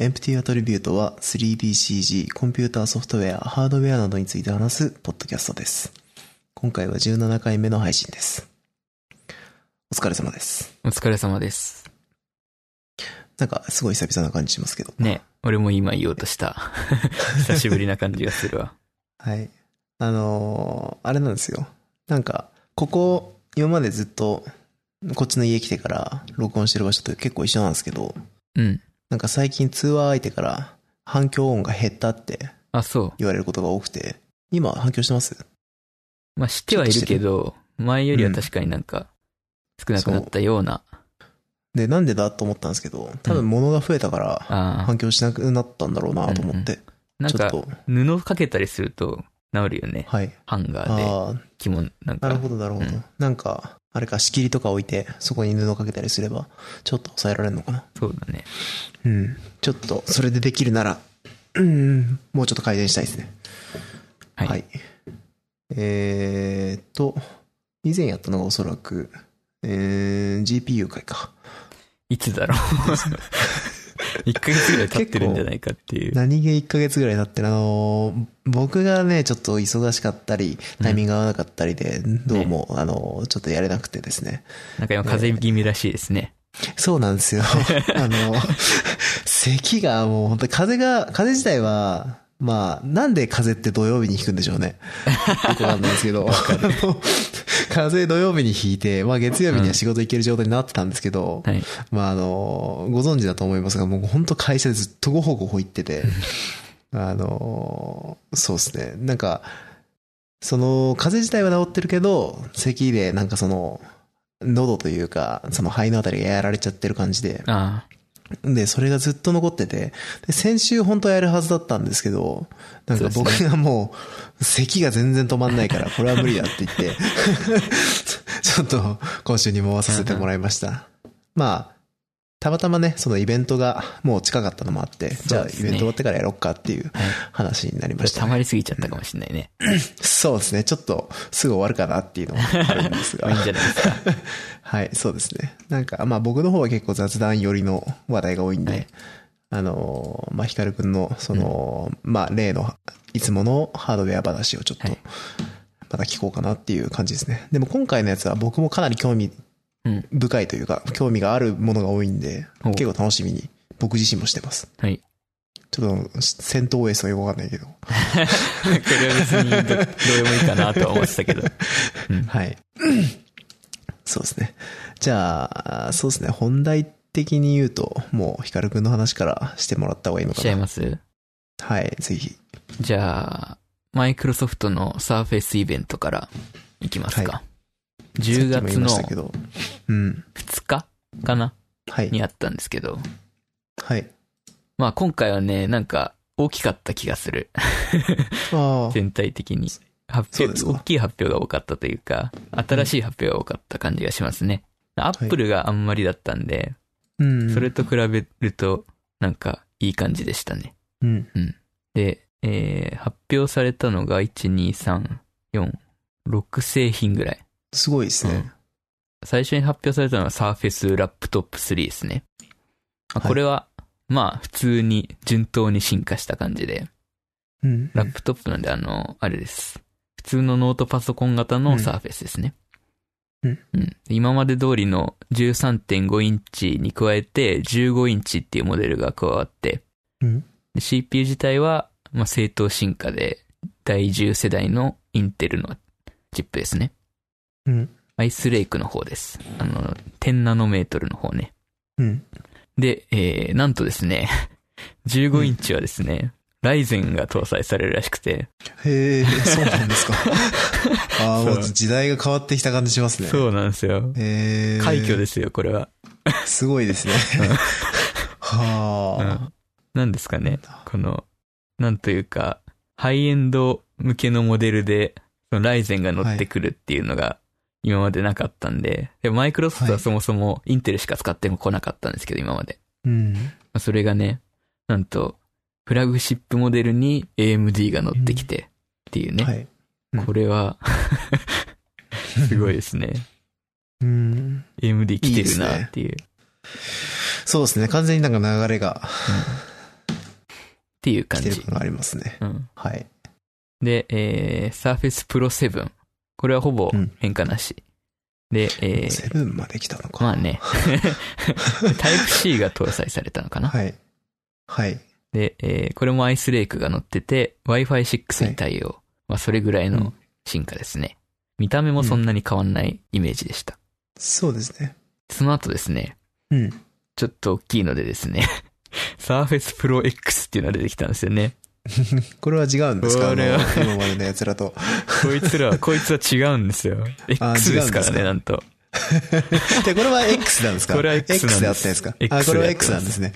Empty Attribute は 3DCG、コンピューターソフトウェア、ハードウェアなどについて話すポッドキャストです。今回は17回目の配信です。お疲れ様です。お疲れ様です。なんかすごい久々な感じしますけど。ね、俺も今言おうと した。久しぶりな感じがするわ。はい。あのーあれなんですよ。なんか、ここ、今までずっと、こっちの家来てから録音してる場所と結構一緒なんですけど、うん。なんか最近通話相手から反響音が減ったってあ、そ言われることが多くて、今反響してますう。まあ、知ってはいるけど、前よりは確かになんか、少なくなったような。で、なんでだと思ったんですけど、多分物が増えたからああ。反響しなくなったんだろうなと思って、なんちょっか、と、布かけたりすると治るよね。はい。ハンガーで、ああ、着物、なんなるかほ。どなるほどうん。なんか、あれか仕切りとか置いて、そこに布かけたりすれば、ちょっと抑えられるのかな。そうだね。うん。ちょっと、それでできるなら、うん、もうちょっと改善したいですね。はい。えーっと、以前やったのがおそらく、えー、GPU 会か。いつ だろう。1ヶ月ぐらい経ってるんじゃないかっていう。何気1ヶ月ぐらい経ってるあのー僕がね、ちょっと忙しかったり、タイミング合わなかったりで、どうも、あのーちょっとやれなくてですね。なんか今風邪気味らしいですね。そうなん ですよ。あのー、咳がもう本当に風が、風自体は、まあ、なんで風って土曜日に引くんでしょうね。よ くわかんないですけど。あの風土曜日に引いて、まあ月曜日には仕事行ける状態になってたんですけど、はい。まああの、ご存知だと思いますが、もう本当会社でずっとごほごほ言ってて、あの、そうですね。なんか、その、風邪自体は治ってるけど、咳でなんかその、喉というか、その肺のあたりがやられちゃってる感じで、あで、それがずっと残ってて、で、先週本当はやるはずだったんですけど、なんかそう僕ですがもう、咳が全然止まんないから、これは無理だって言 って、ちょっと今週に回させてもらいました。まあ、たまたまね、そのイベントがもう近かったのもあって、じゃそうあイですベねント終わってからやろっかっていうあ。はい。話になりましこたれ溜ね、まりすぎちゃったかもしれないね。そうですね、ちょっとすぐ終わるかなっていうのもあるんです まあがいいん。じゃないですか。はい、そうですね。なんか、まあ僕の方は結構雑談寄りの話題が多いんで、はいあのー、まあヒカルくんの、その、まあ例の、いつものハードウェア話をちょっとはい、また聞こうかなっていう感じですね。でも今回のやつは僕もかなり興味うん深いというか、興味があるものが多いんで、おう結構楽しみに僕自身もしてます。はい。ちょっと、戦闘 OS はよくわかんないけど。これは別 にどどうでもいいかなとは思ってたけど。はい。そうですね。じゃあ、そうですね。本題的に言うと、もう、ヒカルくんの話からしてもらった方がいいのしかちゃいな。ますはい、ぜひ。じゃあ、マイクロソフトのサーフェイスイベントからいきますか。は10さっきも言い月まのしたけ2ど。うん。日かなはい。にあったんですけど。はい。まあ今回はね、なんか大きかった気がする。ああ。全体的に。発そうで表、すか大きい発表が多かったというか、新しい発表が多かった感じがしますね。アップルがあんまりだったんで、うん。それと比べると、なんかいい感じでしたね。うん。で、えー発表されたのが、1、2、3、4、6製品ぐらい。すごいですうねん。最初に発表されたのは Surface ラップトップ3ですね。まはいあ、これは、まあ、普通に、順当に進化した感じで、うん。ラップトップなんで、あの、あれです。普通のノートパソコン型うのん Surface ですね。うんうん。今まで通りの13.5インチに加えて、15インチっていうモデルが加わって、うん。で CPU 自体は、まあ、正当進化で、第10世代のインテルのチップですね。うん。アイスレイクの方です。あの、10ナノメートルの方ね。うん。で、えー、なんとですね、15インチはですね、ライゼンが搭載されるらしくて、へえ、そうなん ですか。ああ、そもうう時代が変わってきた感じしますね。そうなんですよ。へえ。快挙ですよ、これは。すごいですね。うはん。なんですかね、この、なんというか、ハイエンド向けのモデルで、そのライゼンが乗ってくるっていうのが、今までなかったんで、でマイクロソフはトはいそもそもインテルしか使っても来なかったんですけど、今まで。あ。うん。まあそれがね、なんと、フラグシップモデルに AMD が乗ってきてっていうね。はい。これ は、すごいですね。うん。 AMD 来てるいいですねなっていう。そうですね。完全になんか流れが、っていう来感てじ。る感がありますね。うん。はい。で、えー、Surface Pro 7。これはほぼうん変化なし。で、えー、セブンまで来たのか。まあね。タイプ C が搭載されたのかな。 はい。はい。で、えー、これもアイスレイクが乗ってて、Wi-Fi6 に対応。まあ、それぐらいうのん進化ですね。見た目もそんなに変わんないイメージでした。そうですね。その後ですね、うん。ちょっと大きいのでですね、Surface Pro X っていうのが出てきたんですよね。これは違うんですかあのこれは今までの奴ら と。こいつらは、こいつは違うんですよ。X ですからね、違なんと。で、これは X なんですかこれは X なんです。であったんですかあ、これは X なんですね。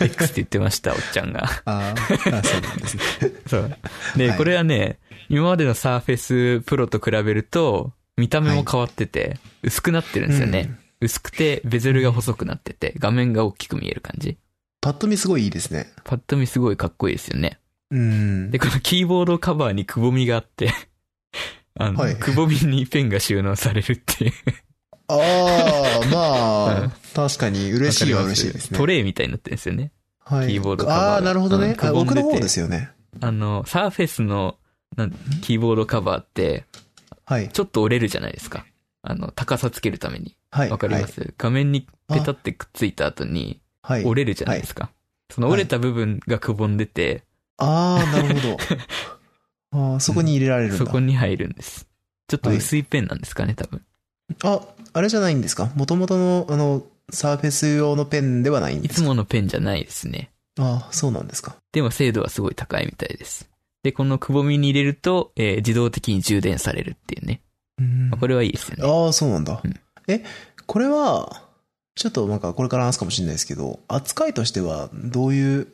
うん。X って言ってました、おっちゃんが。あーあ、 そうなんですね。そう。で、はいこれはね、今までの Surface Pro と比べると、見た目も変わってて、薄くなってる んですよね。薄くて、ベゼルが細くなってて、画面が大きく見える感じ。パッと見すごいいいですね。パッと見すごいかっこいいですよね。うんで、。このキーボードカバーにくぼみがあって、 あの、はいくぼみにペンが収納されるっていう。ああ、うま んあ、確かに嬉しいはわかり嬉ますしいですね。トレイみたいになってるんですよね。はいキーボードカバーがああ、なるほどうねん。あくぼんで奥ての方ですよね。あの、サーフェスのなんキーボードカバーって、はい。ちょっと折れるじゃないですか。あの、高さつけるために。はい。わかります、画面にペタってくっついた後に、はい。はい。折れるじゃないですか。その折れた部分がくぼんでて、ああ、なる ほど。ああ、そこに入れられるんだそ。こに入るんです。ちょっと薄いペンなんですかね、多分。あ、あれじゃないんですかもともとの、あの、サーフェス用のペンではないんいでつすかものペンじゃないですね。ああ、そうなんですか。でも精度はすごい高いみたいです。で、このくぼみに入れると、えー自動的に充電されるっていうね。うんまあこれはいいですよね。ああ、そうなんだ。うんえ、これは、ちょっとなんかこれから話すかもしれないですけど、扱いとしてはどういう、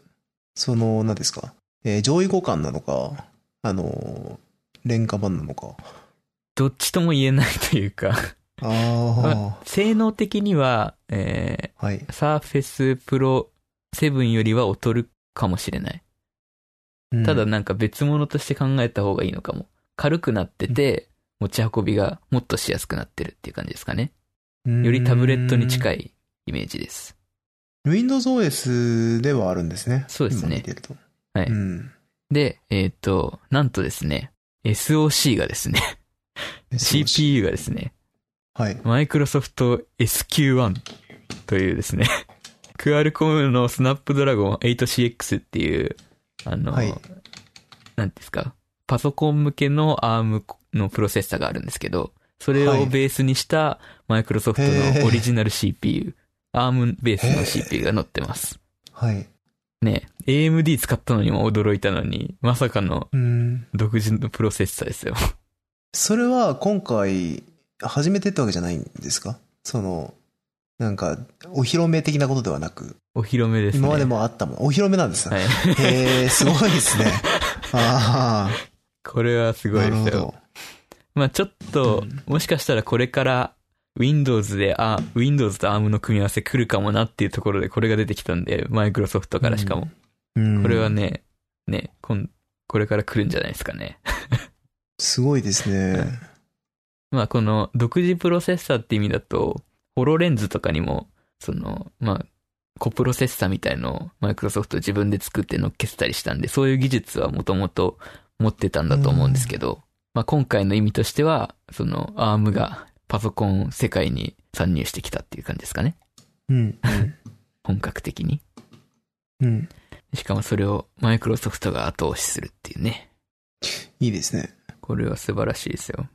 その、何ですか、えー上位互換なのか、あのー、廉価版なのか。どっちとも言えないというか、 あ性能的には、えあ、はい。ー、Surface Pro 7よりは劣るかもしれない。うんただ、なんか別物として考えた方がいいのかも。軽くなってて、持ち運びがもっとしやすくなってるっていう感じですかね。よりタブレットに近い。いイメージです。 Windows OS ではあるんですね。そうです今ね見てると。はいうん。で、えっ、と、なんとですね、SOC がですね、 SOC。 CPU がですね、はい。マイクロソフト SQ1 というですね、クアルコムのスナップドラゴン 8CX っていう、あの、はいなんですか、パソコン向けの ARM のプロセッサがあるんですけど、それはをいベースにしたマイクロソフトへのーオリジナル CPU、ARM ベースの CPU が載ってます。はい。ね、AMD 使ったのにも驚いたのに、まさかのうん。独自のプロセッサですよ。 それは今回、初めてってわけじゃないんですかその、なんか、お披露目的なことではなく、お披露目ですね。今までもあったもん。お披露目なんですよ。はい。へえ、すごいですね。あ これはすあ、ごないるでほすよ。ど。まあちょっと、もしかしたらこれから Windows で、あ、Windows と ARM の組み合わせ来るかもなっていうところでこれが出てきたんで、マイクロソフトからしかも。うんこれはね、ね、こん、これから来るんじゃないですかね。 すごいですね。まあこの独自プロセッサーって意味だと、ホロレンズとかにも、その、まあ、コプロセッサーみたいのをマイクロソフト自分で作って乗っけてたりしたんで、そういう技術はもともと持ってたんだと思うんですけど、まあ今回の意味としては、その ARM がパソコン世界に参入してきたっていう感じですかね。うん。本格的に。うん。しかもそれをマイクロソフトが後押しするっていうね。いいですね。これは素晴らしいですよ。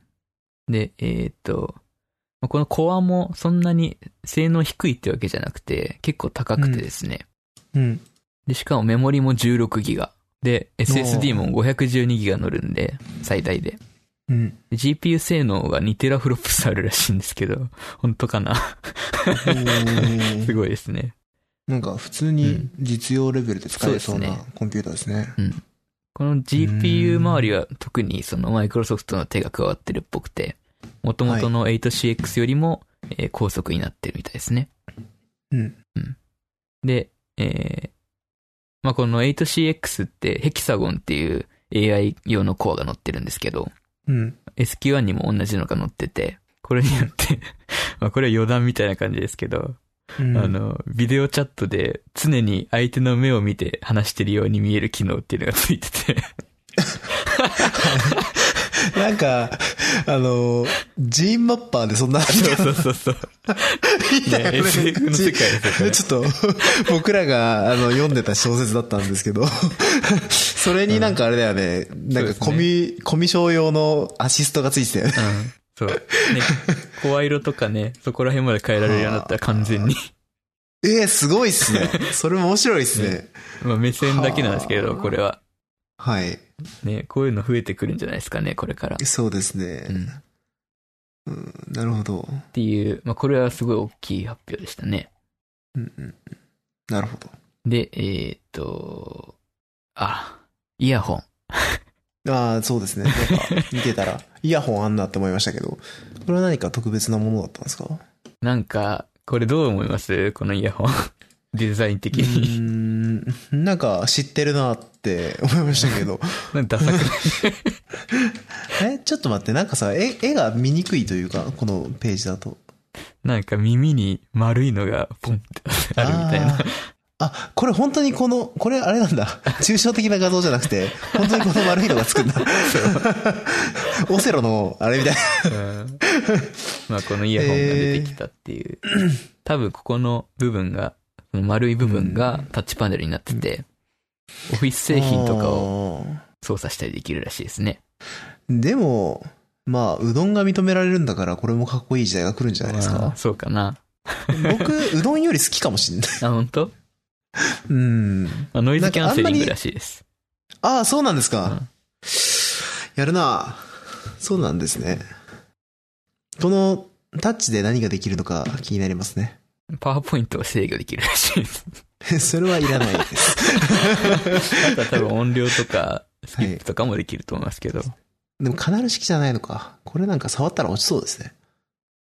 で、えーっと、まあこのコアもそんなに性能低いってわけじゃなくて、結構高くてですね。うん。で、しかもメモリも 16GB。で、SSD も 512GB 乗るんで、最大で。うん。で GPU 性能が 2TFLOPS あるらしいんですけど、 本当か なおー すごいですね。なんか普通に実用レベルで使えそうそなうですコンピューターですね。この GPU うーん周りは特にそのマイクロソフトの手が加わってるっぽくて、元々の 8CX よりも、えー高速になってるみたいですね。うん。で、えーまあ、この 8CX ってヘキサゴンっていう AI 用のコアが載ってるんですけど、うん。 SQ1 にも同じのが載ってて、これによって、まあこれは余談みたいな感じですけど、うんあの、ビデオチャットで常に相手の目を見て話してるように見える機能っていうのがついてて。なんか、あの、ジーンマッパーでそんな、そうそ うそうそう。ね、SF の世界ですよねちょっと、僕らがあの読んでた小説だったんですけど、 それになんかあれだよね、なんかコそうミ、コミショ用のアシストがついてたよね。 うん。そう。ね、声色とかね、そこら辺まで変えられるようになったら完全に。ええすごいっす ね。それも面白いっすねね。まあ目線だけなんですけど、はあこれは。はい。ね、こういうの増えてくるんじゃないですかね、これから。そうですうねん。。っなるほど。ていう、まあこれはすごい大きい発表でしたね。うんうんなるほど。で、えーっと、あ、イヤホン。ああ、そうですね。なんか、見てたら、イヤホンあんなって思いましたけど、これは何か特別なものだったんですかなんか、これどう思いますこのイヤホン。 デザイン的うに。ーん、なんか知ってるなって思いました けど、なんかダサくないえ、ちょっと待って、なんかさ、絵絵が見にくいというか、このページだと。なんか耳に丸いのがポンってあるみたいあ。なー。あ、これ本当にこの、これあれ なんだ。抽象的な画像じゃなくて、本当にこの丸いのがつくんだ。オセロの、あれみたいな。うんまあこのイヤホンが出てきたっていう。多分ここの部分が、この丸い部分がタッチパネルになってて、オフィス製品とかをを。操作したりできるらしいですね。でも、まあ、うどんが認められるんだから、これもかっこいい時代が来るんじゃないですまかあ。そうかな。僕、うどんより好きかもしんない。あ、本当？うん。まあノイズキャなんかあンセんリまンりグらしいです。ああ、そうなんですうかん。やるなそうなんですね。この、タッチで何ができるのか気になりますね。 パワーポイントを制御できるらしいです。それはいらないです。 あとは多分音量とか、スキップとかもできると思いますけど。でも、カナル式じゃないのか。これなんか触ったら落ちそうですね。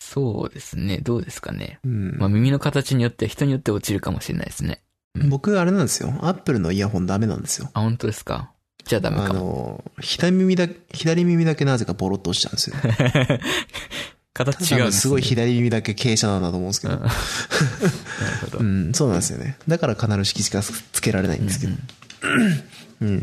そうですね。どうですかね。うん。まあ耳の形によっては人によって落ちるかもしれないですね。僕、あれなんですよ。アップルのイヤホンダメなんですよ。あ、本当ですかじゃあダメあかも。の、左耳だけ、左耳だけなぜかボロッと落ちちゃうんですよ。 多形違うんで分す、ね、すごい左耳だけ傾斜なんだと思うんですけうど。ん。 なるほど。ううんん、そうなんですよね。だからカナル式しかつけられないんですけど。うん。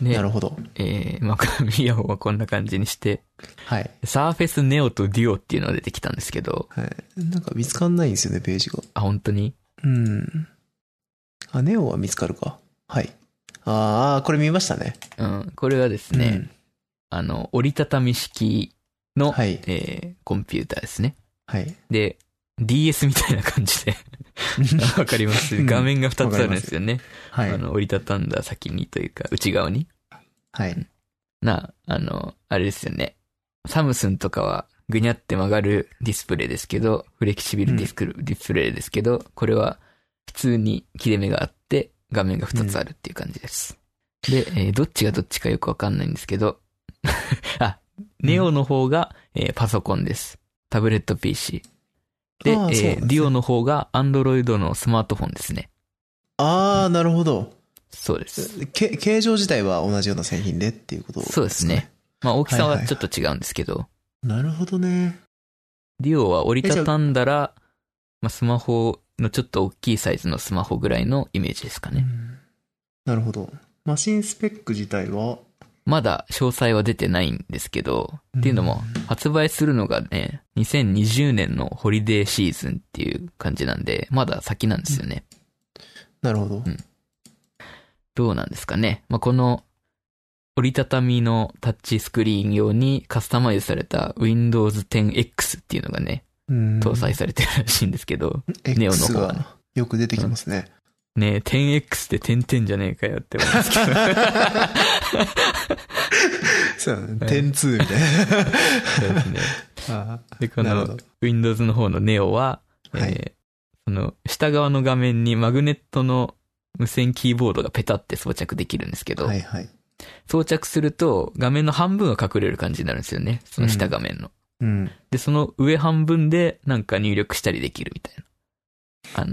でな、るほど。えー、まあ、このイヤホンはこんな感じにして、はい。サーフェスネオとデュオっていうのが出てきたんですけど、はい。なんか見つかんないんですよね、ページが。あ、本当にうん。あ、ネオは見つかるか。はい。ああ、これ見ましたね。うん。これはですね、あの、折りたたみ式うん。の、はい。えー、コンピューターですね。はい。で、DS みたいな感じ で、わかりますうん画面が2つあるんですよね。 はいあ。の、折りたたんだ先にというか、内側に。はい。な、あの、あれですよね。サムスンとかは、ぐにゃって曲がるディスプレイですけど、フレキシビルディスクル、ディスプレイですけど、これは、普通に切れ目があって、画面が2つあるっていう感じです。で、えーどっちがどっちかよくわかんないんですけど、 あ、ネオの方が、えーパソコンです。タブレット PC。あーで、そうなんですねえーディオの方が、アンドロイドのスマートフォンですね。ああ、なるほど。そうです。け形状自体は同じような製品でっていうことかそうですね。まあ、大きはさいははいちょっと違うんですけど、なるほどね。デュオは折りたたんだら、まあ、スマホのちょっと大きいサイズのスマホぐらいのイメージですかうね。んなるほど。マシンスペック自体は、まだ詳細は出てないんですけど、うんっていうのも、発売するのがね、2020年のホリデーシーズンっていう感じなんで、まだ先なんですよね。なるほど。どうなんですかね。まあ、この、折りたたみのタッチスクリーン用にカスタマイズされた Windows 10X っていうのがね、うん搭載されてるらしいんですけど、ネオの X 方はねがよく出てきますね。ねえ、10X って点々じゃねえかよって思うんです けど。そうだね。はい点2みたいな。そう ですね。あーで、こなるほのど Windows の方の Neo は、はいえーその下側の画面にマグネットの無線キーボードがペタって装着できるんですけど、はいはい。装着すると画面の半分が隠れる感じになるんですよね。その下画面の。うん。で、その上半分でなんか入力したりできるみたい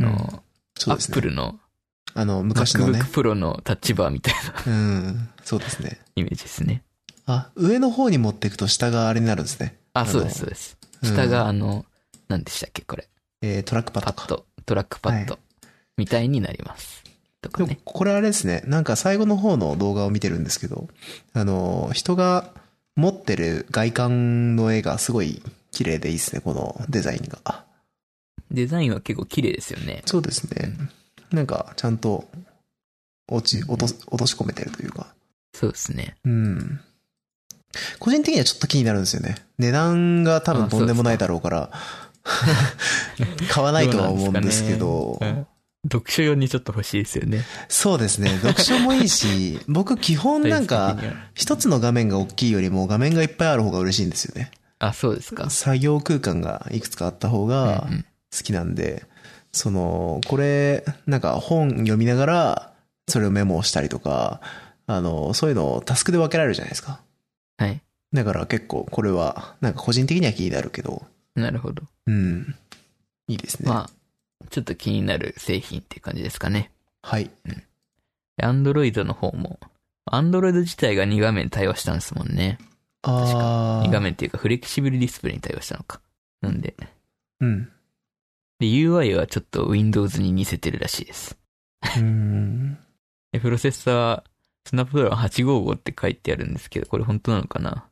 な。あの、そうアですねップ。ルのあの、昔の MacBook ね。 Pro のタッチバーみたいなうん。そうですね。イメージですね。あ、上の方に持っていくと下があれになるんですね。あ、のそうです、そうです。うん下があの、何でしたっけ、これ。えートラックパッパドッか。ド。トラックパッドみたいになります。とかでもね。これあれですね、なんか最後の方の動画を見てるんですけど、あの、人が持ってる外観の絵がすごい綺麗でいいですね、このデザインが。デザインは結構綺麗ですよね。そうですね。なんかちゃんと落ち、落とす落とし込めてるというか。そうですね。うん。個人的にはちょっと気になるんですよね。値段が多分とんでもないだろうから、 買わないとは思うんですけど、うなんですかねうん読書用にちょっと欲しいですよね。そうですね、読書もいいし、僕基本なんか、サイズ的には一つの画面が大きいよりも画面がいっぱいある方が嬉しいんですよね。あ、そうですか。作業空間がいくつかあった方がうんうん好きなんで、その、これ、なんか本読みながら、それをメモをしたりとか、あの、そういうのをタスクで分けられるじゃないですか。はい。だから結構これは、なんか個人的には気になるけど、なるほど。うん。いいですね。まあ、ちょっと気になる製品っていう感じですかね。はい。アンドロイドの方も、アンドロイド自体が2画面対応したんですもんね。あー2画面っていうかフレキシブルディスプレイに対応したのか。なんで。うん。で、UI はちょっと Windows に似せてるらしいです。うん。で、プロセッサーは、スナップドラゴン855って書いてあるんですけど、これ本当なのかな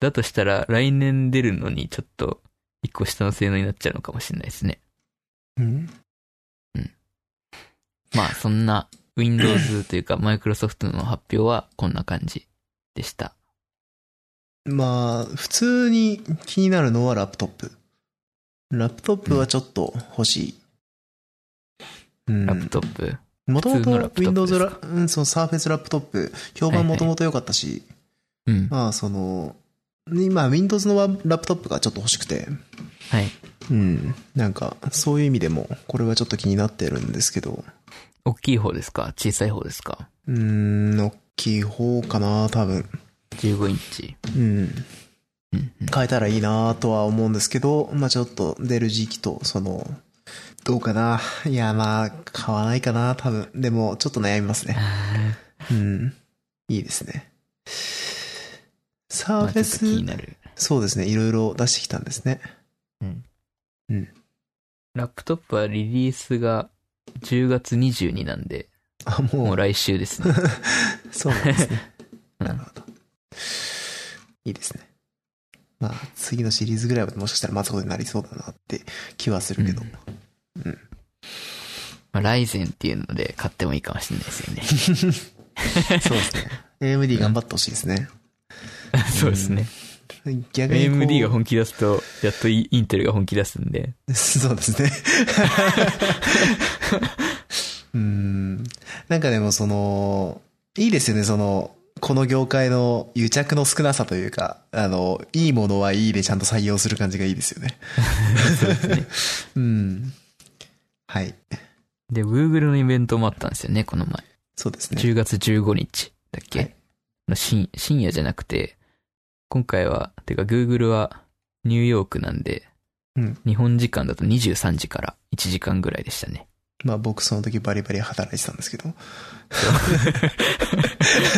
だとしたら、来年出るのにちょっと、一個下の性能になっちゃうのかもしれないですね。うん。まあ、そんな、Windows とい うか、Microsoft の発表はこんな感じでした。まあ、普通に気になるのはラップトップ。ラップトップはちょっと欲しい。うん。ラップトップ。もとも普通のラッとプトップ Windows でラ、うん、その Surface ラップトップ、評判もともと良かったし、うん。まあ、その、今、Windows のラップトップがちょっと欲しくて、はい。うん。なんか、そういう意味でも、これはちょっと気になってるんですけど、大きい方ですか小さい方ですかうーん、大きい方かな、多分。 ?15 インチ。うん。うんうん変えたらいいなとは思うんですけど、まあちょっと出る時期と、その、どうかな。いや、まあ、買わないかな、多分。でも、ちょっと悩みますね。うん。いいですね。サーまあフちょェっと気にス、なる。そうですね、いろいろ出してきたんですね。ラップトップはリリースが10月22なんで、あ、ももうう、来週ですね。そうなんですね。 うんなるほど。いいですね。まあ、次のシリーズぐらいはもしかしたら待つことになりそうだなって気はするけど。うん まあ、ライゼンっていうので買ってもいいかもしれないですよね。そうですね。AMD 頑張ってほしいですね。 そうですね。逆にこう。 AMD が本気出すと、やっとインテルが本気出すんで。 そうですね。うん。なんかでもその、いいですよね、その、この業界の癒着の少なさというか、あの、いいものはいいでちゃんと採用する感じがいいですよね。そうですね。うん。はい。で、Google のイベントもあったんですよね、この前。そうですね。 10月15日だっけ、はいの深深夜じゃなくて、今回は、てか Google はニューヨークなんで、うん日本時間だと23時から1時間ぐらいでした ね。まあ僕その時バリバリ働いてたんですけど。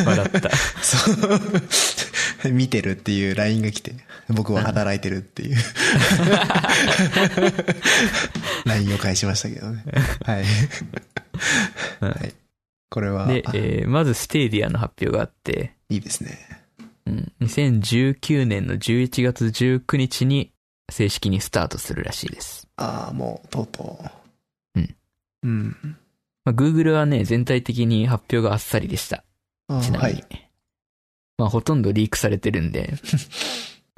笑った。そう。見 てるっていう LINE が来て、僕は働いてるって いう。LINE を返しましたけどね。はい。うんはい。これは、で、えーまずステディアの発表があって、いいですね。うん、2019年の11月19日に正式にスタートするらしいです。ああ、もう、とうとう。うん。うん。まあ、Google はね、全体的に発表があっさりでした。あーちなみに。はい。 まあ、ほとんどリークされてるんで。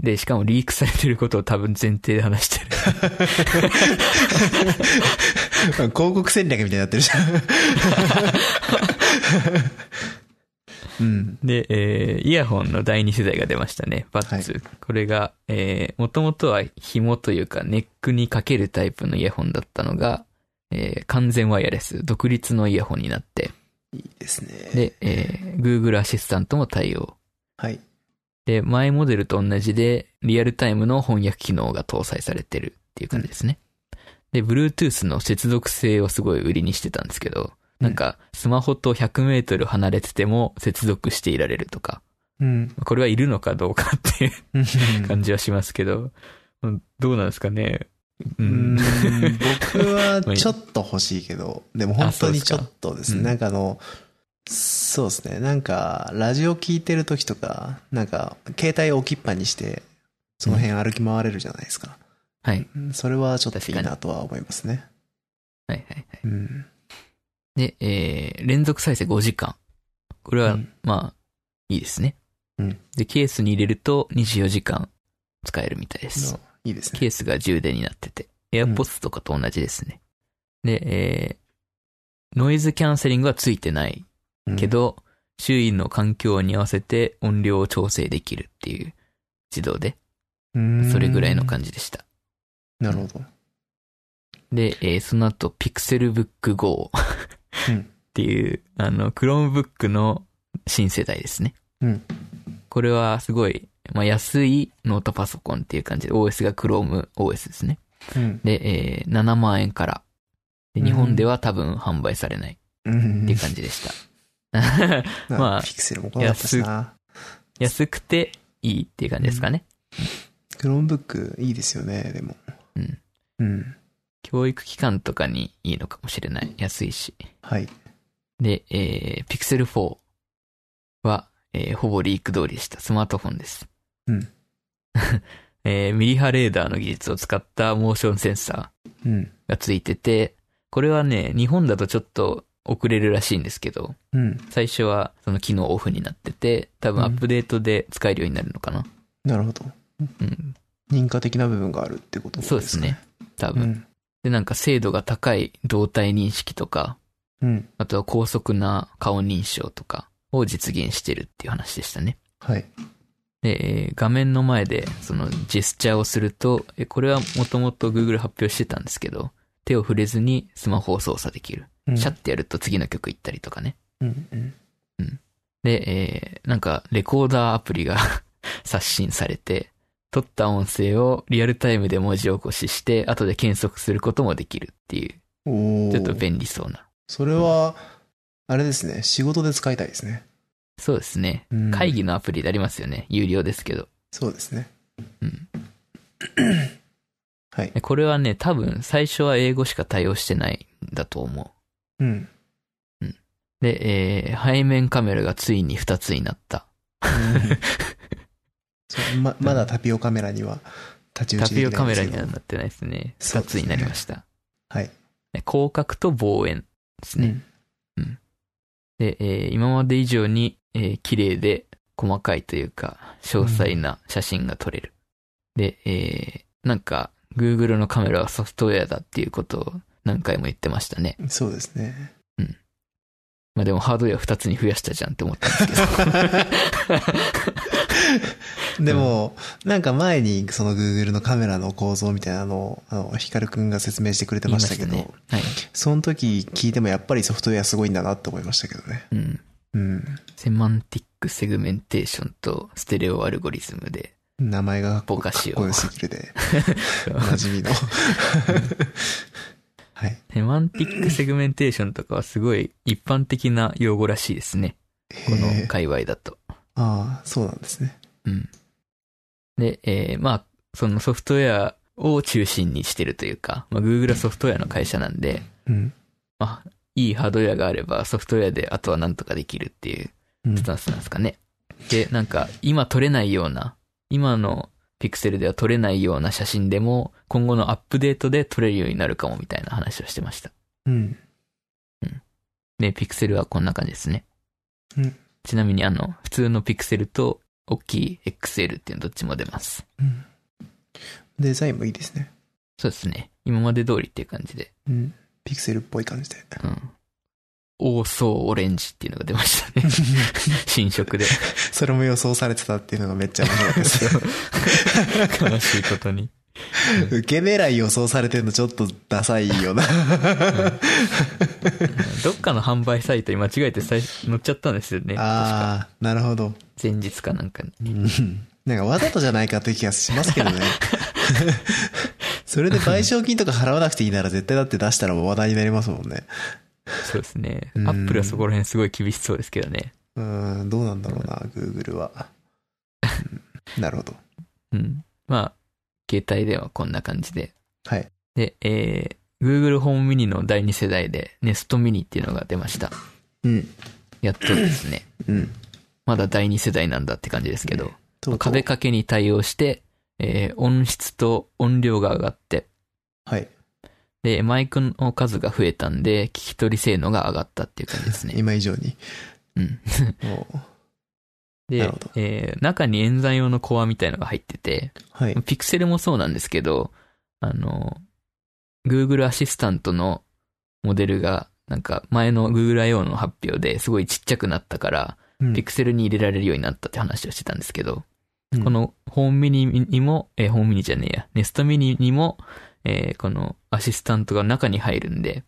で、しかもリークされてることを多分前提で話してる。 広告戦略みたいになってるじ ゃん。うん。で、えーイヤホンの第2世代が出ましたね。バッツ。これが、えー、もともとは紐というかネックにかけるタイプのイヤホンだったのが、えー完全ワイヤレス、独立のイヤホンになって、いいですね。で、えー Google アシスタントも対応。はい。で、前モデルと同じで、リアルタイムの翻訳機能が搭載されてるっていう感じですね。で、Bluetooth の接続性をすごい売りにしてたんですけど、なんか、スマホと100メートル離れてても接続していられるとか、うん。これはいるのかどうかっていう感じはしますけど、どうなんですかね。うーうんん。僕はちょっと欲しいけ ど、でも本当にちょっとですあそうですね。かうんなんかあの、そうですね。なんか、ラジオ聞いてる時とか、なんか、携帯を置きっぱにして、その辺歩き回れるじゃないですか。はい。うんそれはちょっとい確いかになとは思いますね。はいはいはい。うん。で、えー、連続再生5時間。これうは、んまあ、いいですね。うんで、ケースに入れると24時間使えるみたいです。いいですね。ケースが充電になってて。AirPods とかと同じですね。で、えー、ノイズキャンセリングはついてないうんけ、ど、周囲の環境に合わせて音量を調整できるっていう自動で、それぐらいの感じでした。じ。なるほど。で、えーその後、Pixelbook Go うんっていう、あの、Chromebook の新世代ですね。うんこれはすごい、まあ、安いノートパソコンっていう感じで、OS が ChromeOS ですね。うん。で、えー7万円から。でうん日本では多分販売されないうんっていう感じでした。なんかまあピクセルも来なかったしな。安くていいっていう感じですかね。クロームブックいいですよね、でも。うん。うん。教育機関とかにいいのかもしれない。安いし。はい。で、えー、Pixel 4は、えーほぼリーク通りでした。スマートフォンです。うん。 えーミリ波レーダーの技術を使ったモーションセンサうん。ーがついてて、これはね、日本だとちょっと遅れるらしいんですけど、うん。最初はその機能オフになってて、多分アップデートで使えるようになるのかな。なるほど。うん。認可的な部分があるってことそうですね。。多う分。ん。で、なんか精度が高い動体認識とか、うん。あとは高速な顔認証とかを実現してるっていう話でしたね。はい。で、えー画面の前で、そのジェスチャーをすると、えこれはもともと Google 発表してたんですけど、手を触れずにスマホを操作できる。うんシャッてやると次の曲行ったりとかね。うん。うん。で、えーなんかレコーダーアプリが 刷新されて、撮った音声をリアルタイムで文字起こしして、後で検索することもできるっていう、おお。ちょっと便利そうな。それは、あれですね。仕事で使いたいですね。そうですね。うん会議のアプリでありますよね。有料ですけど。そうですね。うん。はいで。これはね、多分最初は英語しか対応してないんだと思う。 うん。で、えー背面カメラがついに2つになった。そうま、まだタピオカメラには立ち打タちできピなオいカメラにんはですけどなってないですね。そ2うですつねになりました。はい。で広角と望遠ですね。で、えー今まで以上に、えー綺麗で細かいというか、詳細な写真が撮れる。で、えーなんか、Google のカメラはソフトウェアだっていうことを何回も言ってましたね。うん。そうですね。まあでもハードウェア2つに増やしたじゃんっ て思ったんですけど。でも、なんか前にその Google のカメラの構造みたいなのを、あの、ヒカルくんが説明してくれてま言いましたしけたど、ね。はい。その時聞いてもやっぱりソフトウェアすごいんだなって思いましたけどね。うん。うん。セマンティックセグメンテーションとステレオアルゴリズムで、名前がかっこぼかしをかっこよすぎるで、おなじみの。はい。 セマンティックセグメンテーションとかはすごい一般的な用語らしいですね。こへのー界隈だと。ああ、そうなんですね。うん。で、えーまあ、そのソフトウェアを中心にしてるというか、まあ、Google はソフトウェアの会社なんで、うん。まあ、いいハードウェアがあればソフトウェアであとはなんとかできるっていううんスタンスなんですかね。で、なんか、今撮れないような、今のピクセルでは撮れないような写真でも、今後のアップデートで撮れるようになるかもみたいな話をしてました。うん。で、ピクセルはこんな感じですね。うんちなみに、あの、普通のピクセルと、大きい XL っていうのどっちも出ます。うんデザインもいいですね。そうですね。今まで通りっていう感じで。うん。ピクセルっぽい感じで。 うん。オーソーオレンジっていうのが出ました ね。新色で。それも予想されてたっていうのがめっちゃ面白かったです ね。 悲しいことに。受け狙い予想されてるのちょっとダサいよ な。どっかの販売サイトに間違えて最初乗っちゃったんですよね。確か。ああ、なるほど。前日かなんかに。うんなんかわざとじゃないかって気がします けどね。 それで賠償金とか払わなくていいなら絶対だって出したらもう話題になりますもんね。そうですね。うんアップルはそこら辺すごい厳しそうですけどね。うーん、どうなんだろうな、Google は。うんなるほど。うん。まあ、携帯ではこんな感じで。はい。で、えー、Google ホームミニの第2世代で Nest Mini っていうのが出ました。うん。やっとですね。うん。まだ第2世代なんだって感じですけど。とうとう壁掛けに対応して、えー音質と音量が上がって、はい。で、マイクの数が増えたんで、聞き取り性能が上がったっていう感じですね。今以上に。うん。もうなでるほど、えー中に演算用のコアみたいのが入ってて、はい。ピクセルもそうなんですけど、あの、Google アシスタントのモデルが、なんか前の Google I.O. の発表ですごいちっちゃくなったから、うんピクセルに入れられるようになったって話をしてたんですけうんど、このホームミニにも、えーホームミニじゃねえや、ネストミニにも、えーこのアシスタントが中に入るんで、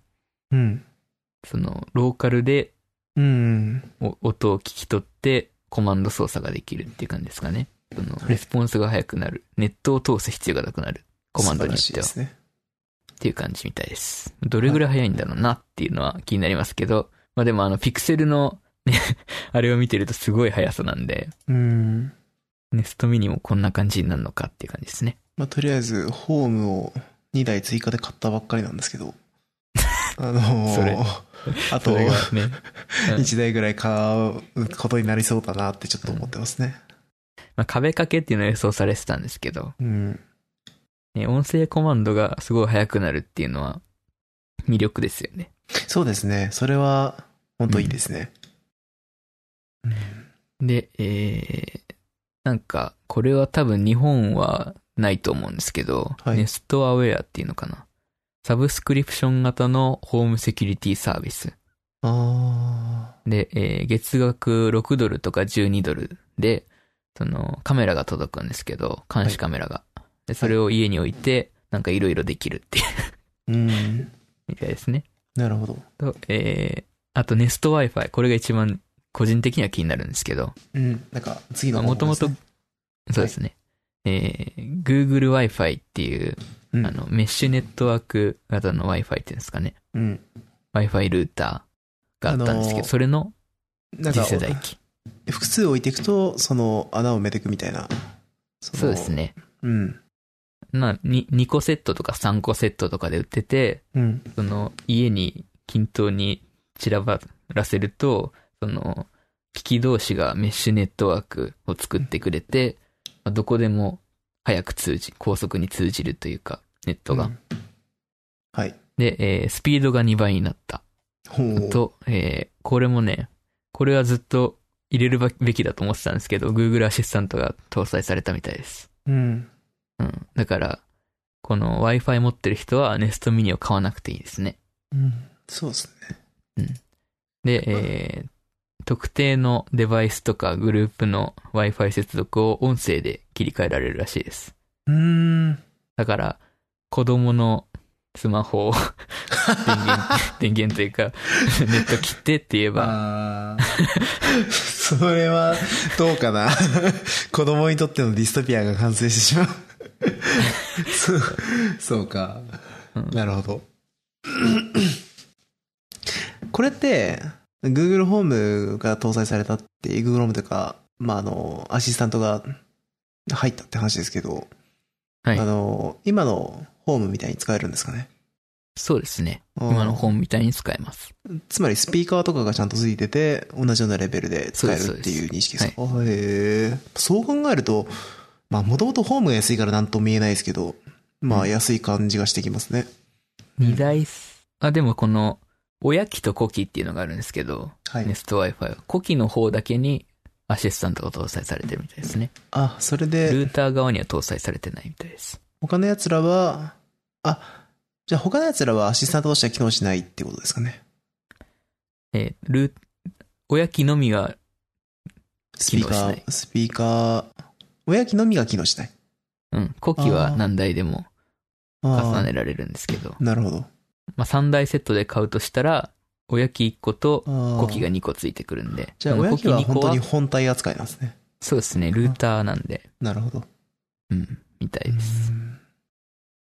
うん。そのローカルでうん。お音を聞き取ってコマンド操作ができるっていう感じですかね。そのはいレスポンスが速くなる。ネットを通す必要がなくなる。コマンドによ素っ晴らしいでては。すね。っていう感じみたいです。どれぐらい早いんだろうなっていうのは気になりますけど、まあでもあのピクセルのね、 あれを見てるとすごい速さなんで、うん。ネストミニもこんな感じになるのかっていう感じですね。まあ、とりあえず、ホームを2台追加で買ったばっかりなんですけ ど。あのーそれあそと、れがね、うん1台ぐらい買うことになりそうだなってちょっと思ってますね。まあ、壁掛けっていうのは予想されてたんですけど、うん。ね、音声コマンドがすごい速くなるっていうのは魅力ですよね。そうですね。それは、本当いいですね。で、えー、なんか、これは多分日本はないと思うんですけど、はいネストアウェアっていうのかな。サブスクリプション型のホームセキュリティサービス。あで、えー月額6ドルとか12ドルで、そのカメラが届くんですけど、監視カメラが。で、それを家に置いて、なんかいろいろできるっていうあ。うん。みたいですね。なるほど。と、えー、あとネスト Wi-Fi。これが一番個人的には気になるんですけど、うん。なんか、次のもとも方と法ですね、そうですね。えー、Google Wi-Fi っていう、うんあの、メッシュネットワーク型の Wi-Fi っていうんですかね。うん。 Wi-Fi ルーターがあったんですけど、あのーそれのなん次か、世代機。複数置いていくと、その穴を埋めていくみたいな。そのそうです。ね。うん。な、に、2個セットとか3個セットとかで売ってて、うん。その、家に均等に散らばらせると、その、機器同士がメッシュネットワークを作ってくれて、まあどこでも早く通じ、高速に通じるというか、ネットが。うんはい。で、えースピードが2倍になった。ほう。と、えーこれもね、これはずっと入れるべきだと思ってたんですけど、Google アシスタントが搭載されたみたいです。うん。うん。だから、この Wi-Fi 持ってる人は Nest Mini を買わなくていいですね。うん。そうですね。で、えー特定のデバイスとかグループの Wi-Fi 接続を音声で切り替えられるらしいです。うーん。だから、子供のスマホを電源、電源というか、ネット切ってって言えば、あーそれは、どうかな。 子供にとってのディストピアが完成してしまう。 そう、そうか。うんなるほど。これって、Google ホームが搭載されたって、Google ホームというか、まあ、あの、アシスタントが入ったって話ですけど、はいあの、今のホームみたいに使えるんですかね。そうですね。今の本みたいに使えます。つまりスピーカーとかがちゃんとついてて、同じようなレベルで使えるっていう認識ですかあへえ。そう考えると、まあ、もともとホームが安いからなんとも言えないですけど、まあ、安い感じがしてきますね。うん二台す、あ、でもこの、親機と子機っていうのがあるんですけど、はいネ。スト Wi-Fi は、子機の方だけにアシスタントが搭載されてるみたいですね。あ、それで、ルーター側には搭載されてないみたいです。他の奴らは、あ、じゃあ他の奴らはアシスタントとしては機能しないってことですかね。えールー、親機のみが、スピー機能しカないー、スピーカー、親機のみが機能しない。うん、子機は何台でも重あねられるんですけど、あ、なるほど。まあ三台セットで買うとしたら、親機1個とコ子機が2個ついてくるんで、じゃあこの親機は子機2本個当はに、本体扱いなんですね。そうですね、ルーターなんで、なるほど。うん、みたいです。うん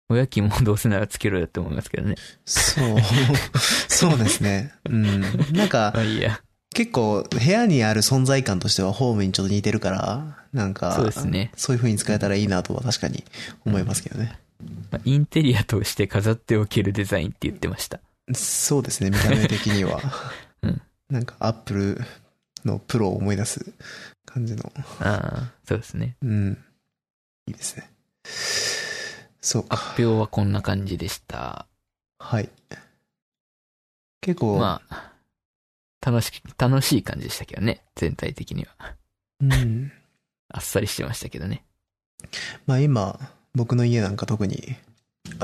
親機もどうせならつけろよって思いますけどね。そう。 そうですね。うん。なんかま、あいいや。結構、部屋にある存在感としてはホームにちょっと似てるから、なんか、そうですねそういう風に使えたらいいなとは確かに思いますけどね。まあ、インテリアとして飾っておけるデザインって言ってました。そうですね、見た目的には。 うんなんか、アップルのプロを思い出す感じの。ああ、そうですね。うん。いいですね。そうか。発表はこんな感じでした。はい。結構、まあ、楽しき、楽しい感じでしたけどね。全体的には。うん。あっさりしてましたけどね。まあ今、僕の家なんか特に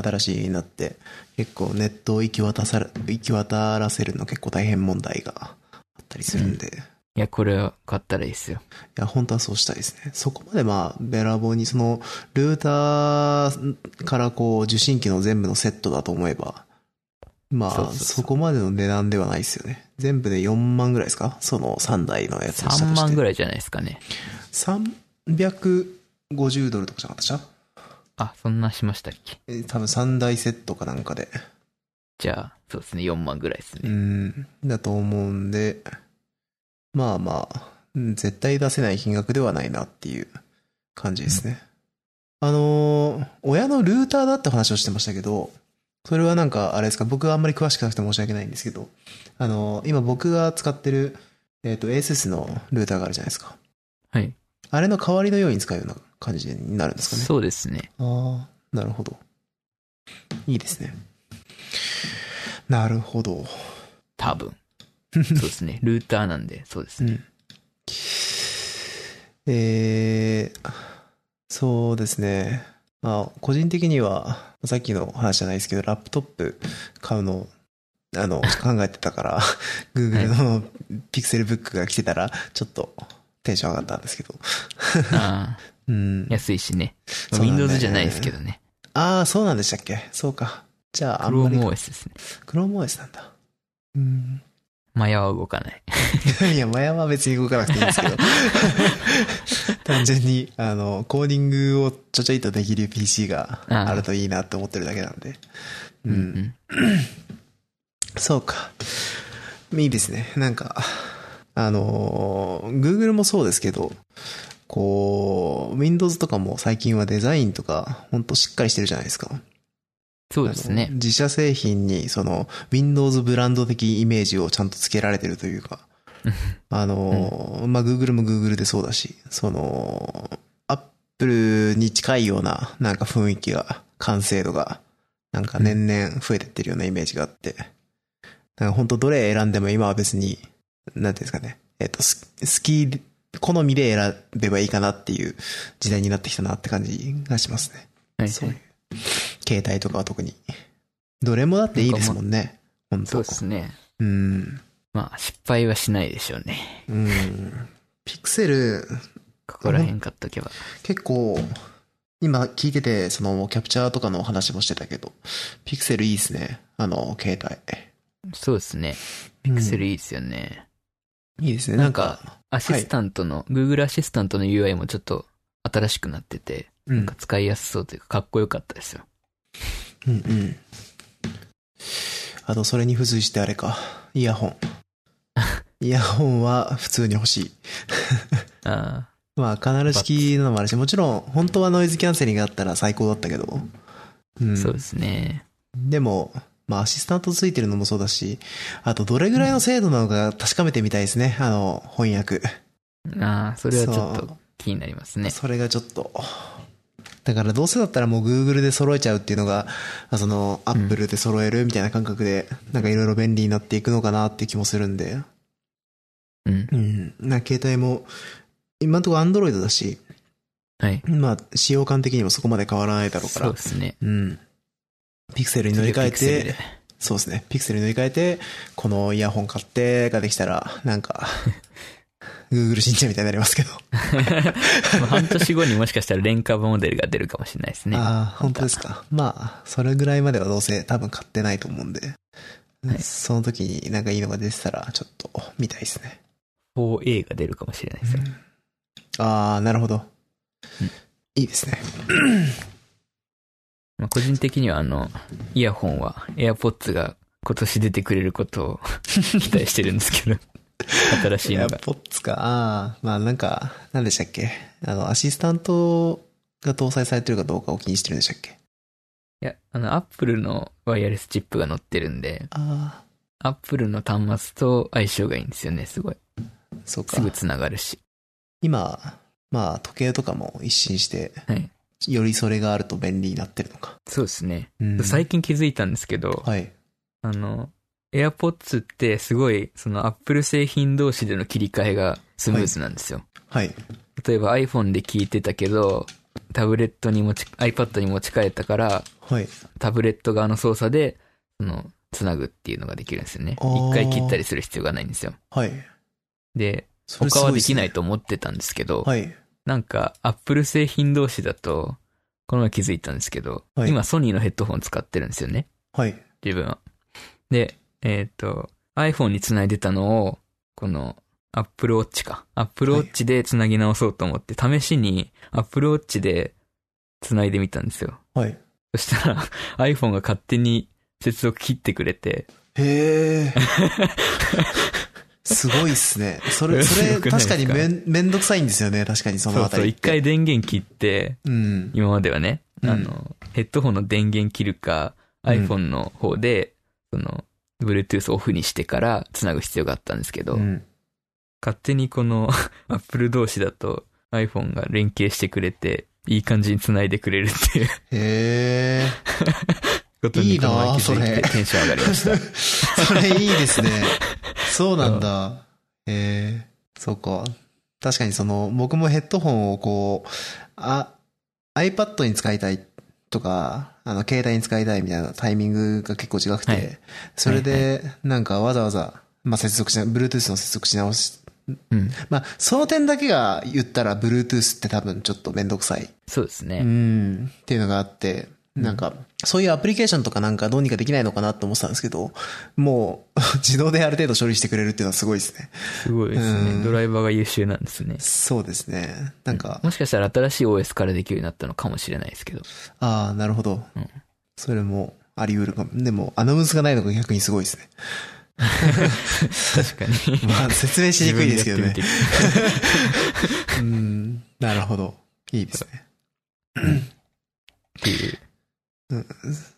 新しいなって、結構ネットを行き渡さる、行き渡らせるの結構大変問題があったりするんで、いいや、これは買ったらいいですよ。や、本当はそうしたいですね。そこまでまあ、べらぼうにその、ルーターからこう、受信機の全部のセットだと思えば、そうまそあ、うそうそこまでの値段ではないですよね。全部で4万ぐらいですかその3台のやつにした3として。万らぐい。らいじゃないですかね。 350ドルとかじゃなかったでしょあ、そんなしましたっけ。えー多分3台セットかなんかで。じゃあ、そうですね。4万ぐらいですうね。ん、だと思うんで、まあまあ、うん絶対出せない金額ではないなっていう感じですね。あのー親のルーターだって話をしてましたけど、それはなんか、あれですか、僕はあんまり詳しくなくて申し訳ないんですけど、あのー今僕が使ってる、えっ、と、ASUS のルーターがあるじゃないですか。はい。あれの代わりのように使うような感じになるんですかね。そうですね。ああ、なるほど。いいですね。なるほど。多分。そうですね。ルーターなんで、そうですうね。ん。えー、そうですね。まあ、個人的には、さっきの話じゃないですけど、ラップトップ買うの、あの、考えてた から、Google の PixelBook が来てたら、ちょっとテンション上がったんですけど。ああ、うん。安いしね。 そうなんだよね Windows じゃないですけどね。ああ、そうなんでしたっけそうか。じゃあ、あんまり ChromeOS ですね。 ChromeOS なんだ。うん。マヤは動かない。いや、マヤは別に動かなくていいんですけど。単純に、あの、コーディングをちょちょいとできる PC があああるといいなって思ってるだけなんで。うん。うんそうか。いいですね。なんか、あのー、Google もそうですけど、こう、Windows とかも最近はデザインとか、ほんとしっかりしてるじゃないですか。そうですあねの。自社製品に、その、Windows ブランド的イメージをちゃんとつけられてるという か、あの、まあ、Google も Google でそうだし、その、Apple に近いような、なんか雰囲気が、完成度が、なんか年々増えてってるようなイメージがあって、なんか本当どれ選んでも今は別に、なんていうんですかね、えっ、と、す好き、好みで選べばいいかなっていう時代になってきたなって感じがしますね。はいそういう。携帯とかは特に。どれもだっていいですもんね。本当そうですね。うん。まあ、失敗はしないでしょうね。うん。ピクセル、ここら辺買っとけば。結構、今聞いてて、その、キャプチャーとかのお話もしてたけど、ピクセルいいですね。あの、携帯。そうですね。ピそれいいですよね。いいですね。ななんんかか、アシスタントの、Google アシスタントの UI もちょっと新しくなってて、うん、なんか使いやすそうというか、かっこよかったですよ。うんうん。あと、それに付随してあれか。イヤホ ン。イヤホンは普通に欲しい。あまあ、カナル式なのもあるし、もちろん、本当はノイズキャンセリングがあったら最高だったけど。うあ、ん。そうですね。でも、まあ、アシスタントついてるのもそうだし、あと、どれぐらいの精度なのか確かめてみたいですね。あの、翻訳。ああ、それはちょっそと気になりますね。それがちょっと。だから、どうせだったらもう Google で揃えちゃうっていうのが、あその、Apple で揃えるみたいな感覚で、なんかいろいろ便利になっていくのかなって気もするんで。うんう。ん。な、携帯も、今んところ Android だし、はい。まあ、使用感的にもそこまで変わらないだろうからそう。ですね。うん。ピクセルに乗り換えピクセルてで、 そうですね。ピクセルに乗り換えて、このイヤホン買ってができたら、なん か、Google 信者みたいになりますけど。まあ半年後にもしかしたら廉価モデルが出るかもしれないですね。ああ、本当ですか。まあ、それぐらいまではどうせ多分買ってないと思うんで、はいその時になんかいいのが出てたら、ちょっと見たいですね。 4A が出るかもしれないですよ。ああ、なるほどうん。いいですね。まあ、個人的にはあの、イヤホンは AirPods が今年出てくれることを 期待してるんです けど、新しいのやが。ポッツか。ああ、まあなんか、なんでしたっけ。あの、アシスタントが搭載されてるかどうかを気にしてるんでしたっけ。いや、あの、アップルのワイヤレスチップが乗ってるんで、あアップルの端末と相性がいいんですよね、すごい。あ、そうかす。ぐ繋がるし。今、まあ時計とかも一新して、はい。よりそれがあると便利になってるのか。そうですね。うん最近気づいたんですけど、はい。あの、AirPods ってすごい、その Apple 製品同士での切り替えがスムーズなんですよ。はい。例えば iPhone で聞いてたけど、タブレットに持ち、iPad に持ち替えたから、はい。タブレット側の操作で、その、つなぐっていうのができるんですよね。あー一回切ったりする必要がないんですよ。はい。で、それす他ごはいですきねないと思ってたんですけど、はい。なんか、Apple 製品同士だと、この前気づいたんですけど、はい今ソニーのヘッドホン使ってるんですよね。はい。自分は。で、えっ、と、iPhone につないでたのを、この、Apple Watch か。Apple はい Watch でつなぎ直そうと思って、試しに Apple Watch でつないでみたんですよ。はい。そしたら、iPhone が勝手に接続切ってくれて、へえ。 すごいっすね。それ、それ、よくない確ですかかにめん、めんどくさいんですよね。確かにそのそうあたそう、りっ一て。回電源切って、うん。今まではね、うんあの、ヘッドホンの電源切るか、うん iPhone の方で、その、Bluetooth オフにしてから繋ぐ必要があったんですけど、うん。勝手にこの Apple 同士だと iPhone が連携してくれて、いい感じに繋いでくれるっていう へえ。ことにいいなこあの前気づいそれてテンション上がりました。 それいいですね。そうなんだ。えー、そうか。確かにその、僕もヘッドホンをこう、あ、iPad に使いたいとか、あの、携帯に使いたいみたいなタイミングが結構違くて、はいそれで、なんかわざわざ、まあ、接続しな、Bluetooth の接続し直し、うん。まあ、その点だけが言ったら、Bluetooth って多分ちょっとめんどくさい。そうですうね。ん、っていうのがあって、なんか、そういうアプリケーションとかなんかどうにかできないのかなと思ってたんですけど、もう、 自動である程度処理してくれるっていうのはすごいですね。すごいですうんね。ドライバーが優秀なんですね。そうですね。なんか、もしかしたら新しい OS からできるようになったのかもしれないですけど。ああ、なるほど。うんそれもあり得るかも。でも、アナムズがないのが逆にすごいですね。確かに。 まあ、説明しにくいですけどね自分。でやってみてうん、なるほど。いいですね。っていう。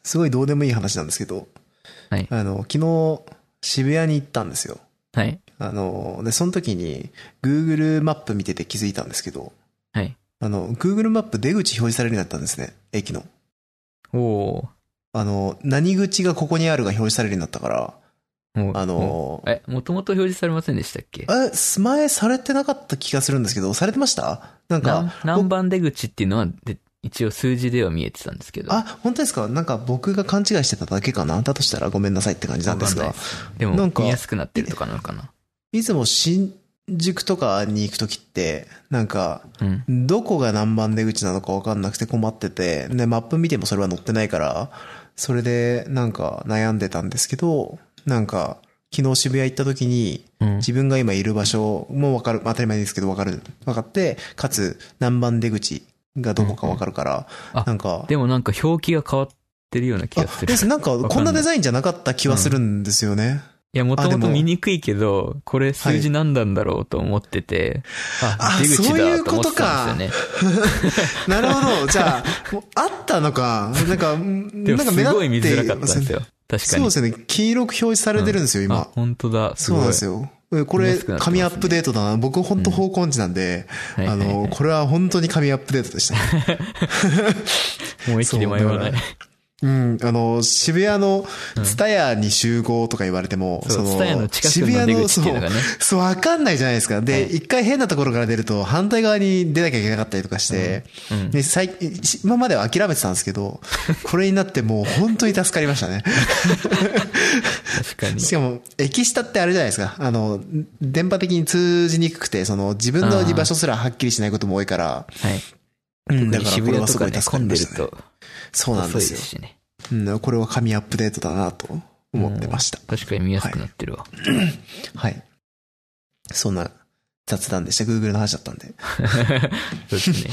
すごいどうでもいい話なんですけど、はいあの、昨日、渋谷に行ったんですよ。はい。あの、で、その時に、Google マップ見てて気づいたんですけど、はい。あの、Google マップ出口表示されるようになったんですね、駅の。おおあの、何口がここにあるが表示されるようになったから、ー。もうあ、の、え、もともと表示されませんでしたっけえ、前されてなかった気がするんですけど、されてましたなんなんか、何番出口っていうのは、で一応数字では見えてたんですけど。あ、本当ですかなんか僕が勘違いしてただけかなだとしたらごめんなさいって感じなんですわがかん、ないでなもんか見やすくなってるとかなのかないつも新宿とかに行くときって、なんか、うんどこが何番出口なのか分かんなくて困ってて、で、マップ見てもそれは載ってないから、それでなんか悩んでたんですけど、なんか、昨日渋谷行った時に、うん自分が今いる場所も分かる、まあ当たり前ですけど分かる、分かって、かつ何番出口がどこか分かるから、うんあなんか、でもなんか表記が変わってるような気あがするで。す。なんか、わかんないこんなデザインじゃなかった気はするんですよね。いや、もとあでもとも見にくいけど、これ数字何なんだろうと思ってて、ああ、出口そういうだとこ思っとてたかんですよね。なるほど。じゃあ、もうあったのか。なんか、うんでなもんかす目立ごい見ってづらかったんですよ。確かそうにで。すよね。黄色く表示されてるんですよ、あ今。、本当だ。すそうなんごでい。すよ。えこ見れ、やすくなってますね紙アップデートだな。僕、本当方向音痴なんで、はいはあいはいの、これは本当に紙アップデートで したね。もう駅で迷わないそ。うん、あの、渋谷の、ツタヤに集合とか言われても、そう、ツタヤの近く渋の谷出の、口っていうのがね。そう、わかんないじゃないですか。で、は一、回変なところから出ると、反対側に出なきゃいけなかったりとかして、うんで最し今までは諦めてたんですけど、これになってもう本当に助かりましたね。確かに。しかも、駅下ってあれじゃないですか。あの、電波的に通じにくくて、その、自分の居場所すらはっきりしないことも多いから、はい。うん、だ特にからこれ渋谷はとすごかいね、助かり混んまでるしたね。と、そうなん遅でいですよ。しね。うん、これは紙アップデートだなと思ってました。確かに見やすくなってるわ。はい。そんな雑談でした。Google の話だったんで。 そうですね。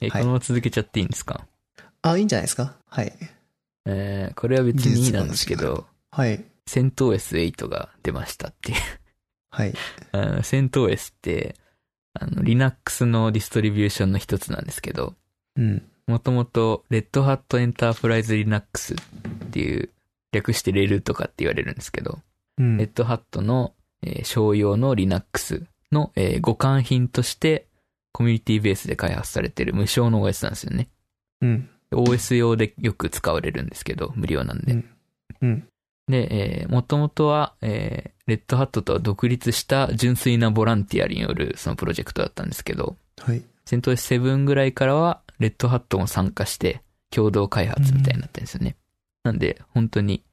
え、はこいのまま続けちゃっていいんですかあ、いいんじゃないですかはい。えーこれは別にいいなんですけ技ど、はい。戦闘 S8 が出ましたっていう。 はい。あの戦闘 S って、あの、Linux のディストリビューションの一つなんですけど、うん。もともと、レッドハットエンタープライズ Linux っていう、略してレルとかって言われるんですけど、うんレッドハットの、えー商用の Linux の、えー互換品として、コミュニティベースで開発されてる無償の OS なんですよね。うん。 OS 用でよく使われるんですけど、無料なんで。うんうんで、えー、もともとは、えーレッドハットとは独立した純粋なボランティアによるそのプロジェクトだったんですけど、はい。セントセブンぐらいからは、レッドハットも参加して、共同開発みたいになってるんですよね。なんで、本当に、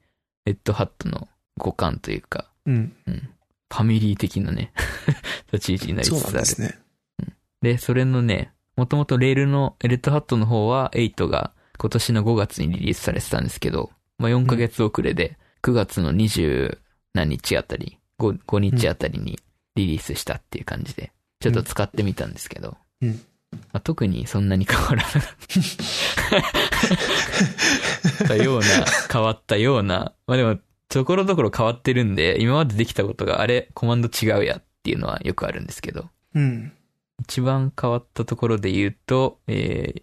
レッドハットの互換というか、うん。うん、ファミリー的なね、 立ち位置になりそつうつなあんるで。すね。で、それのね、もともとレールの、レッドハットの方は8が今年の5月にリリースされてたんですけど、まあ4ヶ月遅れで9月の20何日あたり、5, 5日あたりにリリースしたっていう感じで、ちょっと使ってみたんですけど、うんまあ、特にそんなに変わらなかった。 たような、変わったような、まあでも、ところどころ変わってるんで、今までできたことがあれ、コマンド違うやっていうのはよくあるんですけど、うん。一番変わったところで言うと、え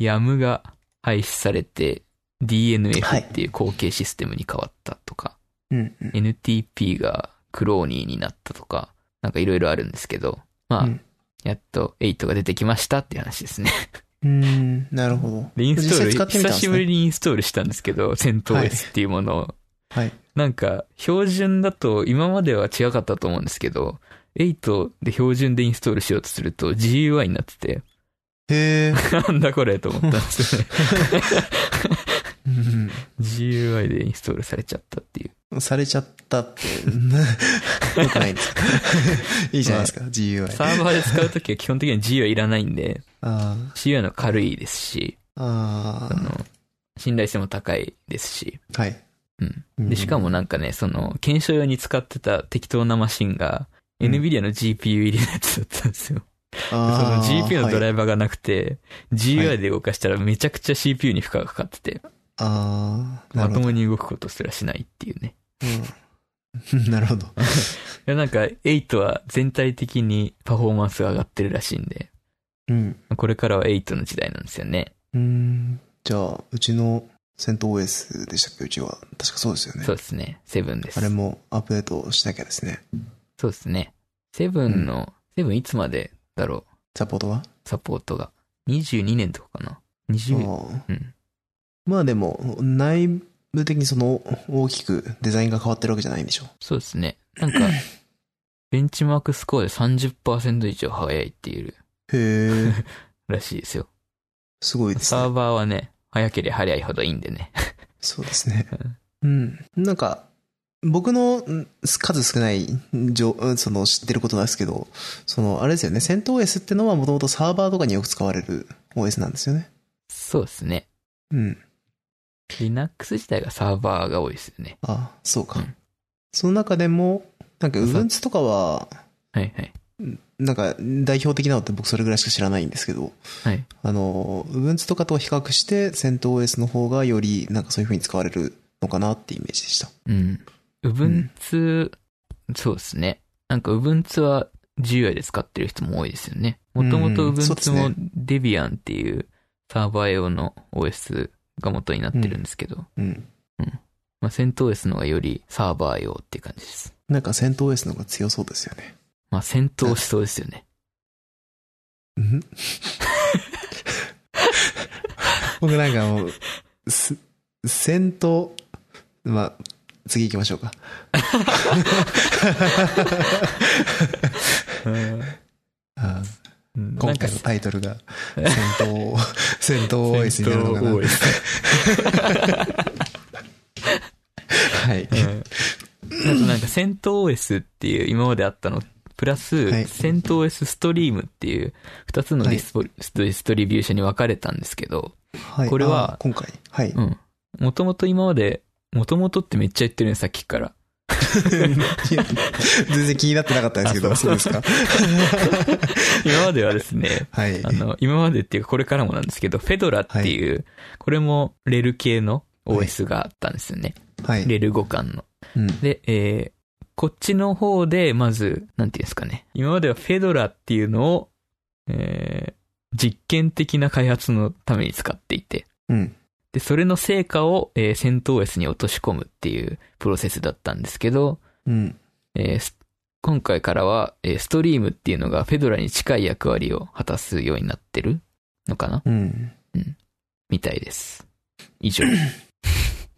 ー、YAM が廃止されて DNF っていう後継システムに変わったとか、うん。うん NTP がクローニーになったとか、なんかいろいろあるんですけど、まあ、うんやっと8が出てきましたっていう話 ですね。うん。なるほど。で、インストール、実際使ってみたんですね久しぶりにインストールしたんですけど、戦闘 S っていうものを。はい。なんか、標準だと、今までは違かったと思うんですけど、8で標準でインストールしようとすると GUI になって て、へえ。なんだこれと思ったんですよね。うん。 GUI でインストールされちゃったっていう。されちゃったって、 よくないんですか いいじゃないですか、GUI。サーバーで使うときは基本的には GUI いらないんで、あ GUI の軽いですし、あ、ああの、信頼性も高いですし、あ、はい。うん。うんで、しかもなんかね、その、検証用に使ってた適当なマシンが、うん NVIDIA の GPU 入りのやつだったんですよ。そのあー GPU のドはいライバーがなくて、は GUI いで動かしたらめちゃくちゃ CPU に負荷がかかってて、ああ、なまるほとど。もに動くことすらしないっていうね。うん なるほど。いやなんか、8は全体的にパフォーマンスが上がってるらしいんで、うん。これからは8の時代なんですよね。うん。じゃあ、うちの戦闘 OS でしたっけうちは。確かそうですよねそ。うですね。7であれす。もアップデートしなきゃですね。そうですね。7の、7いつまでだろサポートはう、サポートが。22年とかかな。20、ああうん。まあでも、内部的にその大きくデザインが変わってるわけじゃないんでしょそうですね。な んか、ベンチマークスコアで30%以上早いっていうう。へえ、 らしいですよ。すごいですねサ。ーバーはね、早ければ早いほどいいんでね。 そうですね。うん。なんか、僕のん数少ないじょその知ってることなんですけど、そのあれですよね、戦闘 OS ってのはもともとサーバーとかによく使われる OS なんですよね。そうですね。うん。 Linux 自体がサーバーが多いですよね。あそうか。うんその中でも、なんかそう Ubuntu とかは、はいはい。なんか代表的なのって僕それぐらいしか知らないんですけど、はい。あの、Ubuntu とかと比較して戦闘 OS の方がよりなんかそういう風に使われるのかなってイメージでした。うん。u b u n t そうですね。なんか Ubuntu は GUI で使ってる人も多いですよね。もともうとんそうです Ubuntu ねも Debian っていうサーバー用の OS が元になってるんですけど、うん。まあ戦闘 S の方がよりサーバー用っていう感じです。なんか戦闘 OS の方が強そうですよね。まあ戦闘しそうですよね。ん 僕なんかもう、す、戦闘、まあ、次行きましょうか。あうんーな今んか回のタイトルが、戦闘、戦闘 OS になるのかな。戦闘 OS はい。うんあとなんか戦闘 OS っていう今まであったの、プラはスい戦闘 OS ストリームっていう二つのディスポディストリビューションに分かれたんですけど、はい。これはあー今回。はい。うん。もともと今まで、もともとってめっちゃ言ってるね、さっきから。いや全然気になってなかったんですけど、あそそううですか。 今まではです ね、はいあ。の、今までっていうかこれからもなんですけど、フェドラっていう、これもレル系の OS があったんですよね。はい。レル互換うの。んで、えー、こっちの方で、まず、なんていうんですかね。今まではフェドラっていうのを、えー実験的な開発のために使っていて、うん。で、それの成果を、えー戦闘 S に落とし込むっていうプロセスだったんですけど、うん。えーす今回からは、えーストリームっていうのがフェドラに近い役割を果たすようになってるのかなうん。みたいです。以 上。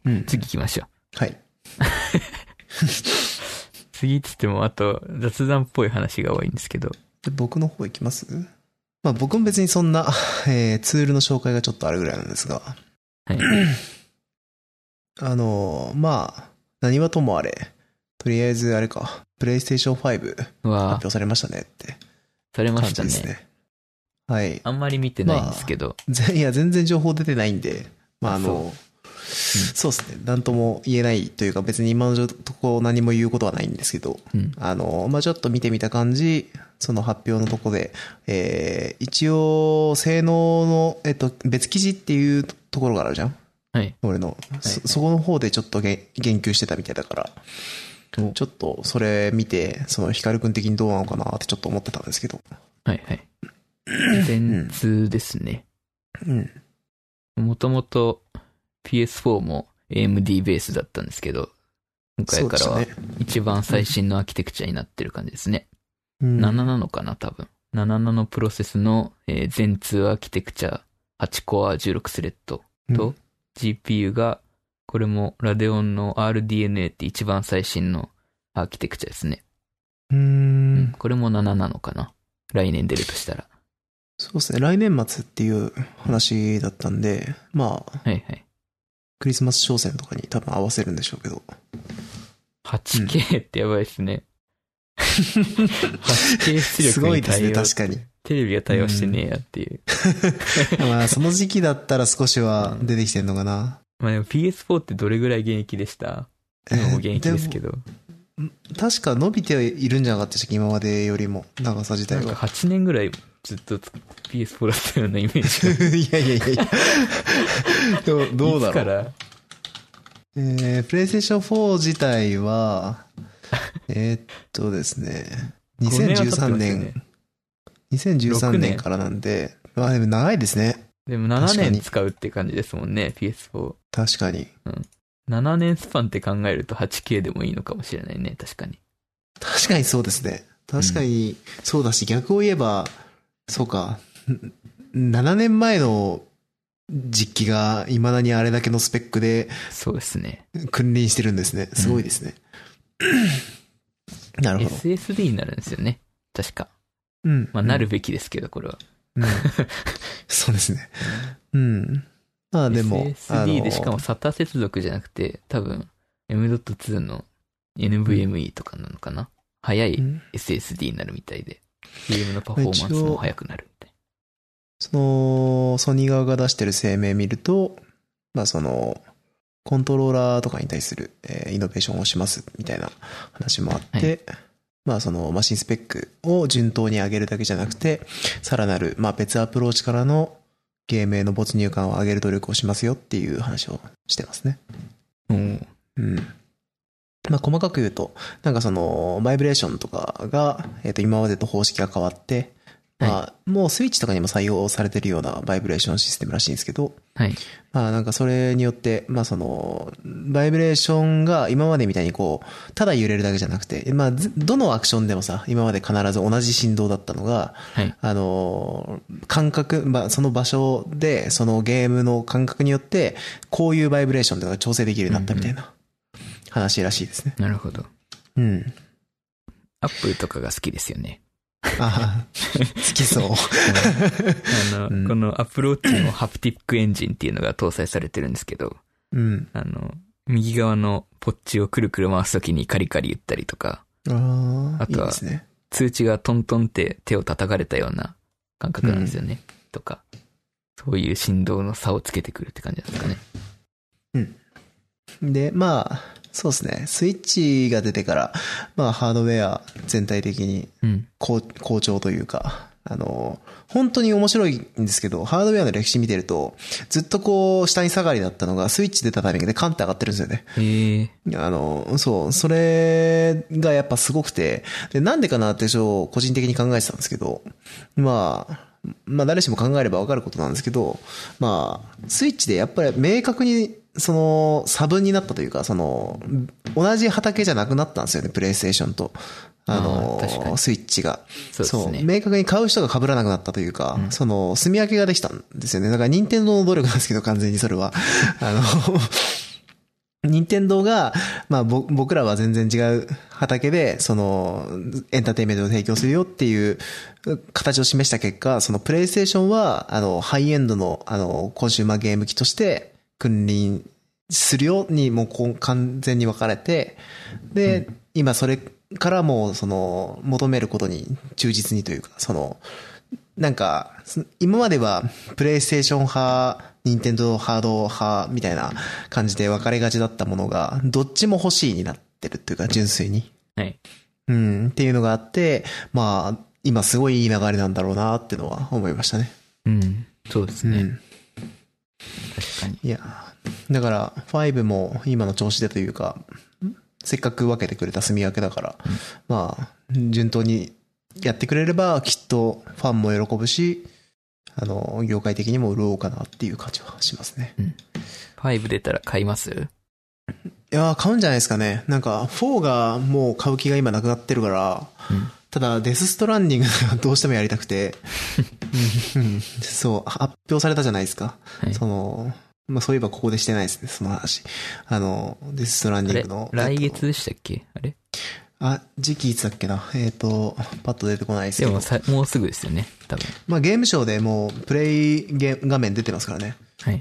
うん。次行きましょう。はい。次っつっても、あと雑談っぽい話が多いんですけど。で、僕の方いきますまあ僕も別にそんな、 えーツールの紹介がちょっとあるぐらいなんですが、 はい。あのーまあ、何はともあれ、とりあえずあれか、PlayStation 5発わあ、表されましたねってされま感したじねですね。はい。あんまり見てないんですけど。ぜいや、全然情報出てないんで、まあああの、そうですね、なんとも言えないというか別に今のとこ何も言うことはないんですけど、うん。あの、まあ、ちょっと見てみた感じ、その発表のとこで、えー一応、性能の、えっと、別記事っていうところがあるじゃんはい。俺の。そ、そこの方でちょっとげ言及してたみたいだからお、ちょっとそれ見て、その、ヒカル君的にどうなのかなってちょっと思ってたんですけど。はいはい。電通ですね。うん。もともと PS4 も AMD ベースだったんですけど、今そうで回かしらたはね。一番最新のアーキテクチャになってる感じですね。うん7なのかな、多分。7ナノプロセスの、えー全通アーキテクチャ8コア16スレッド。と、GPU が、これもラデオンの RDNA って一番最新のアーキテクチャですね。うん。ううんんこれも7なのかな。来年出るとしたら。そうですね。来年末っていう話だったんで、まあ、はいはい。クリスマス商戦とかに多分合わせるんでしょうけど。 8K ってやばいで すね。8K 出す力ごいにです対応、ね、確かに。テレビが対応してねえやっていう。 まあ、その時期だったら少しは出てきてんのかな。まあでも PS4 ってどれぐらい現役でした今も現役ですけど。ど。確か伸びてはいるんじゃなかったでしたっけ今までよりも、長さ自な体んかが。 8年ぐらいずっと PS4 だったようなイメージが。 いやいやいやい や。でも どうだいつかろう。らえー、PlayStation 4自体は、 えーっとですね、 5は経ってますよ2013ね年、2013年からなんで、まあでも長いですね。でも確か7に年使うって感じですもんね、PS4。確かに。 7年スパンって考えると 8K でもいいのかもしれないね、確かに。確かにそうですね。確かにそうだし、逆を言えば、そうか、ん7年前の実機が未だにあれだけのスペックでそうですね。君臨してるんですね。すごい ですね。なるほど。 SSD になるんですよね。確か。うん。まあ、なるべきですけど、これは。うん。そうですね。うん。まあでも、あ SSD でのしかも SATA 接続じゃなくて、多分 M.2 の NVMe とかなのかな。早ういん SSD になるみたいで、ゲームのパフォーマンスも早くなるみたいその、ソニー側が出してる声明見ると、まあその、コントローラーとかに対する、えーイノベーションをしますみたいな話もあって、まあそのマシンスペックを順当に上げるだけじゃなくて、さらなる、まあ別アプローチからのゲームへの没入感を上げる努力をしますよっていう話をしてますね。な。うん。うん。まあ、細かく言うと、なんかその、バイブレーションとかが、えっ、と、今までと方式が変わって、まあ、もうスイッチとかにも採用されてるようなバイブレーションシステムらしいんですけど、はい。まあ、なんかそれによって、まあ、その、バイブレーションが今までみたいにこう、ただ揺れるだけじゃなくて、まあ、ずどのアクションでもさ、今まで必ず同じ振動だったのが、はい。あの、感覚、まあ、その場所で、そのゲームの感覚によって、こういうバイブレーションとか調整できるようになったみたいな話らしいですね。なるほど。うん。アップルとかが好きです よね。あー好きそう。あの、うんこのアプローチのハプティックエンジンっていうのが搭載されてるんですけど、うん。あの、右側のポッチをくるくる回すときにカリカリ言ったりとか、あああ、いいとはですね。通知がトントンって手を叩かれたような感覚なんですよね。とか、そういう振動の差をつけてくるって感じなんですかね。で、まあ、そうですね。スイッチが出てから、まあ、ハードウェア全体的にうん。好好調というか、あの、本当に面白いんですけど、ハードウェアの歴史見てると、ずっとこう、下に下がりだったのが、スイッチ出たタイミングでカンって上がってるんですよね。へえ。あの、そう、それがやっぱすごくて、で、なんでかなってちょっと個人的に考えてたんですけど、まあ、まあ誰しも考えればわかることなんですけど、まあ、スイッチでやっぱり明確に、その、差分になったというか、その、同じ畑じゃなくなったんですよね、プレイステーションと。あのあー確かにスイッチが。そうですね明確に買う人が被らなくなったというか、その、住み分けができたんですよね。だから、任天堂の努力なんですけど、完全にそれ は。あの、任天堂が、まあ、ぼ僕らは全然違う畑で、その、エンターテインメントを提供するよっていう形を示した結果、そのプレイステーションは、あの、ハイエンドの、あの、コンシューマーゲーム機として、君臨するように、もうこう完全に分かれて、で、今それからもう、その、求めることに忠実にというか、その、なんか、す今までは、プレイステーション派、任天堂ハード派みたいな感じで分かれがちだったものが、どっちも欲しいになってるっていうか、純粋に。はい。うん、っていうのがあって、まあ、今すごいいい流れなんだろうなってのは思いましたね。うん。そうですうね。ん。確かに。いや、だから、5も今の調子でというか、せっかく分けてくれた住み分けだから、まあ、順当にやってくれれば、きっとファンも喜ぶし、あの、業界的にも潤うかなっていう感じはしますね。 5出たら買いますいやー、買うんじゃないですかね。なんか、4がもう買う気が今なくなってるから、うんただ、デスストランディングがどうしてもやりたく て、うんそう、発表されたじゃないですか。はいその、まあ、そういえばここでしてないですね、その話。あの、デスストランあディンれグの。来月でしたっけあれあ、時期いつだっけな。えっ、と、パッと出てこないですでけもど。さ、もうすぐですよね。多分。まあゲームショーでもうプレイゲー画面出てますからね。 はい。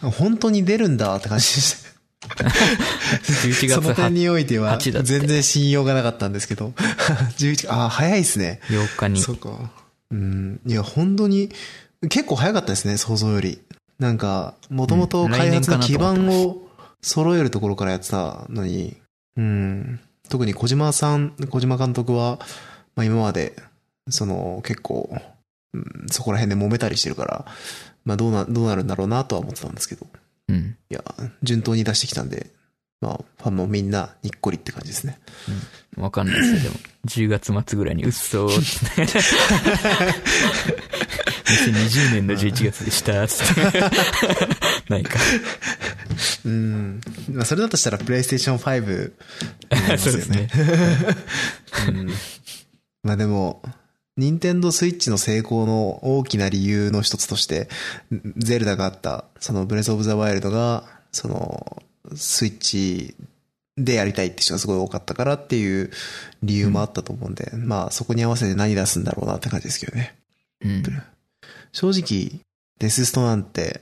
本当に出るんだって感じでし11た。そ月の点8においては8だって全然信用がなかったんですけど。11、あ、早いですね。日に。そうか。うん。いや、本当に、結構早かったですね、想像より。なんか、もともとうん開発の来基年か盤なと思ってましたを揃えるところからやってたのに、うん。特に小島さん、小島監督は、まあ今まで、その、結構、うん、そこら辺で揉めたりしてるから、まあどうな、どうなるんだろうなとは思ってたんですけど、うん。うんいや、順当に出してきたんで、まあ、ファンもみんなにっこりって感じですね。わかんないですよ、でも。10月末ぐらいに、うっそーって。2020年の11月でした、つって。ないか。うん。まあ、それだとしたら、プレイステーション5、 そうですね。 まあでも、任天堂スイッチの成功の大きな理由の一つとして、ゼルダがあった、そのブレスオブザワイルドが、その、スイッチでやりたいって人がすごい多かったからっていう理由もあったと思うんで、まあそこに合わせて何出すんだろうなって感じですけどね。うん。正直、デスストなんて、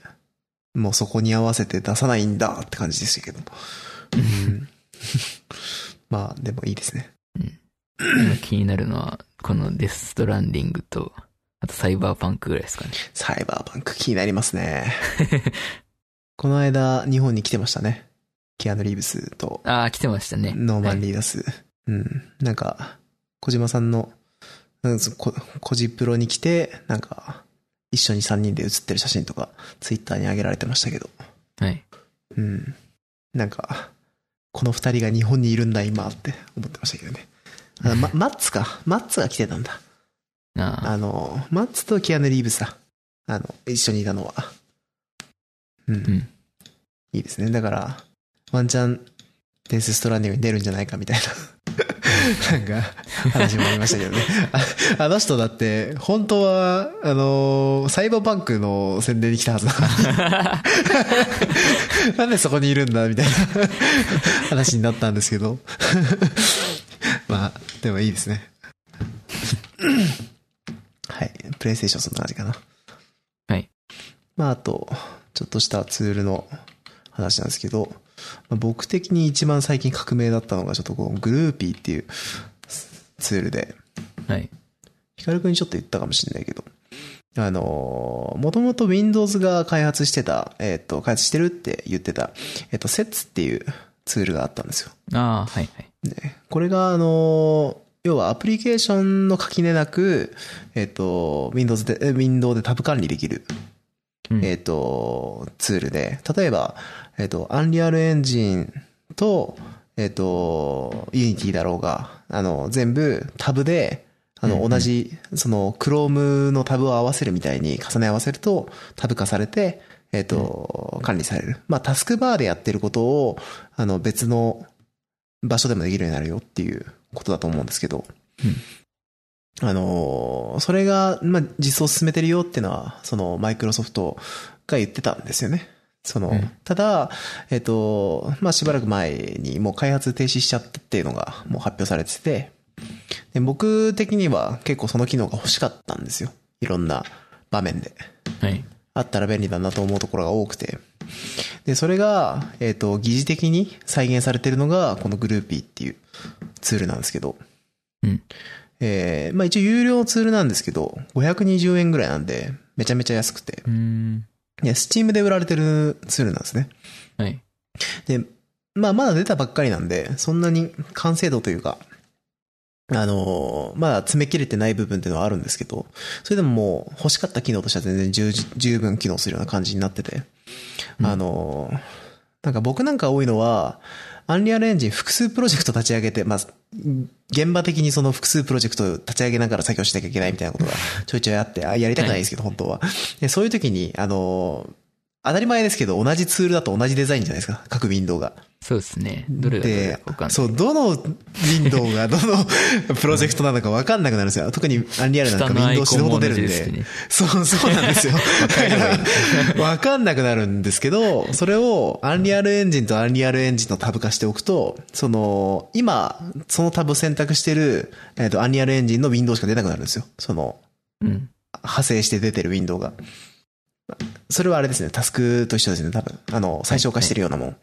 もうそこに合わせて出さないんだって感じでしたけど。うん、 まあでもいいですね。今気になるのは、このデス・ストランディングと、あとサイバーパンクぐらいですかね。サイバーパンク気になりますね。この間、日本に来てましたね。キアヌ・リーブスとああ、来てましたね。ノーマン・はいリーダス。うん。なんか、小島さんの、うんそこコジプロに来て、なんか、一緒に3人で写ってる写真とか、ツイッターに上げられてましたけど。はい。うん。なんか、この2人が日本にいるんだ、今って思ってましたけどね。あま、マッツか。マッツが来てたんだ。ああ、あの、マッツとキアヌ・リーブスだ。あの、一緒にいたのは。うん。んいいですね。だから、ワンチャン、デス・ストランディングに出るんじゃないかみたいな。なんか、話もありましたけどね。ああの人だって、本当は、あのーサイバーパンクの宣伝に来たはずな のになんでそこにいるんだみたいな話になったんですけど。まあ、でもいいですね。はい。プレイステーションそんな感じかな。はい。まあ、あと、ちょっとしたツールの話なんですけど、まあ僕的に一番最近革命だったのが、ちょっとこう、グルーピーっていうツールで、はい。ヒカルくんにちょっと言ったかもしれないけど、あのー、もともと Windows が開発してた、えっ、と、開発してるって言ってた、えっ、と、Sets っていうツールがあったんですよ。ああ、はいはい。これが、あの、要はアプリケーションの垣根なく、えっ、と、Windows で、え Windows でタブ管理できる、うんえっ、と、ツールで、例えば、えっ、と、Unreal Engine と、えっ、と、Unity だろうが、あの、全部タブで、あうんの、うん同じ、その、Chrome のタブを合わせるみたいに重ね合わせると、タブ化されて、えっ、と、管理される。まあ、タスクバーでやってることを、あの、別の場所でもできるようになるよっていうことだと思うんですけど、あのー、それが、まあ、実装を進めてるよっていうのは、その、マイクロソフトが言ってたんですよね。その、うんただ、えっ、と、まあ、しばらく前にもう開発停止しちゃったっていうのがもう発表されてて、で僕的には結構その機能が欲しかったんですよ。いろんな場面で。はい。あったら便利だなと思うところが多くて。で、それが、えっ、と、疑似的に再現されてるのが、このグルーピーっていうツールなんですけど。うんえーまあ一応有料のツールなんですけど、520円ぐらいなんで、めちゃめちゃ安くて。うーん。いや、スチームで売られてるツールなんですね。はい。で、まあまだ出たばっかりなんで、そんなに完成度というか、あのーまだ詰め切れてない部分っていうのはあるんですけど、それでももう欲しかった機能としては全然十十分機能するような感じになってて、うんあのーなんか僕なんか多いのは、アンリアルエンジン複数プロジェクト立ち上げて、まあ、現場的にその複数プロジェクトを立ち上げながら作業しなきゃいけないみたいなことがちょいちょいあって、あやりたくないですけど、本当は。で、そういう時に、あのー当たり前ですけど、同じツールだと同じデザインじゃないですか、各ウィンドウが。そうですね。どれがどれだかわかんない。そう、どのウィンドウがどのプロジェクトなのか分かんなくなるんですよ。特にアンリアルなんかウ下ィのアンイドコウン死ぬほど出も同るんじで。ですねそう、そうなんですよ。えればいい分かんなくなるんですけど、それをアンリアルエンジンとアンリアルエンジンのタブ化しておくと、その、今、そのタブを選択してる、えっ、と、アンリアルエンジンのウィンドウしか出なくなるんですよ。その、うん。派生して出てるウィンドウが。それはあれですね、タスクと一緒ですね、多分。あの、最小化してるようなもん。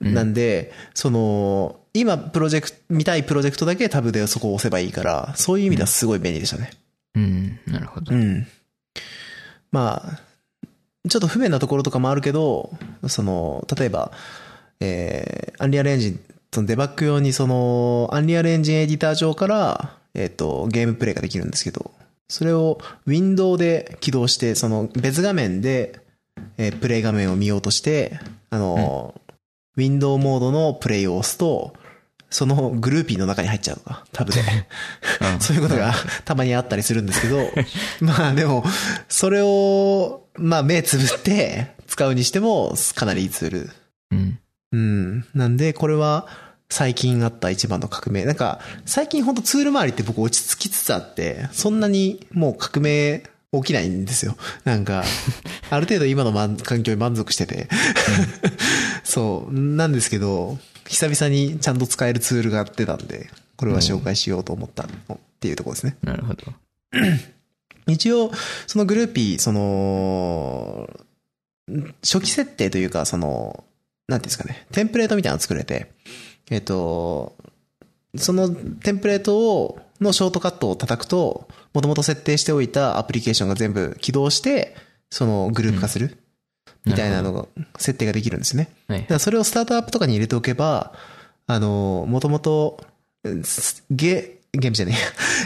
うんなんで、その、今、プロジェクト、見たいプロジェクトだけタブでそこを押せばいいから、そういう意味ではすごい便利でしたね。うん。なるほどう。ん。まあ、ちょっと不便なところとかもあるけど、その、例えば、えー、アンリアルエンジン、そのデバッグ用にその、アンリアルエンジンエディター上から、えっ、と、ゲームプレイができるんですけど、それを Windows で起動して、その別画面で、えープレイ画面を見ようとして、あの、ウィンドウモードのプレイを押すと、そのグルーピーの中に入っちゃうとか、タブで。あそういうことがたまにあったりするんですけど、 まあでも、それを、まあ目つぶって使うにしてもかなりいいツール。うん。うん。なんで、これは最近あった一番の革命。なんか、最近ほんとツール周りって僕落ち着きつつあって、そんなにもう革命起きないんですよ。なん か、ある程度今のまん環境に満足してて。 そう。なんですけど、久々にちゃんと使えるツールが出たんで、これは紹介しようと思ったのっていうところですね。なるほど。一応、そのグルーピー、その、初期設定というか、その、なんていうんですかね、テンプレートみたいなの作れて、えっと、そのテンプレートを、のショートカットを叩くと、もともと設定しておいたアプリケーションが全部起動して、そのグループ化する、みたいなのが、設定ができるんですね。はいだか。らそれをスタートアップとかに入れておけば、あの、もともと、うんすゲ、ゲームじゃね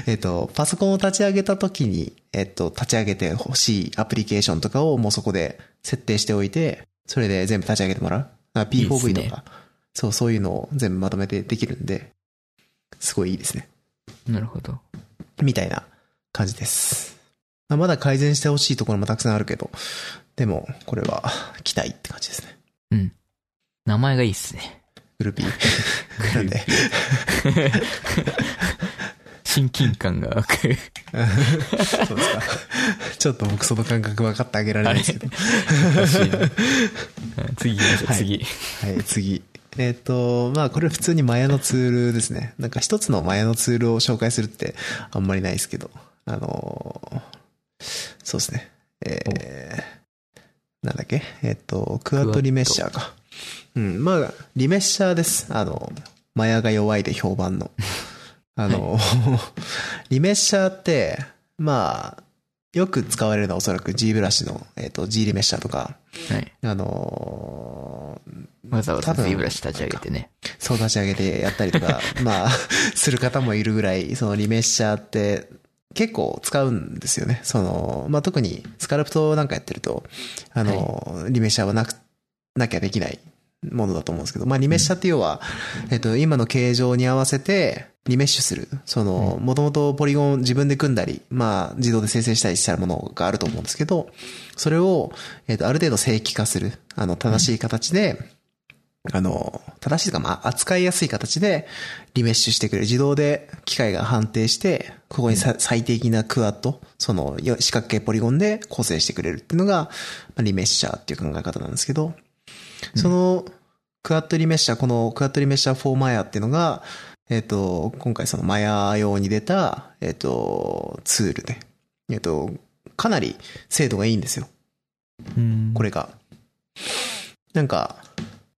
えや、 えっと、パソコンを立ち上げた時に、えっと、立ち上げてほしいアプリケーションとかをもうそこで設定しておいて、それで全部立ち上げてもらう。あいいっ P4V すとねか、そう、そういうのを全部まとめてできるんで、すごいいいですね。なるほど。みたいな感じです。まあまだ改善してほしいところもたくさんあるけど、でも、これは期待って感じですね。名前がいいっすね。グルーピー。 なんで。親近感が湧く。そうですか。 ちょっと僕その感覚分かってあげられないですけど。欲しいなうん次行きましょう、はい次。はい、 次。えっ、と、まあこれ普通にマヤのツールですね。なんか一つのマヤのツールを紹介するってあんまりないですけど。あのーそうですね。えー、なんだっけえっ、と、クワットリメッシャーか。うん、まあ、リメッシャーです。あの、マヤが弱いで評判 の。あの、 リメッシャーって、まあ、よく使われるのはおそらく G ブラシの、えっ、と、G リメッシャーとか、はい。あのーわざわ多ざ分次ブラシ立ち上げてね。そう立ち上げてやったりとか、まあ、する方もいるぐらい、そのリメッシャーって結構使うんですよね。その、まあ特にスカルプトなんかやってると、あの、リメッシャーはなく、なきゃできない。ものだと思うんですけど、まあ、リメッシャって要は、えっと、今の形状に合わせて、リメッシュする。その、もともとポリゴン自分で組んだり、まあ、自動で生成したりしたものがあると思うんですけど、それを、えっと、ある程度正規化する。あの、正しい形で、あの、正しいというか、まあ、扱いやすい形で、リメッシュしてくれる。自動で機械が判定して、ここにさ最適なクワッド、その、よ四角形ポリゴンで構成してくれるっていうのが、まあリメッシャーっていう考え方なんですけど、その、クワッドリメッシャー、このクワッドリメッシャー4マヤっていうのが、えっ、と、今回そのマヤ用に出た、えっ、と、ツールで、えっ、と、かなり精度がいいんですよ。うんこれが。なんか、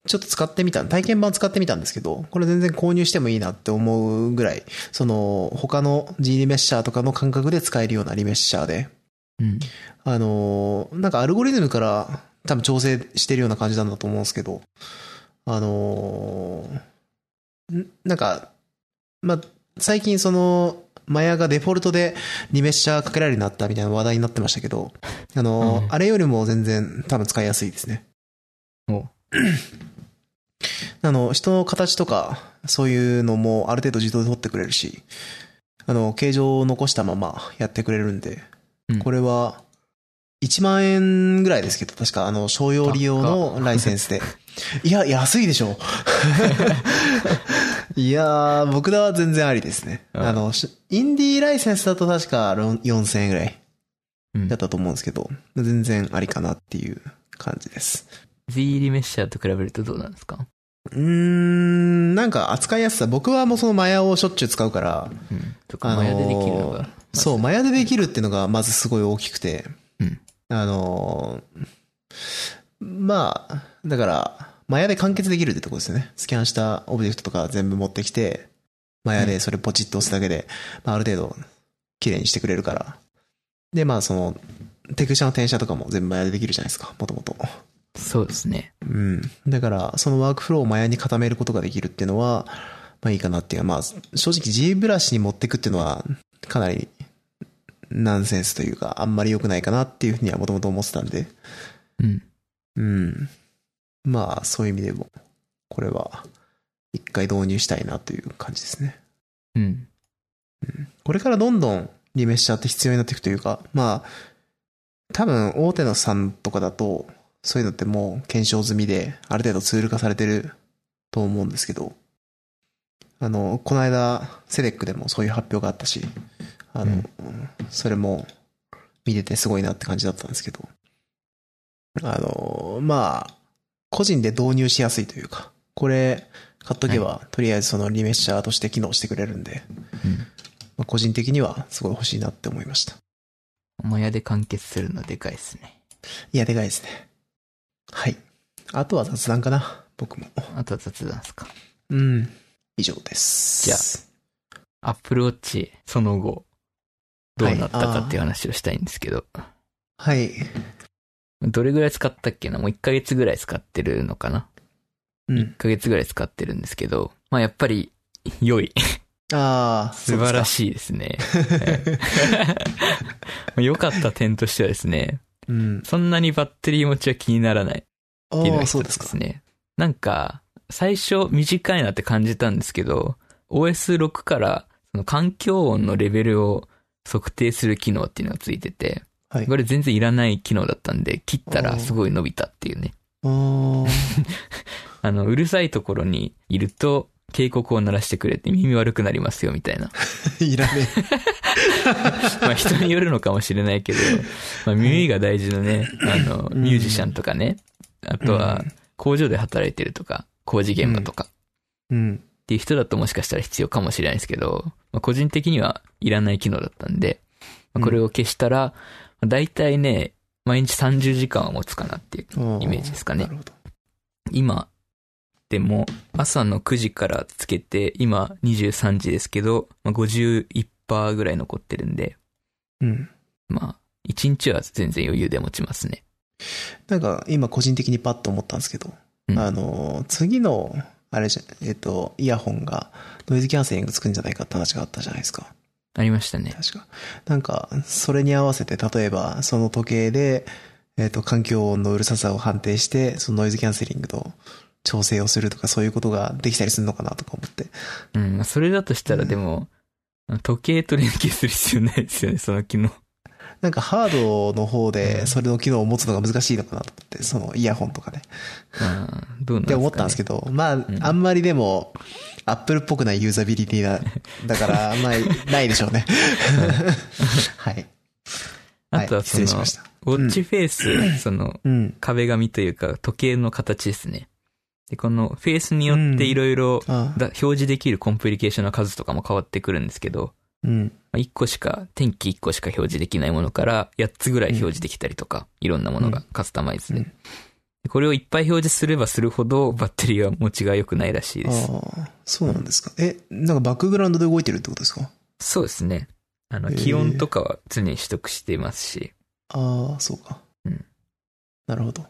ちょっと使ってみた、体験版使ってみたんですけど、これ全然購入してもいいなって思うぐらい、その、他の G リメッシャーとかの感覚で使えるようなリメッシャーで、うんあのーなんかアルゴリズムから多分調整してるような感じなんだと思うんですけど、あのーんなんか、まあ、最近その、マヤがデフォルトでリメッシャーかけられるようになったみたいな話題になってましたけど、あのーうんあれよりも全然多分使いやすいですね。おあの、人の形とか、そういうのもある程度自動で取ってくれるし、あの、形状を残したままやってくれるんで、うんこれは、1万円ぐらいですけど、確か、あの、商用利用のライセンスで。いや、安いでし ょ。いやー、僕らは全然ありですね。うんあの、しインディーライセンスだと確かろん4000円ぐらいうんだったと思うんですけど、全然ありかなっていう感じです。 G リメッシャーと比べるとどうなんですかうーん、なんか扱いやすさ、僕はもうそのマヤをしょっちゅう使うから、うん。とか、マヤでできるのあのーが。そう、マヤでできるっていうのがまずすごい大きくて、うんあのーまあ、だから、マヤで完結できるってとこですよね。スキャンしたオブジェクトとか全部持ってきて、マヤでそれポチッと押すだけで、まあ、ある程度、綺麗にしてくれるから。で、まあ、その、テクスチャの転写とかも全部マヤでできるじゃないですか、もともと。そうですね。うん。だから、そのワークフローをマヤに固めることができるっていうのは、まあいいかなっていう。まあ、正直 G ブラシに持ってくっていうのは、かなり、ナンセンスというか、あんまり良くないかなっていうふうにはもともと思ってたんで。うん。うん。まあ、そういう意味でも、これは、一回導入したいなという感じですね。うん。これからどんどんリメッシャーって必要になっていくというか、まあ、多分大手のさんとかだと、そういうのってもう検証済みで、ある程度ツール化されてると思うんですけど、あの、この間、セレックでもそういう発表があったし、あの、うんそれも見ててすごいなって感じだったんですけど、あの、まあ、個人で導入しやすいというか、これ買っとけば、とりあえずそのリメッシャーとして機能してくれるんで、まあ個人的にはすごい欲しいなって思いました。うん。マヤで完結するのでかいですね。いや、でかいですね。はい。あとは雑談かな。僕も。あとは雑談ですか。うん。以上です。じゃアップルウォッチ、その後、どうなったかっていう話をしたいんですけど、はい。どれぐらい使ったっけなもう1ヶ月ぐらい使ってるのかなうん。 ?1 ヶ月ぐらい使ってるんですけど、まあやっぱり、良い。ああ、素晴らい。しいですね。はい 良かった点としてはですね、 うん。そんなにバッテリー持ちは気にならないあっていうのがあ、一そうでつすでかす。ね。なんか、最初短いなって感じたんですけど、OS6 からその環境音のレベルを測定する機能っていうのがついてて、はい。これ全然いらない機能だったんで、切ったらすごい伸びたっていうね。あー あの、うるさいところにいると警告を鳴らしてくれて耳悪くなりますよみたいな。 いらねまあ人によるのかもしれないけ ど、まあ耳が大事なね、あの、うんミュージシャンとかね、あとは工場で働いてるとか、工事現場とかっえ。うん。ていう人だともしかしたら必要かもしれないですけど、まあ個人的にはいらない機能だったんで、まあこれを消したら、だいたいね、毎日30時間は持つかなっていうあーイメージですかなね。るほど。今、でも朝の9時からつけて、今23時ですけど、まあ51%ぐらい残ってるんで、うん。まあ、一日は全然余裕で持ちますね。なんか、今個人的にパッと思ったんですけど、うんあのー、次の、あれじゃ、えっと、イヤホンがノイズキャンセリングつくんじゃないかって話があったじゃないですか。ありましたね。確か。なんか、それに合わせて、例えば、その時計で、えっ、と、環境音のうるささを判定して、そのノイズキャンセリングと調整をするとかそういうことができたりするのかなとか思って。うん、それだとしたらでも、時計と連携する必要ないですよね、その 機能。なんかハードの方うでんそれの機能を持つのが難しいのかなと思って、そのイヤホンとかね。あーどうなんって思ったんですけど。ど、まあん、あんまりでも、アップルっぽくないユーザビリティだ、だから、まあ、ないでしょうね。 はい。はあいとはそ失礼の、ウしまォした。ッチフェ イス、その、うん。壁紙というか時計の形ですね。で、このフェイスによっていろいろあだ表示できるコンプリケーションの数とかも変わってくるんですけど、うん。まあ1個しか、天気1個しか表示できないものから8つぐらい表示できたりとか、いろんなものうがカスタマイズで。うんでこれをいっぱい表示すればするほどバッテリーは持ちが良くないらしいあです。あ、そうなんですか。え、なんかバックグラウンドで動いてるってことですかそうですね。あの、へー気温とかは常に取得していますし、ああ、そうか。うんなるほど。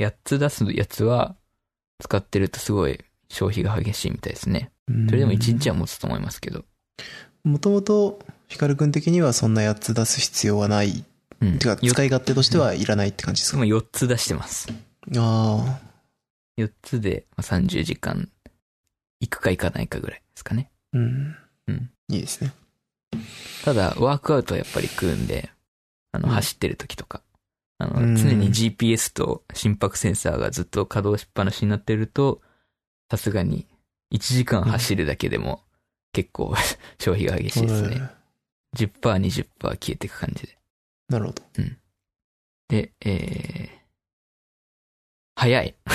8つ出すやつは使ってるとすごい消費が激しいみたいですね。それでも1日は。は持つと思いますけど。もともと、ヒカルくん的にはそんなやつ出す必要はない。うん。てか、よ使い勝手としてはいらないって感じですかも4つ出してます。ああ、 4つでまあ30時間行くか行かないかぐらいですかね。うん。うんいいですね。ただ、ワークアウトはやっぱり食うんで、あの、うん走ってる時とか。あうんの、常に GPS と心拍センサーがずっと稼働しっぱなしになってると、さすがに1時間走るだけでも結構 消費が激しいですね。10%、20%消えていく感じで。なるほど。で、えー、早い。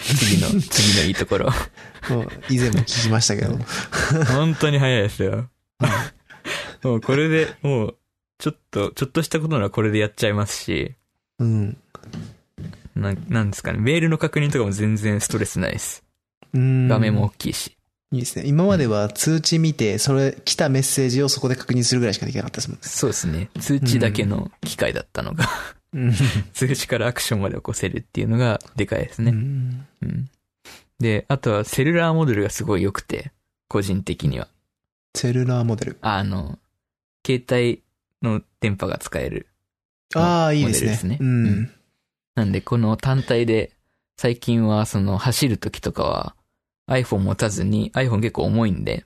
次の、次のいいところ。まあ以前も聞きましたけど。本当に早いで すよ。もうこれで、もう、ちょっと、ちょっとしたことならこれでやっちゃいますし、うん。なんなんですかね、メールの確認とかも全然ストレスないです。うん画面も大きいし。いいですね。今までは通知見て、それ、来たメッセージをそこで確認するぐらいしかできなかったですもんそうですね。通知だけの機械だったのが、ね。通知からアクションまで起こせるっていうのがでかいですうね。ん。うん。で、あとはセルラーモデルがすごい良くて、個人的には。セルラーモデル。あの、携帯の電波が使える。ああ、いいですモデルですねね。うん。なんで、この単体で、最近はその走る時とかは iPhone 持たずに、iPhone 結構重いんで、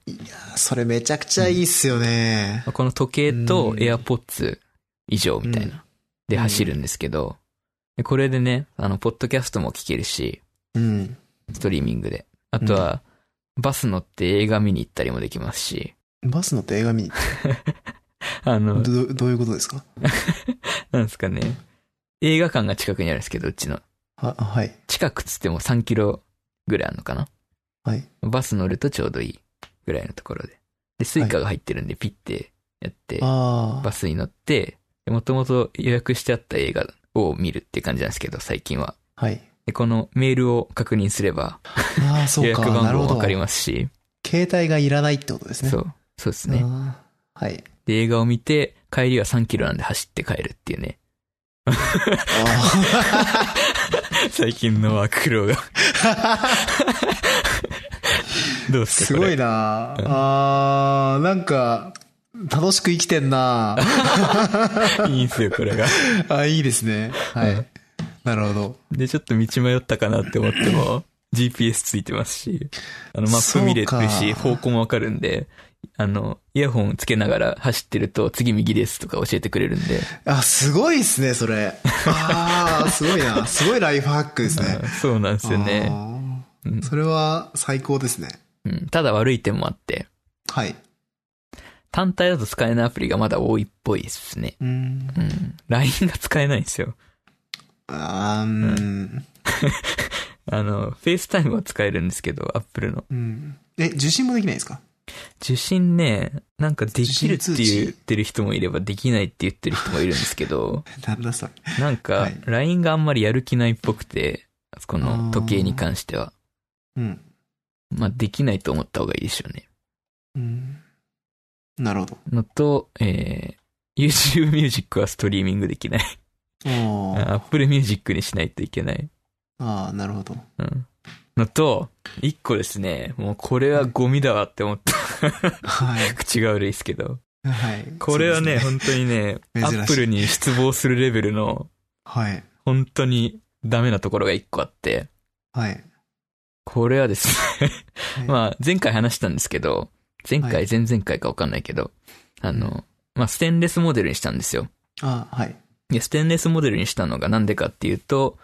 それめちゃくちゃいいっすよね。この時計とうん AirPods 以上みたいな。でうん走るんですけど、でこれでね、あの、ポッドキャストも聞けるし、うん。ストリーミングで。あとは、バス乗って映画見に行ったりもできますし、バス乗って映画見に、あの、ど、どういうことですかなんですかね、映画館が近くにあるんですけど、うちの。は、はい。近くつっても3キロぐらいあるのかなはい。バス乗るとちょうどいいぐらいのところで。で、スイカが入ってるんで、ピッてやって、あバあ。スに乗って、もともと予約してあった映画を見るって感じなんですけど、最近は。はい。で、このメールを確認すれば、あ あ、予そう約か。番なるほ号もどわか。りますし、携帯がいらないってことですね。そう、そうですね。あーはい。 で、映画を見て、帰りは3キロなんで走って帰るっていうね、あ最近のワーク ローが。ーどうっすすかこごれいなあー、なんか、楽しく生きてんないいんすよ、これが。あ、いいですね。はうんい。なるほど。で、ちょっと道迷ったかなって思っても、GPS ついてますし、あの、マップ見れてるそし、うか方向もわかるんで、あの、イヤホンつけながら走ってると、次右ですとか教えてくれるんで、あ、すごいですね、それ。ああ、すごいな。すごいライフハックですねあ。そうなんですよね。あーうんそれは最高ですね。うん、ただ悪い点もあって、はい。単体だと使えないアプリがまだ多いっぽいですね。うん。うん。LINE が使えないんですよ。あーうん。あの、FaceTime は使えるんですけど、Apple の。うん。え、受信もできないですか 受信ね、なんかできるって受信通知言ってる人もいれば、できないって言ってる人もいるんですけど、 なんだそれ。なはんかい、 LINE があんまりやる気ないっぽくて、この時計に関しては。うん。まあ、できないと思った方がいいでしょうね。うん。なるほど。のと、えー、YouTube Music はストリーミングできない。おー Apple Music にしないといけない。ああ、なるほど。うん。のと、一個ですね、もうこれはゴミだわって思った。はい。口が悪いですけど。はい。 これはね、そうです本当にね、珍しい Apple に失望するレベルの、はい。本当にダメなところが一個あって、はい。これはですね、まあ、前回話したんですけど、前回、は前々回かわかんないけど、あの、まあ、ステンレスモデルにしたんですよ。あ、はい。で、ステンレスモデルにしたのがなんでかっていうと、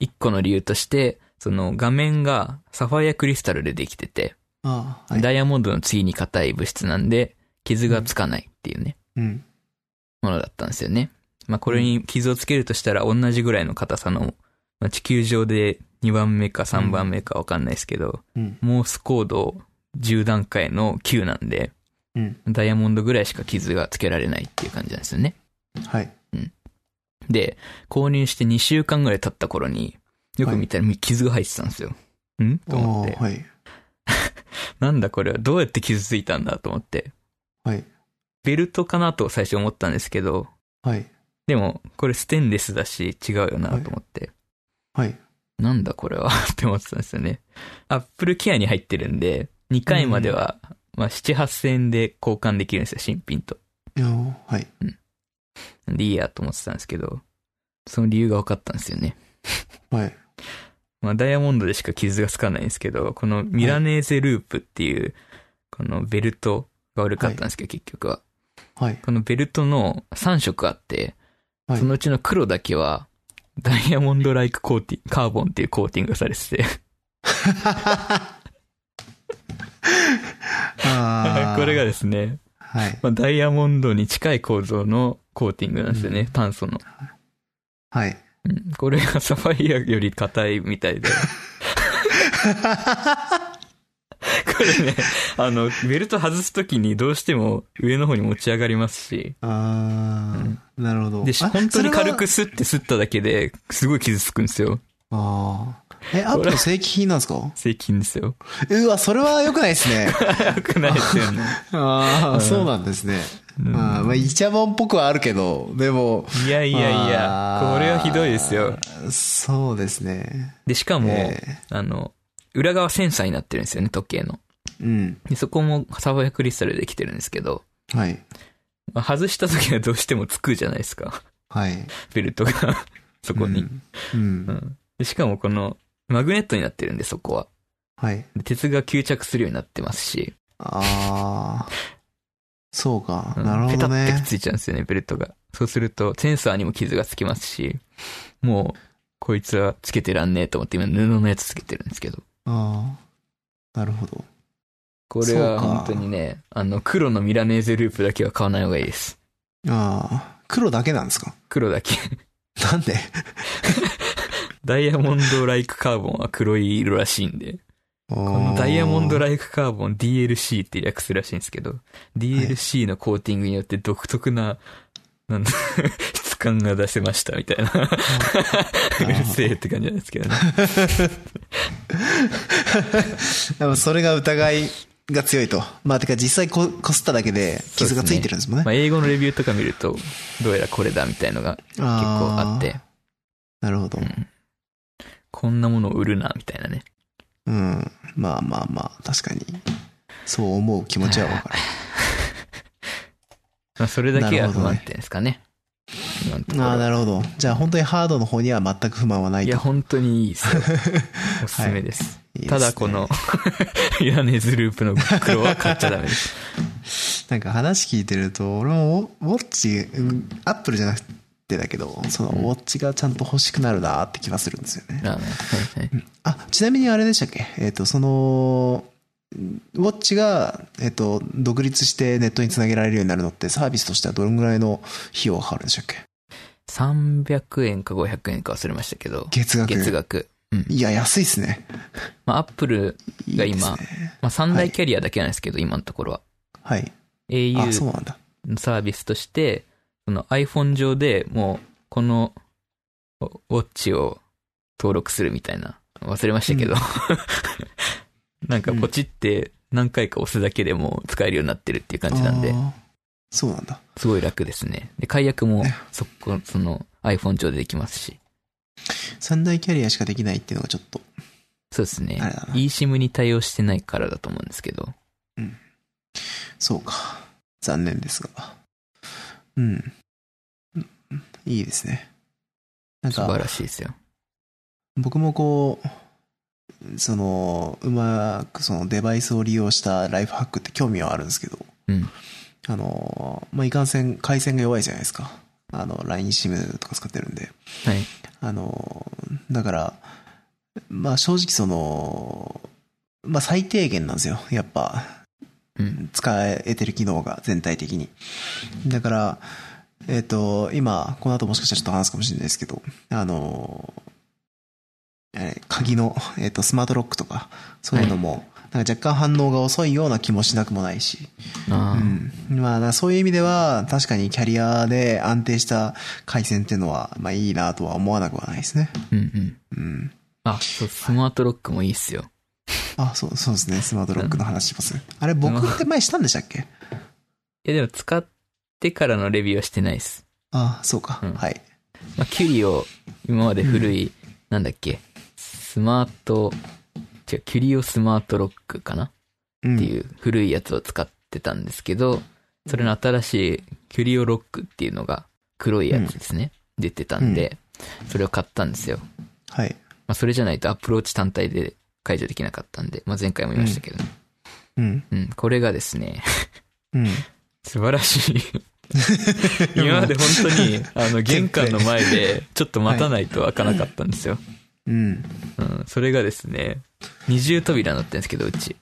一個の理由として、その画面がサファイアクリスタルでできてて、あ、はい。ダイヤモンドの次に硬い物質なんで、傷がつかないっていうね、うん。ものだったんですよね。まあ、これに傷をつけるとしたら同じぐらいの硬さの、まあ、地球上で2番目か3番目かわかんないですけど、うん。モースコード10段階の9なんで、うん。ダイヤモンドぐらいしか傷がつけられないっていう感じなんですよね。はい。で、購入して2週間ぐらい経った頃に、よく見たら傷が入ってたんですよ。んと思ってあ。はい。なんだこれはどうやって傷ついたんだと思って。はい。ベルトかなと最初思ったんですけど、はい。でも、これステンレスだし違うよなと思って。はい。なんだこれはって思ってたんですよね。アップルケアに入ってるんで、2回までは、まあ、7、8000円で交換できるんですよ、新品と。いやーはい。なんでいいやと思ってたんですけど、その理由が分かったんですよね。はい。まあ、ダイヤモンドでしか傷がつかないんですけど、このミラネーゼループっていう、このベルトが悪かったんですけど、結局は。はい。このベルトの3色あって、はいそのうちの黒だけは、ダイヤモンドライクコーティング、カーボンっていうコーティングがされてて、 あー これがですね、はい。まあ、ダイヤモンドに近い構造のコーティングなんですよね、うん炭素の、はい。うんこれが サファイアより硬いみたいで、これね、あの、ベルト外すときにどうしても上の方に持ち上がりますし、あーなるほど。で、あ本当に軽。それくはスッてスっただけで、すごい傷つくんですよ。あーえ、アップル正規品なんですか正規ですよ。うわ、それは良くないですね。 よくないですよね。あうあ、んそうなんですね。うんまあ、まあ、イチャモンっぽくはあるけど、でも。いやいやいや、まあこれはひどいですよ。。そうですね。で、しかも、えあの、裏側センサーになってるんですよね、時計の。えうん。でそこもサファイアクリスタルできてるんですけど、はい。まあ外した時はどうしてもつくじゃないですか。 はい。ベルトが、 そこに、うん。うんうんで。しかもこの、マグネットになってるんで、そこは。はい。で鉄が吸着するようになってますし、ああ。そうか。うんなるほどペタってねくっ。ついちゃうんですよね、ベルトが。そうすると、センサーにも傷がつきますし、もう、こいつはつけてらんねえと思って今布のやつつけてるんですけど。ああ。なるほど。これはそうか本当にね、あの、黒のミラネーゼループだけは買わない方がいいです。ああ。黒だけなんですか 黒だけ。 なんでダイヤモンドライクカーボンは黒い色らしいんで。ここのダイヤモンドラライクカーボン DLC って略するらしいんですけど、DLC のコーティングによって独特な、なんだ、 質感が出せましたみたいな。うるせえって感じなんですけ どね。でもそれが疑いが強いと。まあ、てか実際こ、こすっただけで傷がついてるんですもんね。まあ、英語のレビューとか見ると、どうやらこれだみたいのが結構あって、なるほど。こんなものを売るなみたいなね。うん。まあまあまあ、確かに。そう思う気持ちはわかまあ、それだけが不安定ですかね。今のとこる。ろああ、なるほど。じゃあ本当にハードの方には全く不満はないいと。や、本当にいいで すよ。おすすめです。いいですねただ、こ。の、 イラネズループの黒は買っちゃダメです。なんか話聞いてると、俺もウォウォッチ、うんアップルじゃなくてだけど、そのウォッチがちゃんと欲しくなるなって気がするんですよね。ラーメン。はいはい。あ、ちなみにあれでしたっけえっ、と、その、ウォッチが、えっ、と、独立してネットにつなげられるようになるのってサービスとしてはどれぐらいの費用がかかるんでしたっけ300円か500円か忘れましたけど、月額。月額。うん。いや、安いですね。まあ、アップル、いいがで今すね。まあ、三大キャリアだけなんですけど、今のところは。はい。あ、そう au なんだ。のサービスとして、その iPhone 上でもう、この、ウォッチを登録するみたいな。忘れましたけど。 なんか、ポチって何回か押すだけでもう使えるようになってるっていう感じなんで。あーそうなんだ。すごい楽ですね。で、解約もね、そこ、その iPhone 上でできますし。三大キャリアしかできないっていうのがちょっと。そうですねあれだ。な eSIM に対応してないからだと思うんですけど。そうか。残念ですが。うん。うんいいですね。なん素晴か、らしいですよ。僕もこう、その、うまくそのデバイスを利用したライフハックって興味はあるんですけど、うん。あの、まあ、いかんせん、回線が弱いじゃないですか。あの、LINESIM とか使ってるんで。はい。あの、だから、まあ、正直その、まあ、最低限なんですよ。やっぱ、うん。使えてる機能が全体的に。だから、えっ、と、今、この後もしかしたらちょっと話すかもしれないですけど、あの、あれ鍵の、えっ、と、スマートロックとか、そういうのも、なんか若干反応が遅いような気もしなくもないし、ああ、うん。まあな、そういう意味では、確かにキャリアで安定した回線っていうのは、まあいいなとは思わなくはないですね。うんうん。うん。あ、そう、スマートロックもいいっすよ。あ、そう、そうですね。スマートロックの話します。あれ、僕って前したんでしたっけいや、でも使ってからのレビューはしてないっす。あ、そうか。うんはい。まあ、キュリオ、今まで古い、なんだっけ、スマート、違う、キュリオスマートロックかなうんっていう古いやつを使ってたんですけど、それの新しいキュリオロックっていうのが黒いやつですね。出てたんで、それを買ったんですよ。はい。まあ、それじゃないとアプローチ単体で解除できなかったんで、まあ、前回も言いましたけど、ねうん。うん、これがですね、うん。 素晴らしい。 今まで本当に、あ の、玄関の前で、ちょっと待たないと開かなかったんですよ。うん。うん、それがですね、二重扉になってるんですけど、うち。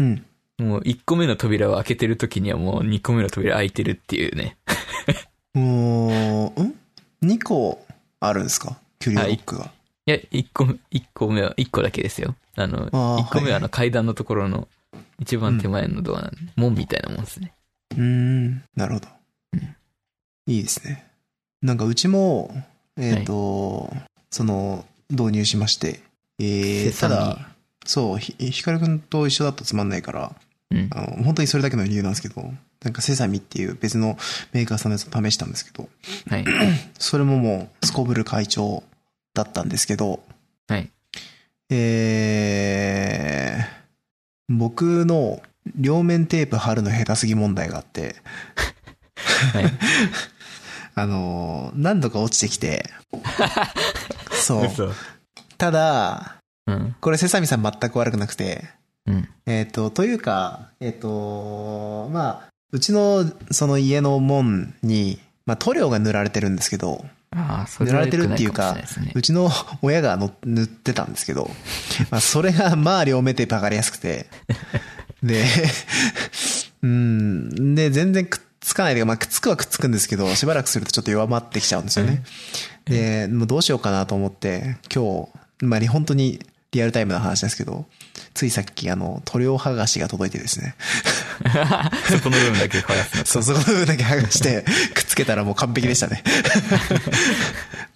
うん。もう1個目の扉を開けてる時にはもう2個目の扉開いてるっていうね。もう、ん ?2 個あるんですかキュリオロックが。いや、1個、一個目は、1個だけですよ。あの、あー1個目はあはいはの階段のところの一番手前のドアなんで、門みたいなもんですね。うーん。なるほど。いいですね。なんか、うちも、えっ、と、その、導入しまして、えセー、たサミだ、そう、ひ、ひかるくんと一緒だとつまんないから、うんあの、本当にそれだけの理由なんですけど、なんかセサミっていう別のメーカーさんのやつを試したんですけど、はい。それももう、すこぶる会長だったんですけど、はい。えー、僕の両面テープ貼るの下手すぎ問題があって、はい。 あのー何度か落ちてき て、そう。嘘ただ、うん。これセサミさん全く悪くなくて、うん。えっ、と、というか、えっ、と、まあ、うちのその家の門に、まあ、塗料が塗られてるんですけど、ああ、それ塗はら良れくてるなっていいうかもかしれないですね、う。ちの親がの塗ってたんですけど、まあ、それがまあ両目テープ上がりやすくて、で、 うん、で、全然くっつかないで、まあ、くっつくはくっつくんですけど、しばらくするとちょっと弱まってきちゃうんですよね。で、もうどうしようかなと思って、今日、まあ、本当にリアルタイムな話ですけど、ついさっき、あの、塗料剥がしが届いてですね、 そこの部分だけ剥がすの。そう、そこの部分だけ剥が して、くっつけたらもう完璧でしたね。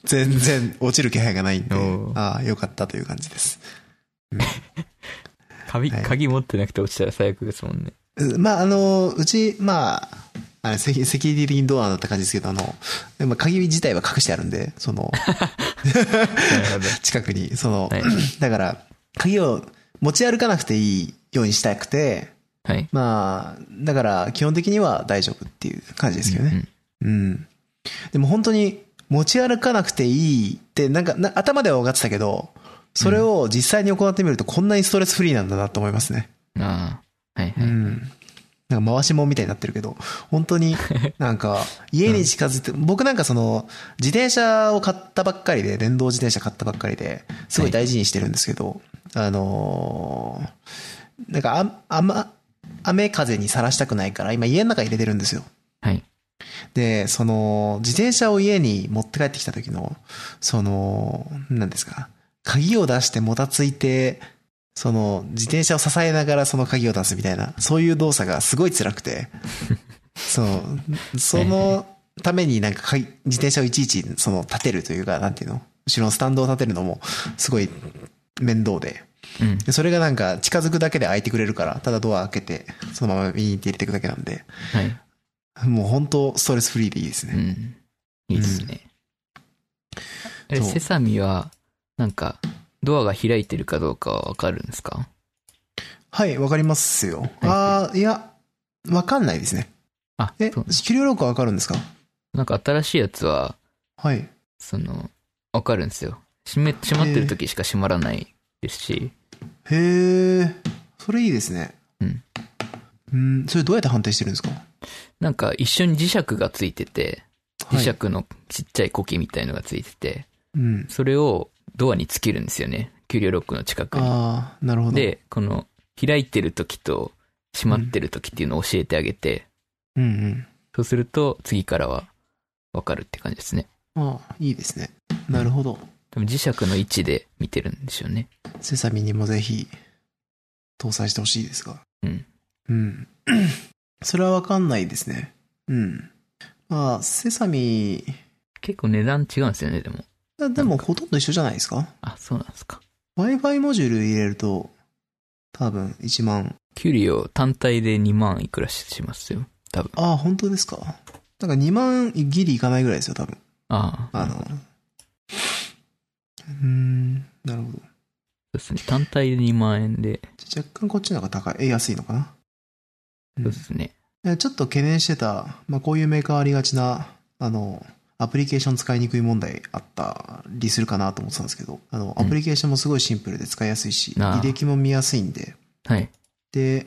全然落ちる気配がないんでおう、ああ、よかったという感じです。鍵、はい鍵持ってなくて落ちたら最悪ですもんね。うまあ、あの、うち、まあ、あれセキセキュリティ的にどうなんだって感じですけど、あの、まあ、鍵自体は隠してあるんで、そ の、なるほど。近くに、その、はい だから、鍵を持ち歩かなくていいようにしたくて、はい。まあ、だから、基本的には大丈夫っていう感じですけどね。うん。でも本当に持ち歩かなくていいって、なんかな頭では分かってたけど、それを実際に行ってみるとこんなにストレスフリーなんだなと思いますね。うん。ああ。はいうはい。ん。なんか回しもんみたいになってるけど、本当 になんか家に近づいて、僕なんかその自転車を買ったばっかりで、電動自転車買ったばっかりで、すごい大事にしてるんですけど、あのーなんかあ、あま、雨風にさらしたくないから、今家の中に入れてるんですよ。はい。で、その、自転車を家に持って帰ってきた時の、その、何ですか、鍵を出してもたついて、その、自転車を支えながらその鍵を出すみたいな、そういう動作がすごい辛くて、そう、そのためになんか鍵、自転車をいちいち、その、立てるというか、なんていうの、後ろのスタンドを立てるのも、すごい面倒で、うん。でそれがなんか、近づくだけで開いてくれるから、ただドア開けて、そのままビーンって入れていくだけなんで、はい。もう本当ストレスフリーでいいですねう。ん。いいですね。え、そうセサミは、なんか、ドアが開いてるかどうかはわかるんですかはい、わかりますよ。ああ、いや、わかんないですね。あ、え、そう。給料録はわかるんですかなんか新しいやつは、はい。その、わかるんですよ。閉め、閉まってる時しか閉まらないですし、へえ、それいいですね。うん。うん、それどうやって判定してるんですかなんか一緒に磁石がついてて、磁石のちっちゃいコキみたいのがついてて、うん。それをドアにつけるんですよね。給料ロックの近くに。ああ、なるほど。、で、この開いてる時と閉まってる時っていうのを教えてあげて、うんそうすると次からはわかるって感じですね。うん。ああ、いいですね。なるほど。多分磁石の位置で見てるんでしょうね。セサミにもぜひ、搭載してほしいですが。うん。うん。 それはわかんないですね。うん。まあ、セサミ、結構値段違うんですよね、でも。あでもほとんど一緒じゃないですかあ、そうなんですか。 ?Wi-Fi モジュール入れると、多分1万。キュリオ単体で2万いくらしますよ。多分。ああ、本当ですか。なんか2万ギリいかないぐらいですよ、多分。ああ、あの、うーん、なるほど。そうですね。単体で2万円で、じゃ若干こっちの方が高い、え安いのかなそうですね。えちょっと懸念してた、まあ、こういうメーカーありがちな、あの、アプリケーション使いにくい問題あったりするかなと思ってたんですけど、あの、うんアプリケーションもすごいシンプルで使いやすいし、ああ履歴も見やすいんで、はい。で、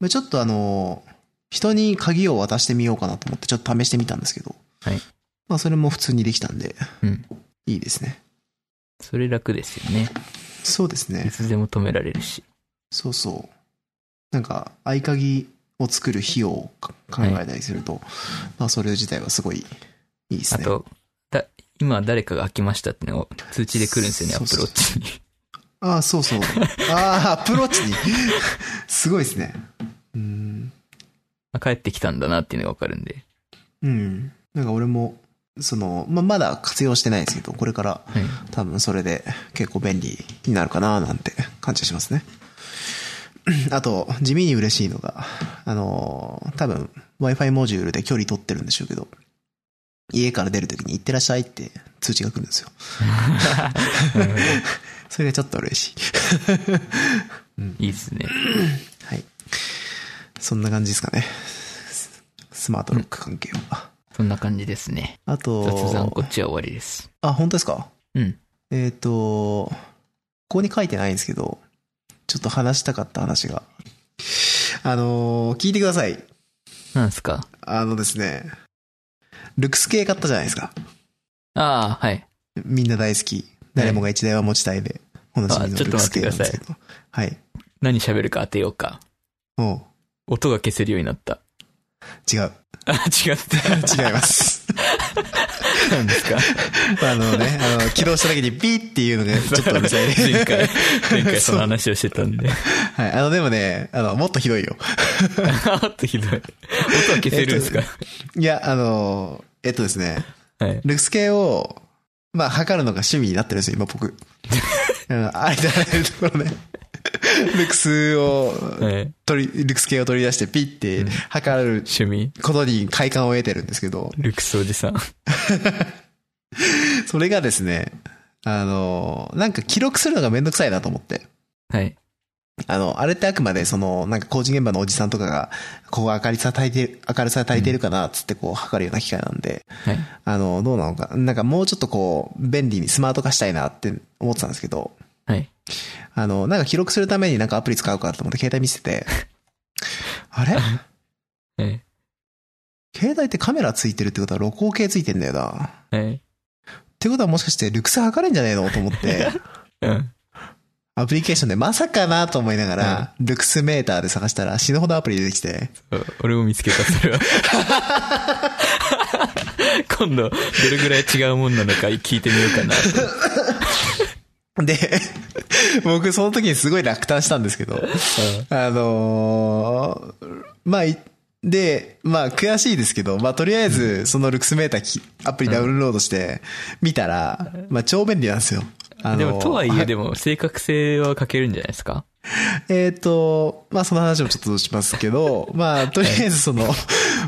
まあ、ちょっとあの、人に鍵を渡してみようかなと思ってちょっと試してみたんですけど、はいまあ、それも普通にできたんで、うん。いいですね。それ楽ですよね。そうですねい。つでも止められるし。そうそう。なんか、合鍵を作る費用をか考えたりすると、まあ、それ自体はすごいいいですあね。と、だ、今誰かが開きましたってのを通知で来るんですよね、アそプうそうローチに。 ああ、そうそう。ああ、アプローチに。 すごいですね。うん。あ帰ってきたんだなっていうのがわかるんで。うん。なんか俺も、その、まあ、まだ活用してないですけど、これからはい。多分それで結構便利になるかななんて感じがしますね。 あと、地味に嬉しいのが、あのー、多分 Wi-Fi モジュールで距離取ってるんでしょうけど、家から出るときに行ってらっしゃいって通知が来るんですよ。それがちょっと嬉しい。 いい ですね。はい。そんな感じですかね。ススマートロック関係は。そんな感じですね。あ雑談ことっ、ちは終わりです。あ、本当ですかうん。えっ、と、ここに書いてないんですけど、ちょっと話したかった話が。あのー聞いてください。なんすかあのですね、ルクス系買ったじゃないですか。ああ、はい。みんな大好き。誰もが一台は持ちたいで、おなじみあのちょっルとク待スって系くなんださでいすけど。はい。何喋るか当てようか。も音が消せるようになった。う、違う。あ、違った。 違います。なんですかあのね、あの、起動しただけにピーっていうの がちょっとうるさいね。前回、前回その話をしてたん で。はい。あの、でもね、あの、もっとひどいよ。 あっとひどい。音は消せるんですか、いや、あの、えっとですね、はい。ルクス系を、まあ、測るのが趣味になってるんですよ、今僕。 うんありとあらゆるところね。ルクスをはい。取り、ルクス系を取り出してピッて測る趣味ことに快感を得てるんですけど、ルクスおじさん。それがですね、あの、なんか記録するのがめんどくさいなと思って。はい。あの、あれってあくまでその、なんか工事現場のおじさんとかが、ここが明かりさ焚いてる、明るさ焚いてるかな、つってこう測るような機械なんで、はい。あの、どうなのか、なんかもうちょっとこう、便利にスマート化したいなって思ってたんですけど、はい。あの、なんか記録するためになんかアプリ使うかと思って携帯見せ てて、あれはい。携帯ってカメラついてるってことは録音系ついてんだよな。っはい。てことはもしかしてルクス測れんじゃねえのと思 って、うん。アプリケーションでまさかなと思いながら、ルクスメーターで探したら死ぬほどアプリ出てきて、そう俺も見つけた、それは。 今度、どれぐらい違うもんなのか聞いてみようかなと。で、僕その時にすごい落胆したんですけど、あのーまあ、いで、まあ悔しいですけど、まあとりあえずそのルクスメーターきアプリダウンロードして見たら、まあ超便利なんですよ。あのーでも、とはいえ、でも、正確性は欠けるんじゃないですかえっ、と、まあその話もちょっとしますけ ど、まあとりあえずその、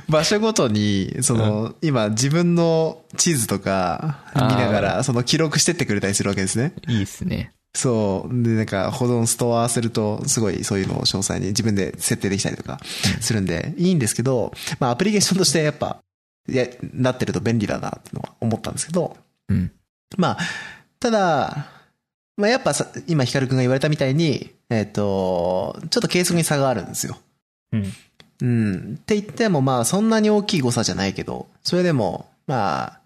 場所ごとに、その、今自分の地図とか見ながら、その記録してってくれたりするわけですね。いいですね。そう。で、なんか、保存ストアすると、すごいそういうのを詳細に自分で設定できたりとかするんで、いいんですけど、まあ、アプリケーションとしてやっぱ、いや、なってると便利だなってのは思ったんですけど、うん。まあ、ただ、まあ、やっぱさ、今ヒカルくんが言われたみたいに、えっ、と、ちょっと計測に差があるんですよ。うん。うん。って言っても、まあ、そんなに大きい誤差じゃないけど、それでも、まあ、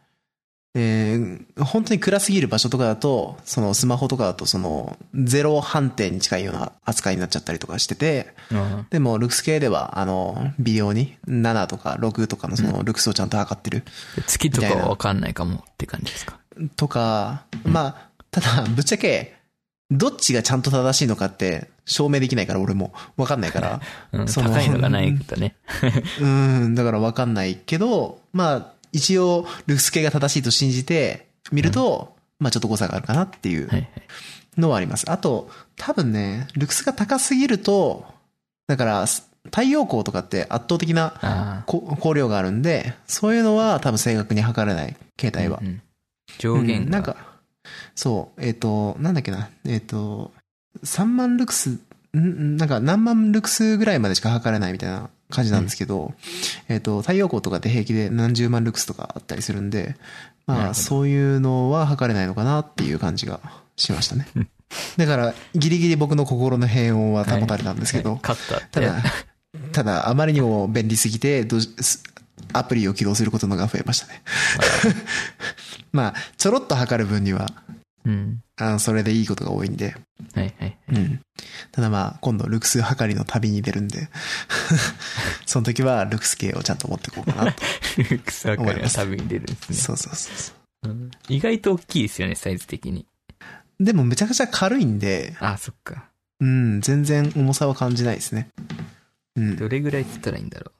えー本当に暗すぎる場所とかだと、そのスマホとかだと、その、ゼロ判定に近いような扱いになっちゃったりとかしてて、あでも、ルクス系では、あの、微量に、7とか6とかのその、ルクスをちゃんと測ってる。あ月とかはわかんないかもって感じですか。とか、まあ、ただ、ぶっちゃけ、どっちがちゃんと正しいのかって、証明できないから、俺も、わかんないから。うん、その高いのがないとね。うーん、だからわかんないけど、まあ、一応、ルクス系が正しいと信じて、見ると、まあちょっと誤差があるかなっていうはいはい。のはあります。あと、多分ね、ルクスが高すぎると、だから、太陽光とかって圧倒的なあこ光量があるんで、そういうのは多分正確に測れない、携あ。帯はう。ん上限うが。んなんか、そう、えっ、と、なんだっけな、えっ、と、3万ルクス、んんなんか何万ルクスぐらいまでしか測れないみたいな感じなんですけど、えっ、と、太陽光とかって平気で何十万ルクスとかあったりするんで、まなるほあ、どそういうのは測れないのかなっていう感じがしま したね。だから、ギリギリ僕の心の平穏は保たれたんですけど、勝ったったて。だ、 ただ、あまりにも便利すぎて、どうしすアプリを起動することのが増えましたね。 まあ、ちょろっと測る分には、うん。あのそれでいいことが多いんで。はいはい。 うん。ただまあ、今度、ルクス測りの旅に出るんで、 その時は、ルクス系をちゃんと持っていこうかなと。草刈りは旅に出るんですね。そうそうそうそうん意外と大きいですよね、サイズ的に。う。でも、めちゃくちゃ軽いんで、ああ、そっか。うん、全然重さは感じないですね。うん。どれぐらいって言ったらいいんだろ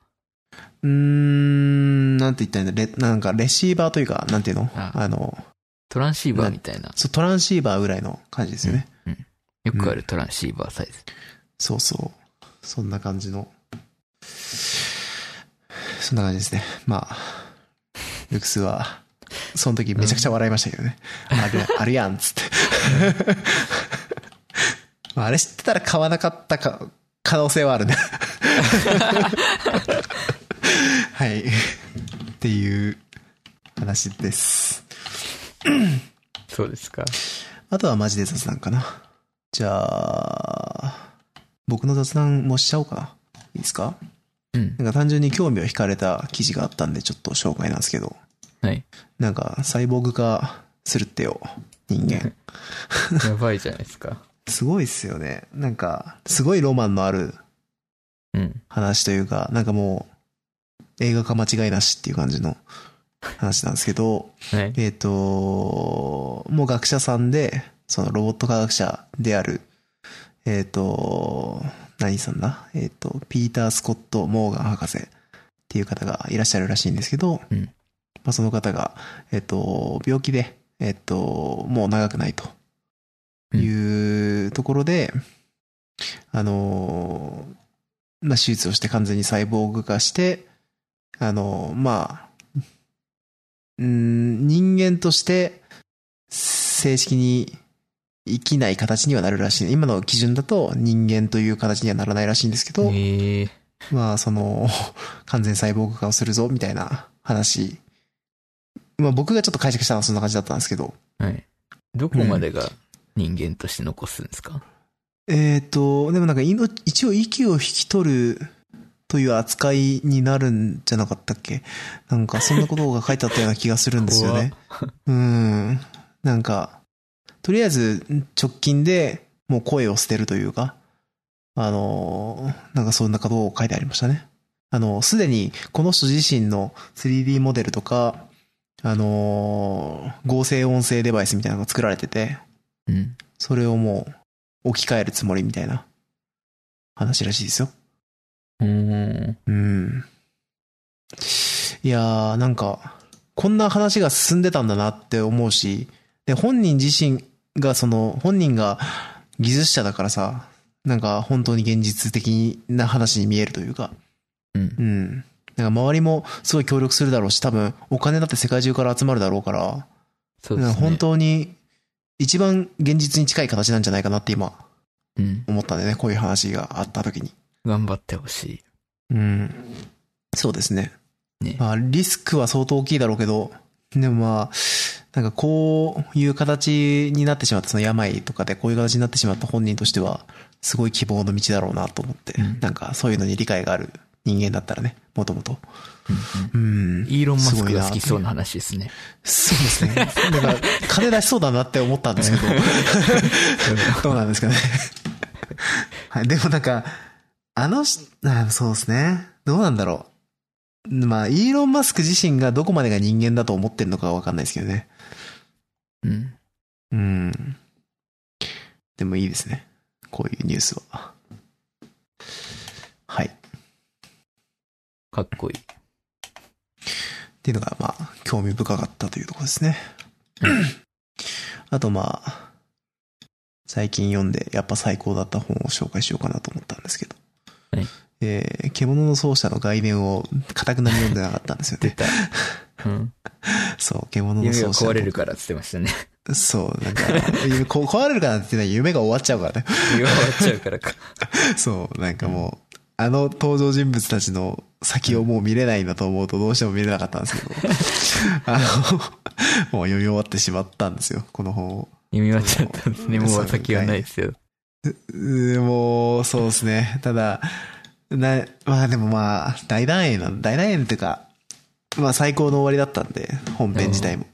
うーん、なんて言ったらいいんだ、レなんか、レシーバーというか、なんていうのああの、う。トランシーバーみたいな。そう、トランシーバーぐらいの感じですよね。よくあるトランシーバーサイズ。そうそう。そんな感じの。そんな感じですね。まあ、ルクスは、その時めちゃくちゃ笑いましたけどね。あるやん、あるやん、つって。まああれ知ってたら買わなかったか、可能性はあるね。はい。っていう話です。そうですか。あとはマジで雑談かな。じゃあ、僕の雑談もしちゃおうかな。いいですかうん。なんか単純に興味を惹かれた記事があったんで、ちょっと紹介なんですけど。はい。なんか、サイボーグ化するってよ、人間。やばいじゃないですか。すごいっすよね。なんか、すごいロマンのあるうん。話というか、なんかもう、映画化間違いなしっていう感じの話なんですけど、はい。えっ、と、もう学者さんで、そのロボット科学者である、えっ、と、何さんだえっ、と、ピーター・スコット・モーガン博士っていう方がいらっしゃるらしいんですけど、うんまあ、その方が、えっ、と、病気で、えっ、と、もう長くないというところで、あの、まあ、手術をして完全にサイボーグ化して、あの、まあ、うーん人間として正式に生きない形にはなるらしい。今の基準だと人間という形にはならないらしいんですけど、ええまあその完全細胞化をするぞみたいな話。まあ僕がちょっと解釈したのはそんな感じだったんですけど、はい。どこまでが人間として残すんですか、えっ、と、でもなんか命一応息を引き取るという扱いになるんじゃなかったっけなんかそんなことが書いてあったような気がするんですよね。うん。なんか、とりあえず直近でもう声を捨てるというか、あのー、なんかそんなことを書いてありましたね。あの、すでにこの人自身の 3D モデルとか、あのー合成音声デバイスみたいなのが作られてて、うん。それをもう置き換えるつもりみたいな話らしいですよ。うーん。うん。いやー、なんか、こんな話が進んでたんだなって思うし、で、本人自身が、その、本人が技術者だからさ、なんか本当に現実的な話に見えるというか、うんう。ん。なんか周りもすごい協力するだろうし、多分お金だって世界中から集まるだろうから、そうですね。本。当に一番現実に近い形なんじゃないかなって今うん。思ったんでね、こういう話があった時に。頑張ってほしうん。そうですね。い。ね。まあ、リスクは相当大きいだろうけど、でもまあ、なんかこういう形になってしまった、その病とかでこういう形になってしまった本人としては、すごい希望の道だろうなと思って、うんなんかそういうのに理解がある人間だったらね、もともと。うんうん。イーロン・マスすごクいなが好きそうな話ですね。そうですね。なんか、金出しそうだなって思ったんですけど、どうなんですかね。はい、でもなんか、あのし、あそうですね。どうなんだろう。まあ、イーロン・マスク自身がどこまでが人間だと思ってるのかはわかんないですけどね。うん。うん。でもいいですね。こういうニュースは。はい。っかっこいい。ていうのが、まあ、興味深かったというところですね。あと、まあ、最近読んで、やっぱ最高だった本を紹介しようかなと思ったんですけど。はいえー獣の奏者の概念を、かたくなに読んでなかったんですよ出ね。 た。うん。そう、獣の夢奏が者の壊れるからって言ってましたね。そう、なんか、 夢こ壊れるかなって言ってない夢が終わっちゃうからね。夢が終わっちゃう からか。そう、なんかもう、あの登場人物たちの先をもう見れないんだと思うとどうしても見れなかったんです けど、あの、もう読み終わってしまったんですよ、この本を。夢終わっちゃったんですね。もう先はないですよ。うーもう、そうですね。ただ、な、まあでもまあ、大団円なん、大団円っていうか、まあ最高の終わりだったんで、本編自体も。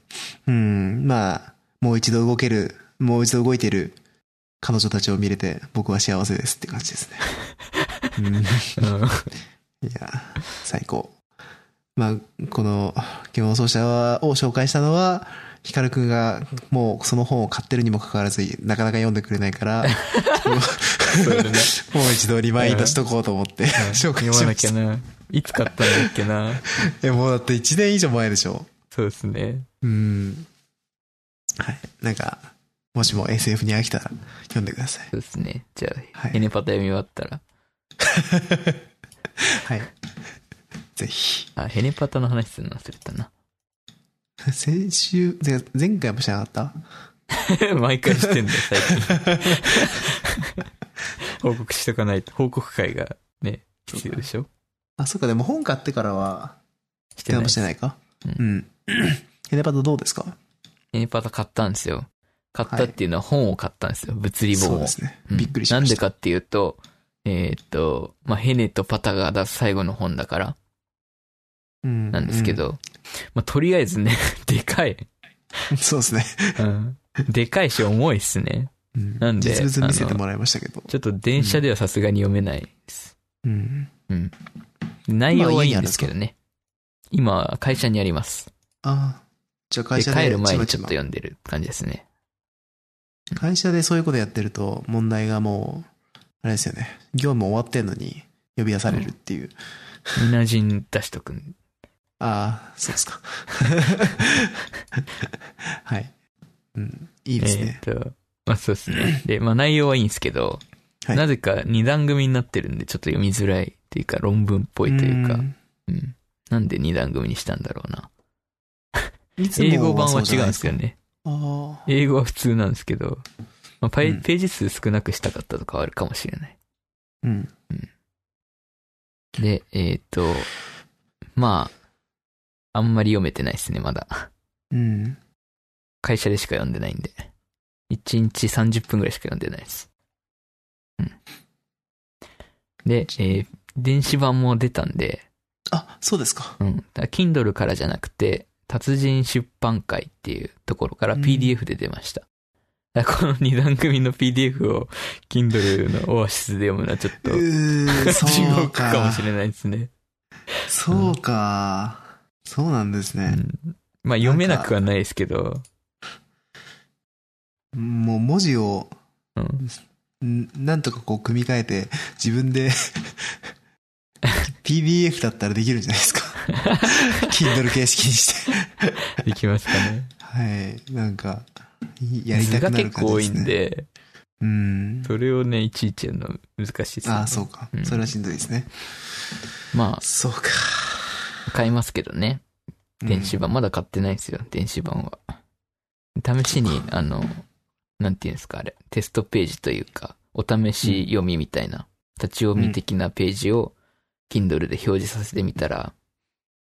うん、まあ、もう一度動ける、もう一度動いてる彼女たちを見れて、僕は幸せですって感じ ですね。うんうん。いや、最高。まあ、この、獣奏者を紹介したのは、ヒカルくんが、もうその本を買ってるにもかかわらず、なかなか読んでくれない から、そうだねもう一度リマインドしとこうと思って、 紹介読しままなしきたゃ。な。いつ買ったんだっけな。いや、もうだって1年以上前でしょ。そうですね。うん。はい。なんか、もしも SF に飽きたら、読んでください。そうですね。じゃあ、はいエネパタ読み終わったら。はい。ぜひ。あ、ヘネパタの話するの忘れたな。先週、前前回もしなか った 毎回してん だよ、最近。報告しとかないと。報告会がね、必要でしょあ、そっか、でも本買ってからは、してな電い話。してないかううん。ヘネパドどうですかヘネパタ買ったんですよ。買ったっていうのは本を買ったんですよ。物理そう本をで。すね。うんびっくりしました。なんでかっていうと、えーっと、まあ、ヘネとパタが出す最後の本だからうんなんですけ。ど、まあ、とりあえずね、 でかい。うんそうですね。うん。でかいし重いっすね。 ななんで実物見せてもらいましたけど。ちょっと電車ではさすがに読めないです。うん。内容はいいんですけどね。今、会社にあります。ああ。じゃあ会で、社帰でる前にちちょっまとちま読んでる感じですね。会社でそういうことやってると、問題がもう、あれですよね。業務終わってんのに呼び出されるっていう。みなじん出しとくん。ああ、そうです か。はい。うん。いいえですね。ーっと、まあそうですね。で、まあ内容はいいんですけど、はいなぜか二段組になってるんでちょっと読みづらいというか論文っぽいというか、んうん。なんで二段組にしたんだろうな。いつも英語版そはじ違ゃうなんいですよね。ああ。英語は普通なんですけど、まあ、パイうんページ数少なくしたかったとかはあるかもしれない。うん。で、えーっ、と、まあ、あんまり読めてないですね、まだ。うん。会社でしか読んでないんで。1日30分ぐらいしか読んでないです。うん。で、えー電子版も出たんで、あ、そうですか。うん。だから Kindle からじゃなくて、達人出版会っていうところからうん PDF で出ました。だからこの2段組の PDF を Kindle のオアシスで読むのはちょっとうー、地そう獄かもかし。れないですね。そうか。そうなんですね。うんまあ読めなくはないですけど、もう文字を、うんんなんとかこう組み替えて、自分で、PDF だったらできるんじゃない ですか。Kindle 形式にして。できますかね。はい。なんか、いやり図たがくなる結感構じで多いすね。んで、うん。それをね、いちいちやるの難しいですねああ、そうかう。んそれはしんどいですね。まそうか。あ、買いますけどね。電子版、まだ買ってないですよ、電子版は。試しに、あの、なんていうんですか、あれ、テストページというか、お試し読みみたいな、立ち読み的なページを、Kindle で表示させてみたら、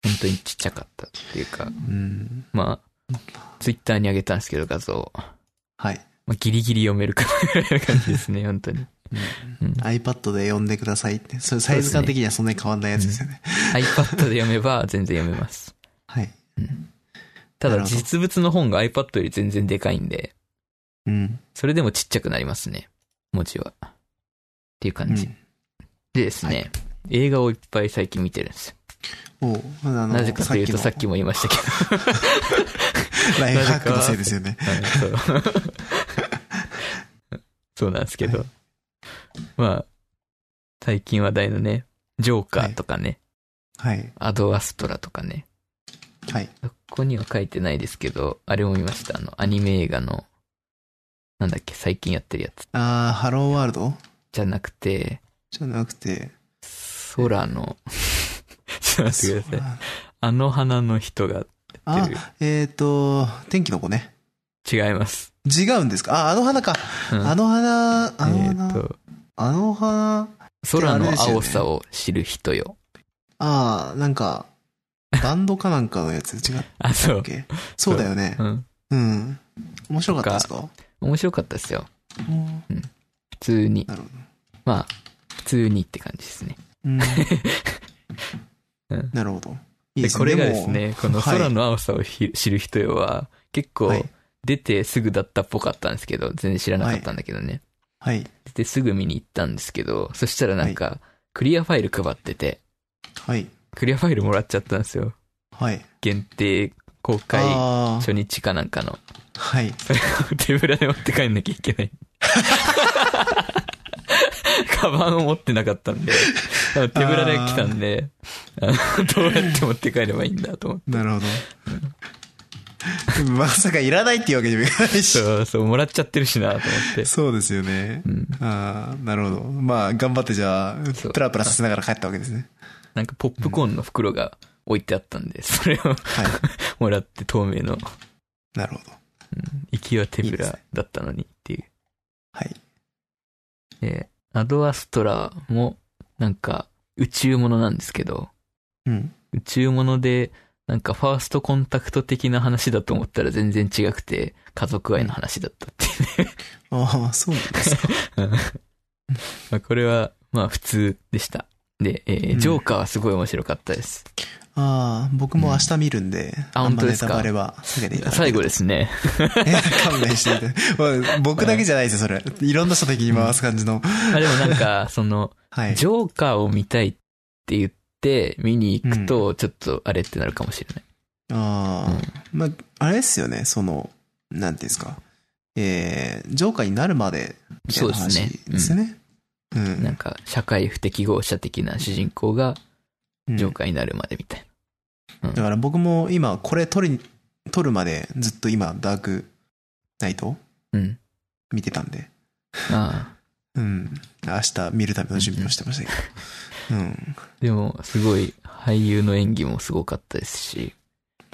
本当にちっちゃかったっていうか、うん。まあ、ツイッターに上げたんですけど、画像を。はい。まあ、ギリギリ読めるかなぐらいな感じですね、本当に。うん iPad で読んでくださいって。それサイズ感的にはそんなに変わんないやつですよね。 iPad で読めば全然読めます。はい。たなだるほど実物の本が iPad より全然でかいんで、うん。それでもちっちゃくなりますね。文字は。っていうう感じ。ん。でですね、映画をいっぱい最近見てるんですよ。おうあのなぜかというとさっきも。も言いましたけど。ライフハックのせいですよね。 はい そうそうなんですけど。まあ、最近話題のね、ジョーカーとかね、 はい。アドアストラとかね、はい。ここには書いてないですけど、あれも見ました。あの、アニメ映画の、なんだっけ、最近やってるやつあー、ハローワールドじゃなくて、じゃなくて。空の、 ちょっと待ってください。あの花の人が、あ、えっ、と、天気の子ね。違います。違うんですかあ、あの花か。うんあの花、あのえ花、ーっと、あの花、空の青さを知る人よ。あー、なんか、バンドかなんかのやつ違ったあ、 そうっ。けそうだよねう。ん。うん。面白かったですか面白かったですよ。うん普通に。なるほど。まあ、普通にって感じですね。うんうんなるほど。いいで、これがですもね、このはい空の青さをひ知る人よは、結構はい、出てすぐだったっぽかったんですけど、全然知らなかったんだけどね。はい。出てすぐ見に行ったんですけど、そしたらなんか、クリアファイル配ってて、はい。クリアファイルもらっちゃったんですよ。はい。限定公開あー初日かなんかの。 はい。それを手ぶらで持って帰んなきゃいけない。 カバンを持ってなかったんで、あの手ぶらで来たんで、あのどうやって持って帰ればいいんだと思って。なるほど。まさかいらないっていうわけにもいかないし。そうそう、もらっちゃってるしなと思って。そうですよね。うん、ああ、なるほど。まあ、頑張ってじゃあ、そうプラプラさせながら帰ったわけですね。なんかポップコーンの袋が置いてあったんで、それをはい。もらって透明の、なるほど。行きは手ぶいいですらだったのにっていう。はい。えーアドアストラも、なんか、宇宙物なんですけど、うん。宇宙物で、なんかファーストコンタクト的な話だと思ったら全然違くて、家族愛の話だったっていうね。 ああ、そうなんですか。まあこれは、まあ普通でした。で、えーうんジョーカーはすごい面白かったです。ああ、僕も明日見るんで、あんま本当ですかネタバレは避けていただけ最れば後ですね。 勘弁していただいて。まあ僕だけじゃないですよ、それ。いろんな人的に回す感じの。まあでもな んか、その、はい。ジョーカーを見たいって言って、見に行くと、ちょっとあれってなるかもしれない。ああ、まあ、あれですよね、その、なんていうんですか。えー、ジョーカーになるまで、みたいな話そうですねうんですよね。うん。なんか、社会不適合者的な主人公が、うんジョーカーになるまでみたいな。だから僕も今、これ撮り、撮るまでずっと今、ダークナイトうん。見てたんで。ああ。うん。明日見るための準備をしてましたけ ど。うん。でも、すごい、俳優の演技もすごかったですし、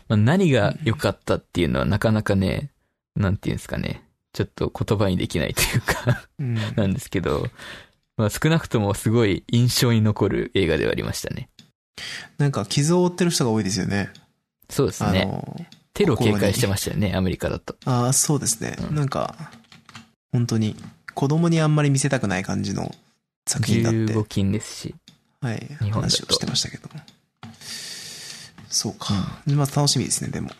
まあ、何が良かったっていうのはなかなかね、なんていうんですかね、ちょっと言葉にできないというか、 うん。なんですけど、まあ、少なくともすごい印象に残る映画ではありましたね。なんか、傷を負ってる人が多いですよね。そうですあね。の、テロ警戒してましたよね、アメリカだと。ああ、そうですね。うんなんか、本当に、子供にあんまり見せたくない感じの作品だって15。金ですし。はい、本だと話をしてましたけど。そうか。まあ楽しみですね、でも。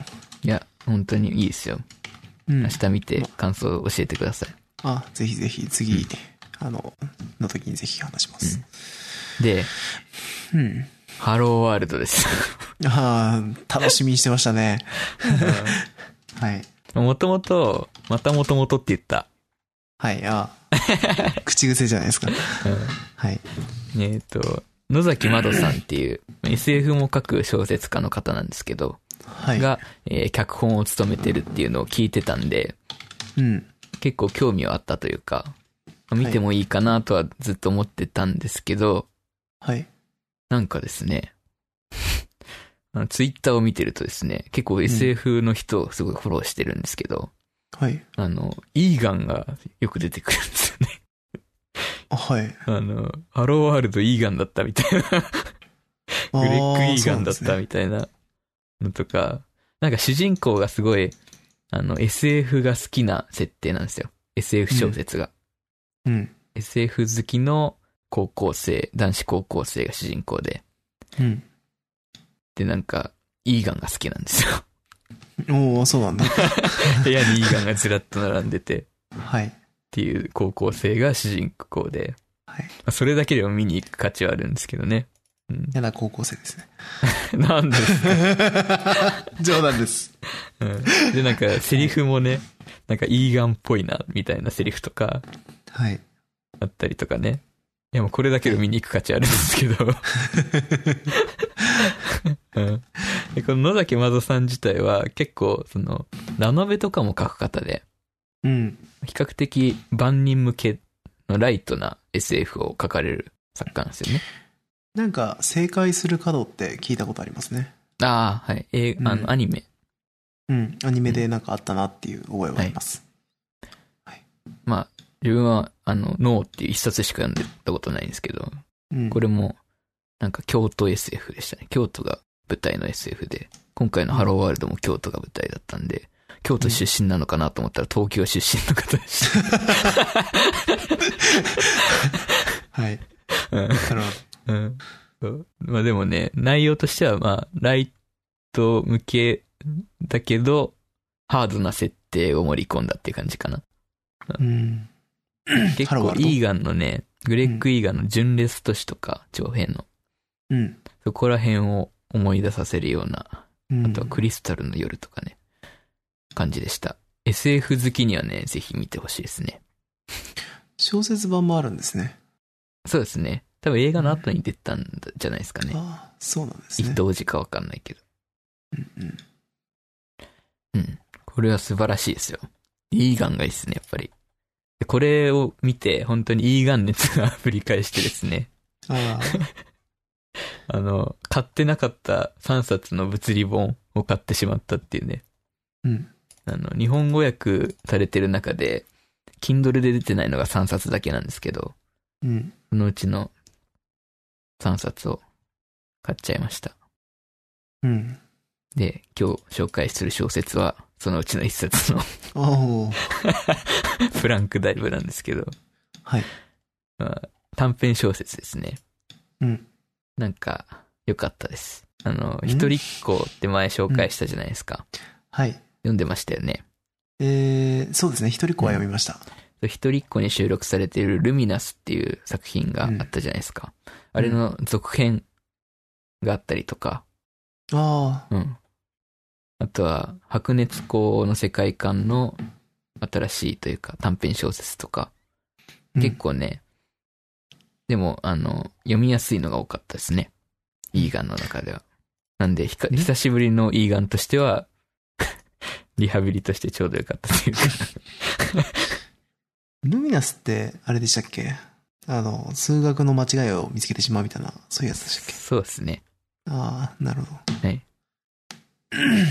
いや、本当にいいですよ。うん明。日見て感想を教えてください。あ、ぜひぜひ、次、あの、の時にぜひ話します。で、うん。ハローワールドです。ああ、楽しみにしてましたね。はい。もともと、またもともとって言った。はい、あー 口癖じゃないですか。はい。えっ、と、野崎窓さんっていう SF も書く小説家の方なんですけど、はい。が、えー脚本を務めてるっていうのを聞いてたんで、うん。結構興味はあったというか、見てもいいかなとはずっと思ってたんですけど、はい。なんかですね、ツイッターを見てるとですね、結構 SF の人をすごいフォローしてるんですけど、はい。あの、イーガンがよく出てくるんですよね。あはい。あの、ハローワールドイーガンだったみたいな。あーグレッグ・イーガンだっそうなんですねたみたいなのとか、なんか主人公がすごい、あの、SF が好きな設定なんですよ。SF 小説が。うん。 SF 好きの高校生、男子高校生が主人公で。うん。で、なんか、イーガンが好きな んですよ。おおそうなんだ。部屋にイーガンがずらっと並んでて。はい。っていう高校生が主人公で、はいまあそれだけでも見に行く価値はあるんですけどね。 うん、嫌な高校生 ですね。 なんで、冗談です。うん、で、なんかセリフもね、なんかイーガンっぽいな、みたいなセリフとかはい。あったりとかね。いやもうこれだけでも見に行く価値あるんです けど。うん、でこの野崎窓さん自体は結構、その、ラノベとかも書く方で、うん。比較的万人向けのライトな SF を書かれる作家なんですよね。なんか、正解する角って聞いたことありますね。ああ、はい。映うん画、あの、アニメ。うん。アニメでなんかあったなっていう覚えはあります。まあ、自分は、あの、ノーっていう一冊しか読んでたことないんですけど、うん。これも、なんか京都 SF でしたね。京都が舞台の SF で、今回のハローワールドも京都が舞台だったんで、京都出身なのかなと思ったら東京出身の方でしはい。た。うなんるほど。うんそうまあでもね、内容としてはまあ、ライト向けだけど、ハードな設定を盛り込んだっていう感じかな。 うん。結ハロー構ワールドイーガンのね、グレッグ・イーガンの純烈都市とか長編の、うん。そこら辺を思い出させるような、うんあとはクリスタルの夜とかね、感じでした。SF 好きにはね、ぜひ見てほしいですね。小説版もあるんですね。そうですね。多分映画の後に出たんだじゃないですかね。ああ、そうなんです一ね。等時かわかんないけど。うんうんうん。これは素晴らしいですよ。イーガンがいいですね、やっぱり。でこれを見て、本当にイーガン熱が振り返してですね。 ああの、買ってなかった3冊の物理本を買ってしまったっていうね。あ、うん。あの、日本語訳されてる中で、Kindle で出てないのが3冊だけなんですけど、うん。そのうちの3冊を買っちゃいました。うん。で、今日紹介する小説は、そのうちの1冊の おーフランク・ダイブなんですけど、はい。まあ短編小説ですね。うん。なんか、良かったです。あの、ん一人っ子って前紹介したじゃないですか。はい。読んでましたよね。えー、そうですね。一人子は読みました。一人っ子に収録されているルミナスっていう作品があったじゃないですか。あれの続編があったりとか、あうん。あとは、白熱光の世界観の新しいというか短編小説とか、あ、結構ね、でも、あの、読みやすいのが多かったですね。イーガンの中では。なんで、ひかうん久しぶりのイーガンとしては、 リハビリとしてちょうどよかったというか。ルミナスって、あれでしたっけあの、数学の間違いを見つけてしまうみたいな、そういうやつでしたっけそうですね。ああ、なるほど。はい。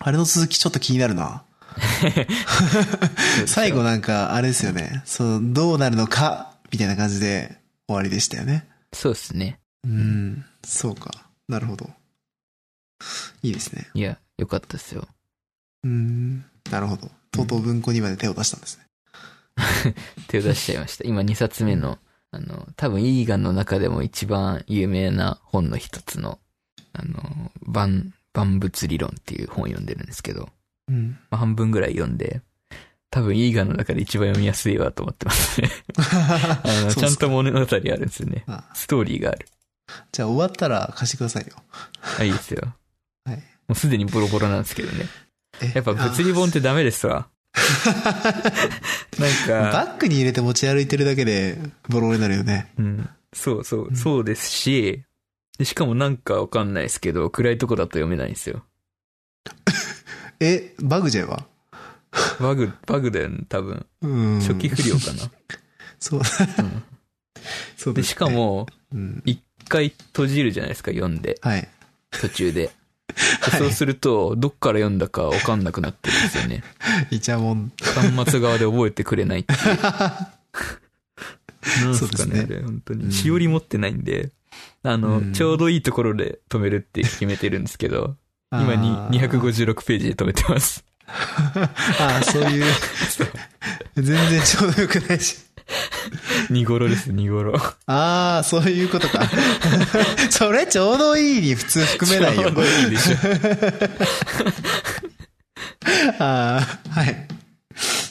あれの続きちょっと気になるな。 最後なんか、あれですよね。そう、どうなるのか、みたいな感じで終わりでしたよね。そうですね。うん、そうか。なるほど。いいですね。いや、よかったですよ。うん、なるほど。とうとう文庫にまで手を出したんですね。手を出しちゃ いました。今2冊目の、あの、多分イーガンの中でも一番有名な本の一つの、あの、万、万物理論っていう本を読んでるんですけど、 うん。まあ、半分ぐらい読んで、多分イーガンの中で一番読みやすいわと思ってますね。あのそうっちゃんすかと物語あるんですよね。あストーリーがある。じゃあ終わったら貸してくださいよ。あ、いいですよ。はいもうすでにボロボロなんですけどね。えやっぱ物理本ってダメです わ。なんか、バッグに入れて持ち歩いてるだけでボロボロになるよね。うん。そうそうう、んそうですし、でしかもなんかわかんないですけど、暗いとこだと読めないんですよ。え、バグじゃえばバグ、バグだよね、多分。うん。初期不良かな。 そう、うんそうです、ね。で、しか、も、うん。一回閉じるじゃないですか、読んで、はい。途中で。ではいそうすると、どっから読んだかわかんなくなってるんですよね。イチャモン。端末側で覚えてくれないっ ていう。なんすかね、そうですあれ、本当うに。んしおり持ってないんで、あうの、んちょうどいいところで止めるって決めてるんですけど、今にあー256ページで止めてます。 ああ、そういう。全然ちょうどよくないし。 2頃です、2頃。ああ、そういうことか。それちょうどいいに普通含めないちょよう。どいいでしょ。ああ、はい。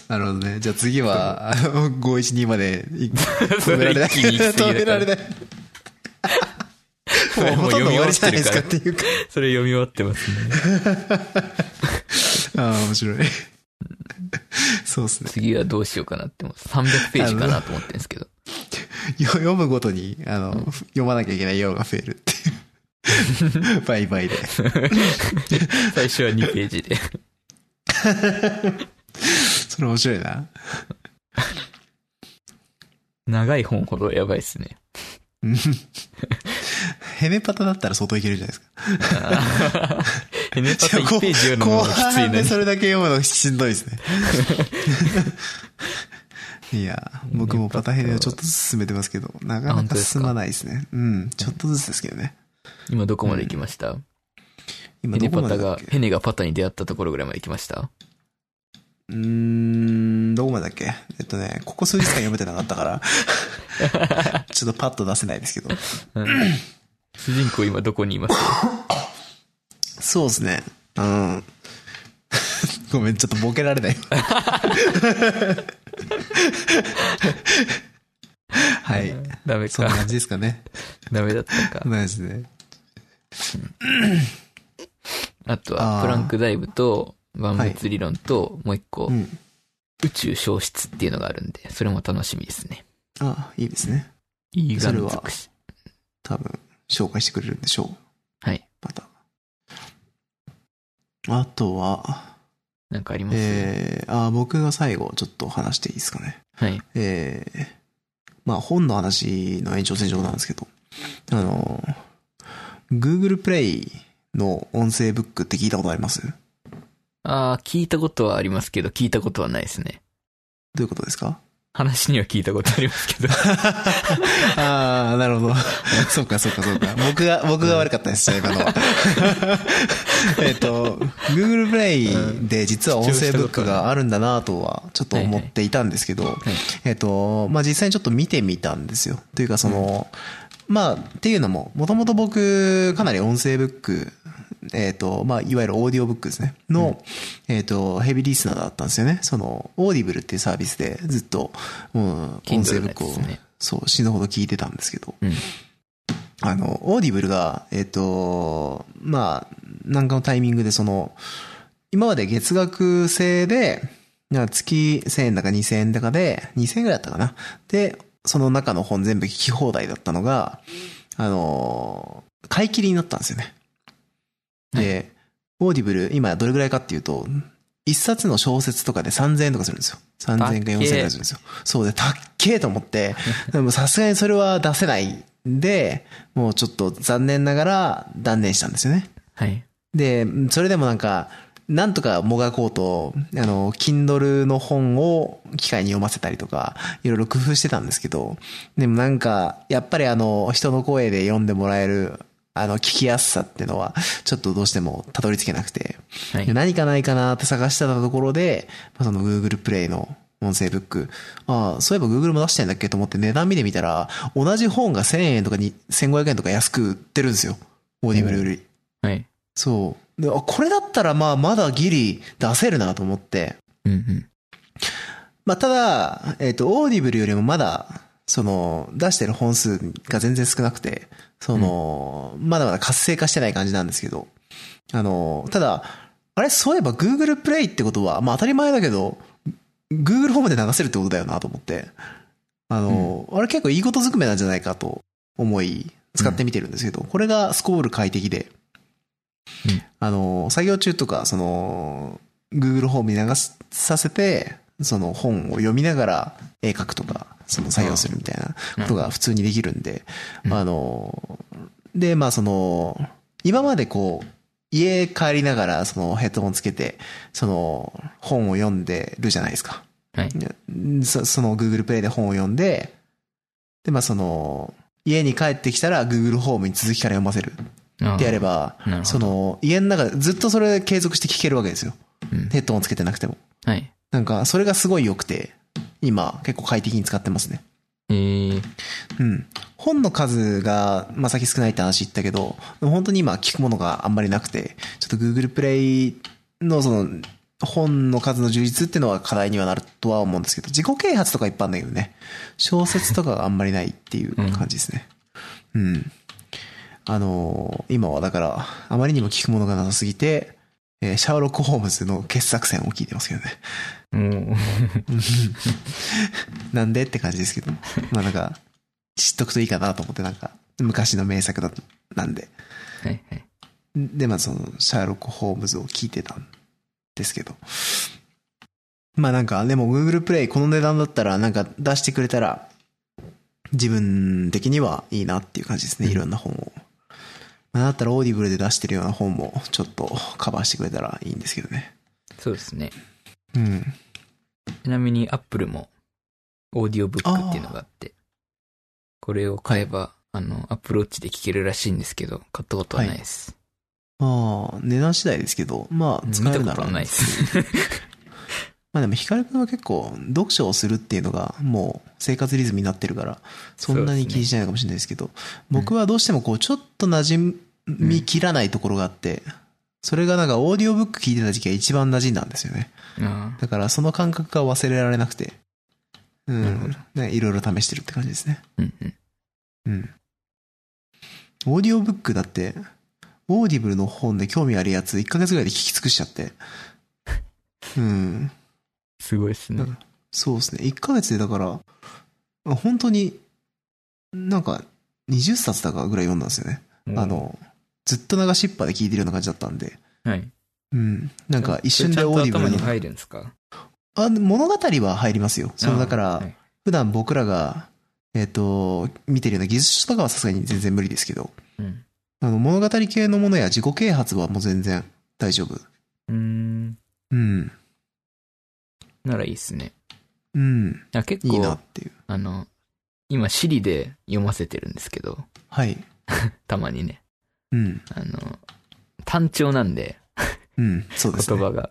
なるほどね。じゃあ次は、あの、512までい止められない。それ一気に行き過ぎだから止められない。もうほとんど終わりじゃないですかっていうか。それ読み終わってますね。ああ、面白い。そうですね。次はどうしようかなって思う。300ページかなと思ってるんですけど。よ読むごとに、あの、読まなきゃいけない用が増えるっていう。バイバイで。 最初は2ページで。それ面白いな。長い本ほどやばいっすね。ヘネパタだったら相当いけるじゃないですか。 エネパタ1ページ読むの後もきついの半にで。それだけ読むのしんどいです ね。いや、僕もパタヘネをちょっとずつ進めてますけど、なかなか進まないですね。うん、ちょっとずつですけどね。今どこまで行きました、今ヘどネこパまでタだっが、けヘネがパタに出会ったところぐらいまで行きましたうーん、どこまでだっけえっとね、ここ数日間読めてなかったから、 ちょっとパッと出せないですけど。主人公今どこにいますそうですね。うん。 ごめん、ちょっとボケられない。 はい。ダメそんなか。感じですかね。ダメだったかそん。な感じですね。あとあは、ープランクダイブと、万物理論と、もう一個、うん。宇宙消失っていうのがあるんで、それも楽しみですね。あ、いいですね。いいが尽くし。多分、紹介してくれるんでしょう。はい。また。あとは、なんかあります、えー、あ、僕が最後ちょっと話していいですかね。はい。えー、まあ本の話の延長線上なんですけど、あの、Google Play の音声ブックって聞いたことありますどあー聞いたことはありますけど、聞いたことはないですね。ういうことですか話には聞いたことあります けど。ああ、なるほど。 そっかそっかそっか。僕が、僕が悪かったです、ね、今のは。 えっと、Google Play で実は音声ブックがあるんだなとは、ちょっと思っていたんですけど、えっと、まあ、実際にちょっと見てみたんですよ。というか、その、まあ、っていうのも、もともと僕、かなり音声ブック、えっ、と、まあ、いわゆるオーディオブックですね。の、えっ、と、ヘビーリスナーだったんですよね。その、オーディブルっていうサービスでずっと、うん、音 Kindle 声ブックをのやつですね、そう、死ぬほど聞いてたんですけど、うん。あの、オーディブルが、えっ、と、まあ、なんかのタイミングでその、今まで月額制で、な月1000円だか2000円だかで、2000円ぐらいだったかな。で、その中の本全部聞き放題だったのが、あのー買い切りになったんですよね。で、オーディブル、今どれぐらいかっていうと、一冊の小説とかで3000円とかするんですよ。3000円か4000円ぐらいするんですよ。そうで、たっけえと思って、でもさすがにそれは出せないんで、もうちょっと残念ながら断念したんですよね。はい。で、それでもなんか、なんとかもがこうと、あの、Kindle の本を機械に読ませたりとか、いろいろ工夫してたんですけど、でもなんか、やっぱりあの、人の声で読んでもらえる、あの、聞きやすさってのは、ちょっとどうしてもたどり着けなくて、はいで。何かないかなって探してたところで、まあ、その Google プレイの音声ブック。ああ、そういえば Google も出してんだっけと思って値段見てみたら、同じ本が1000円とかに1500円とか安く売ってるんですよ。オーディブルより。はい。そう。で、あ、これだったらまあまだギリ出せるなと思って。うんうん。まあただ、えっ、と、オーディブルよりもまだ、その、出してる本数が全然少なくて、その、まだまだ活性化してない感じなんですけど。あの、ただ、あれ、そういえば Google プレイってことは、まあ当たり前だけど、Google ホームで流せるってことだよなと思って。あの、あれ結構いいことずくめなんじゃないかと思い、使ってみてるんですけど、これがすこぶる快適で、うんあの、作業中とか、その、Google ホームに流させて、その本を読みながら絵描くとか、その作業するみたいなことが普通にできるんで、うんあの、で、まあその、今までこう、家帰りながらそのヘッドホンつけて、その本を読んでるじゃないですか。はい。そその Google プレイで本を読んで、で、まあその、家に帰ってきたら Google ホームに続きから読ませるっああであれば、なるほどその、家の中でずっとそれ継続して聞けるわけですよ。うんヘッドホンつけてなくても。はい。なんか、それがすごい良くて、今、結構快適に使ってますね。えー、うん。本の数が、まあ、先少ないって話言ったけど、でも本当に今聞くものがあんまりなくて、ちょっと Google プレイのその、本の数の充実っていうのは課題にはなるとは思うんですけど、自己啓発とかいっぱいあるんだけどね、小説とかがあんまりないっていう感じですね。うん。あのー今はだから、あまりにも聞くものがなさすぎて、えーシャーロック・ホームズの傑作選を聞いてますけどね。もう、 なんでって感じです けど。まあなんか、知っとくといいかなと思って、なんか、昔の名作だ、なんで。はいはい。で、まあその、シャーロック・ホームズを聞いてたんですけど。まあなんか、でも Google プレイこの値段だったら、なんか出してくれたら、自分的にはいいなっていう感じですね、うんいろんな本を。まあだったらオーディブルで出してるような本も、ちょっとカバーしてくれたらいいんですけどね。そうですね。うん。ちなみに Apple も、オーディオブックっていうのがあって、これを買えば、あの、Apple Watch で聴けるらしいんですけど、買ったことはないです。まあ、値段次第ですけど、まあ、見使えたるこなとらはないです。まあでも光くんは結構読書をするっていうのがもう生活リズムになってるからそんなに気にしないのかもしれないですけど僕はどうしてもこうちょっと馴染みきらないところがあってそれがなんかオーディオブック聞いてた時期が一番馴染んだんですよね あだからその感覚が忘れられなくてうなるほんねいろいろ試してるって感じですねーうんうん。うんオーディオブックだってオーディブルの本で興味あるやつ1ヶ月ぐらいで聞き尽くしちゃってうんすごいですね。そうですね。1ヶ月でだから、あ本当に、なんか、20冊だかぐらい読んだんですよね。あの、ずっと流しっぱで聞いてるような感じだったんで。はい。うん。なんか、一瞬でそオーれデちィゃんブとル頭にに。入るんですかあ、物語は入りますよ。その、だかあーらは、い普段僕らが、えっと、見てるような技術書とかはさすがに全然無理ですけど、うん。あの、物語系のものや自己啓発はもう全然大丈夫。うーん。うん。ならいいですね。うん。あ結い構いなっていう。あの、今、シリで読ませてるんですけど、はい。たまにね。うん。あの、単調なんで、うん。そうです言ね。葉が。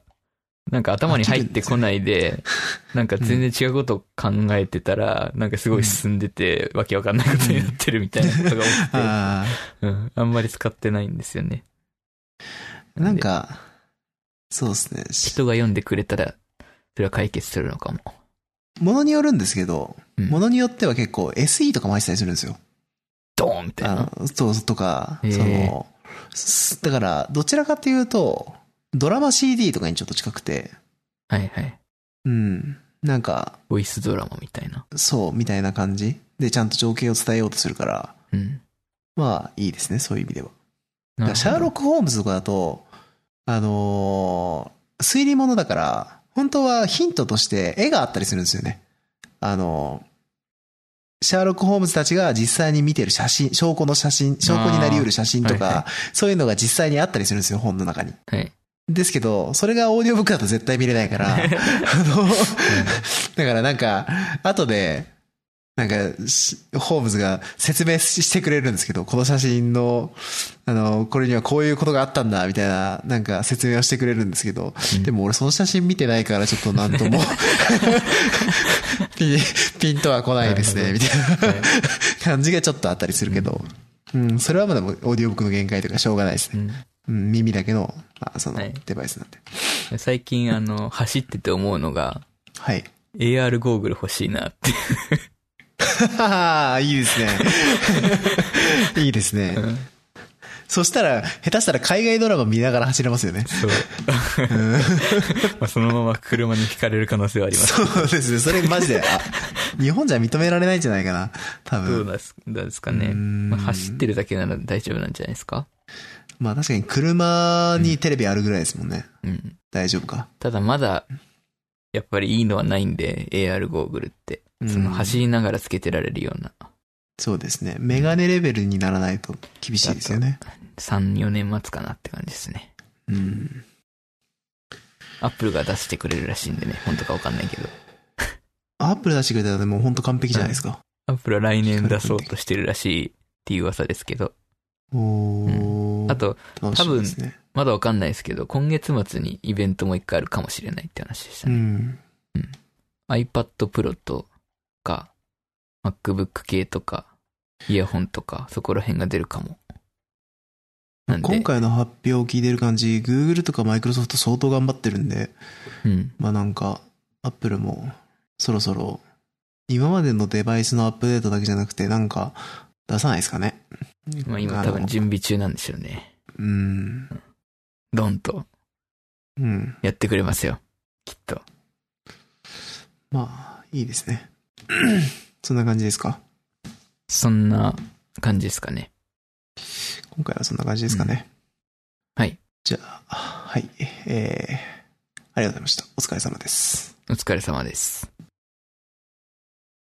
なんか頭に入ってこないで、なんか全然違うこと考えてたら、なんかすごい進んでて、わけわかんないことになってるみたいなことが多ああ。くて、うん、あんまり使ってないんですよね。なんか、そうですね。し人が読んでくれたら、それは解決するのかも。ものによるんですけど、うんものによっては結構 SE とかも入ってたりするんですよ。ドーンみたいなあ。の、そう、とか、へーその、すだから、どちらかというと、ドラマ CD とかにちょっと近くて、はいはい。うん。なんか、ボイスドラマみたいな。そう、みたいな感じで、ちゃんと情景を伝えようとするから、うん。まあ、いいですね、そういう意味では。なるほどシャーロック・ホームズとかだと、あのー推理物だから、本当はヒントとして絵があったりするんですよね。あのーシャーロック・ホームズたちが実際に見てる写真、証拠の写真、証拠になり得る写真とか、はいはそういうのが実際にあったりするんですよ、本の中に。はい。ですけど、それがオーディオブックだと絶対見れない から、あの、だからなんか、後で、なんか、しホームズが説明ししてくれるんですけど、この写真の、あの、これにはこういうことがあったんだ、みたいな、なんか説明をしてくれるんですけど、うんでも俺その写真見てないからちょっとなん とも、ピン、ピンとは来ないですなね、るみたいはな感じがちょっとあったりするけど、うん、それはまだもうオーディオブックの限界というかしょうがないですねう。んう ん、耳だけの、あそのはいデバイスなんで。最近、あの、走ってて思うのが、はい。 AR ゴーグル欲しいなって。はは、いい です ね。いいですね。そしたら、下手したら海外ドラマ見ながら走れますよね。そう。 まあそのまま車に轢かれる可能性はあります。そうですね。それマジで、あ、日本じゃ認められないんじゃないかな。多どう分。なんですなんですかね。うんまあ、走ってるだけなら大丈夫なんじゃないですかまあ確かに車にテレビあるぐらいですもんね。うん。大丈夫か。ただまだ、やっぱりいいのはないんで、AR ゴーグルって。その走りながらつけてられるような。そうですね。メガネレベルにならないと厳しいですよね。 3、4年待つかなって感じですね。うん。アップルが出してくれるらしいんでね、本当かわかんないけど。アップル出してくれたらでも本当完璧じゃないですか。アップルは来年出そうとしてるらしいっていう噂ですけど。おー。おーあ、と、楽しみですね。まだわかんないですけど、今月末にイベントも一回あるかもしれないって話でしたうね。ん。 iPad Pro とか、MacBook 系とか、イヤホンとか、そこら辺が出るかも。なんで、今回の発表を聞いてる感じ、Google とか Microsoft 相当頑張ってるんで、うん。まあなんか、Apple もそろそろ、今までのデバイスのアップデートだけじゃなくて、なんか出さないですかね。まあ今あ多の分準備中なんでしょうね。うん。ドンとうん。やってくれますよ。きっと。まあ、いいですね。 そんな感じですかそんな感じですかね。今回はそんな感じですかね。うんはい。じゃあ、はい。えー、ありがとうございました。お疲れ様です。お疲れ様です。